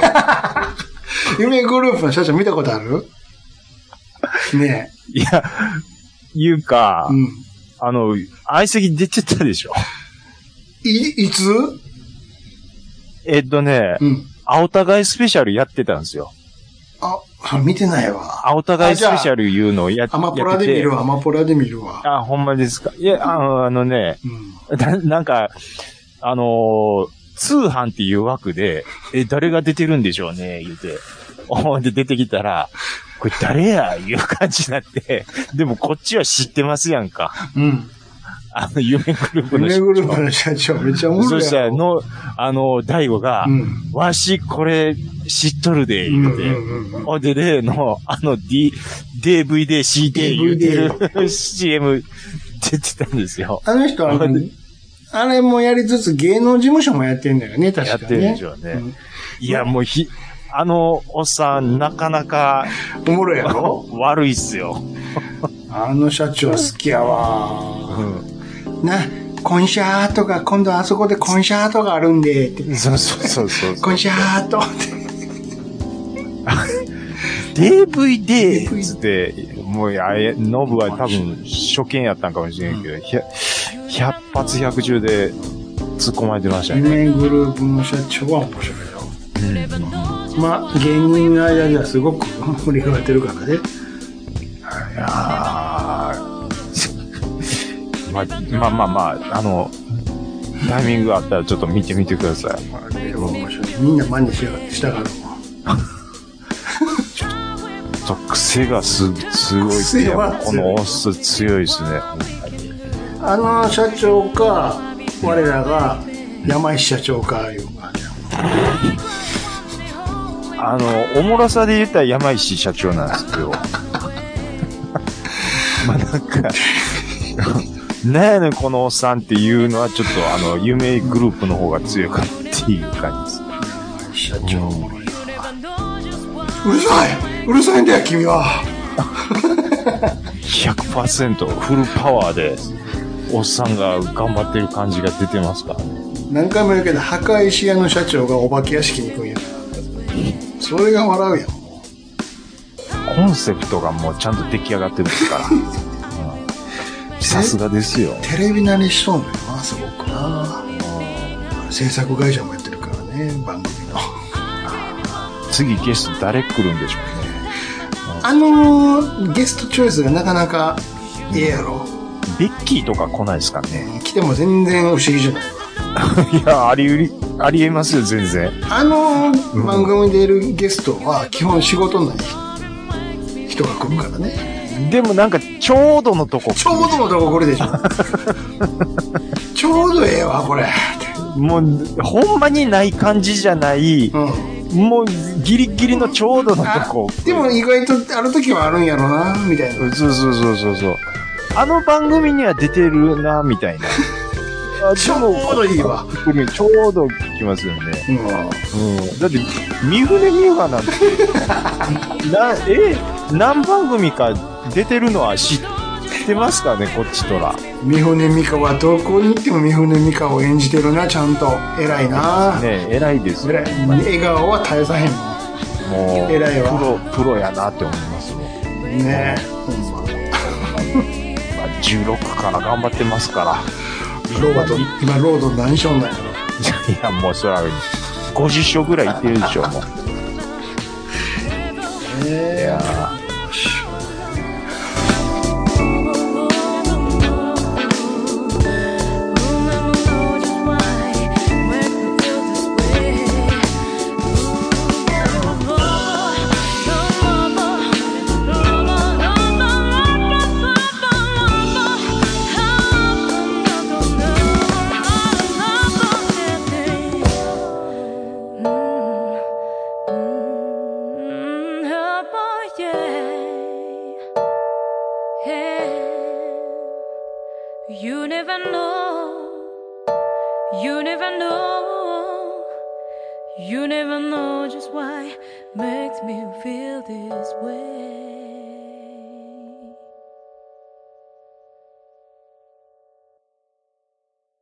[SPEAKER 1] 夢グループの社長見たことある
[SPEAKER 3] *laughs*
[SPEAKER 1] ね
[SPEAKER 3] いや、いう
[SPEAKER 1] え。
[SPEAKER 3] か
[SPEAKER 1] う、ん。
[SPEAKER 3] あの、相席出ちゃったでしょ。
[SPEAKER 1] い、いつ
[SPEAKER 3] えっとね、
[SPEAKER 1] うん。
[SPEAKER 3] 青互いスペシャルやってたんですよ。
[SPEAKER 1] あ、それ見てないわ。
[SPEAKER 3] 青互いスペシャルいうのをやっ
[SPEAKER 1] アマポラで見るわ、アマポラで見るわ。
[SPEAKER 3] あ、ほんまですか。いや、あのあのね、
[SPEAKER 1] うん。
[SPEAKER 3] *laughs* ななんか、あのー通販っていう枠で、え、誰が出てるんでしょうね、言うて。 *laughs* ほんで出てきたら、これ誰やいう感じになって、 *laughs* でもこっちは知ってますやんか。
[SPEAKER 1] うん。
[SPEAKER 3] あの、夢グループの
[SPEAKER 1] 夢
[SPEAKER 3] 人。
[SPEAKER 1] グループの社長めっちゃ面
[SPEAKER 3] そ
[SPEAKER 1] 白い
[SPEAKER 3] したら、の、あの、大悟が、
[SPEAKER 1] うん。
[SPEAKER 3] わし、これ、知っとるで、
[SPEAKER 1] うん
[SPEAKER 3] 言う
[SPEAKER 1] う
[SPEAKER 3] て。
[SPEAKER 1] んうん。
[SPEAKER 3] ほんで、例の、あの、D、DVD、CD 言うて *laughs* る CM 出てたんですよ。
[SPEAKER 1] あの人は、あれもやりつつ芸能事務所もやってんだよね、確か
[SPEAKER 3] や
[SPEAKER 1] に
[SPEAKER 3] っ、
[SPEAKER 1] ね。
[SPEAKER 3] てるでしょうね。いや、もうひ、あの、おっさん、なかなか、
[SPEAKER 1] うんおもろいやろ
[SPEAKER 3] 悪いっすよ。
[SPEAKER 1] あの社長好きやわ。な、コンシャーとか、今度あそこでコンシャーとかあるんで、って
[SPEAKER 3] そうそうそうそう
[SPEAKER 1] コンシャーとって。
[SPEAKER 3] DVD! つって、もう、あれ、ノブは多分、初見やったんかもしれんけど、ひゃ100発100中で、突っ込まれてましたね。
[SPEAKER 1] 夢グループの社長は面白いよ、まあ芸人の間ではすごく盛り上がってるからね
[SPEAKER 3] まあ、まあまあまあ、あの、タイミングがあったらちょっと見てみてください。
[SPEAKER 1] あれは面白いみんな真似しようしたがるもん
[SPEAKER 3] ちょっと癖がす、すごいですね。
[SPEAKER 1] 癖は
[SPEAKER 3] このオス強いですね。
[SPEAKER 1] あの社長か我らが山石社長かいう感じや
[SPEAKER 3] あの、おもろさで言ったら山石社長なんですけど。 *laughs* まあなんか、なんやねんこのおっさんっていうのはちょっとあの、夢グループの方が強かったっていう感じです。
[SPEAKER 1] 山石社長おもろいなうるさいうるさいんだよ君は
[SPEAKER 3] 100%フルパワーで、おっさんが頑張ってる感じが出てますからね。
[SPEAKER 1] 何回も言うけど墓石屋の社長がお化け屋敷に行くんやからそれが笑うやん
[SPEAKER 3] コンセプトがもうちゃんと出来上がってますから。うんさすがですよ。
[SPEAKER 1] テレビ慣れしそうだよなすごくな制作会社もやってるからね番組の
[SPEAKER 3] 次ゲスト誰来るんでしょうね。
[SPEAKER 1] あのーゲストチョイスがなかなかええやろ
[SPEAKER 3] ベッキーとか来ないですかね。
[SPEAKER 1] 来ても全然不思議じゃないわ
[SPEAKER 3] いや、ありうり、ありえますよ、全然。
[SPEAKER 1] あのー番組に出るゲストは基本仕事ない人が来るからね
[SPEAKER 3] でもなんか、ちょうどのとこ、
[SPEAKER 1] ちょうどのとここれ *laughs* でしょちょうどええわこれって
[SPEAKER 3] もう、ほんまにない感じじゃない、
[SPEAKER 1] うん
[SPEAKER 3] もう、ギリギリのちょうどのと
[SPEAKER 1] あ
[SPEAKER 3] こ。
[SPEAKER 1] でも意外とある時はあるんやろなみたいな
[SPEAKER 3] そうそうそうそうそう。あの番組には出てるな、みたいな。 *laughs* あ
[SPEAKER 1] ちょうどいいわ、
[SPEAKER 3] でもちょうど来ますよね。
[SPEAKER 1] うん
[SPEAKER 3] うんだって、三船美和なんて、 *laughs* な、え、何番組か出てるのは知ってますかね、こっちとら。
[SPEAKER 1] 三船美佳はどこに行っても三船美佳を演じてるなちゃんと偉いな、
[SPEAKER 3] ね、偉いですよ
[SPEAKER 1] 偉い笑顔は絶えさへんも
[SPEAKER 3] もう、
[SPEAKER 1] 偉いわ
[SPEAKER 3] プロ、プロやなって思いますね。
[SPEAKER 1] んねえほんま
[SPEAKER 3] まあ、16から頑張ってますから。
[SPEAKER 1] ロード今ロード何勝なんやろ
[SPEAKER 3] いや、もうそら、50勝ぐらいいってるでしょ、もう。いやー
[SPEAKER 5] うん You never know. You never know just why makes me feel this way.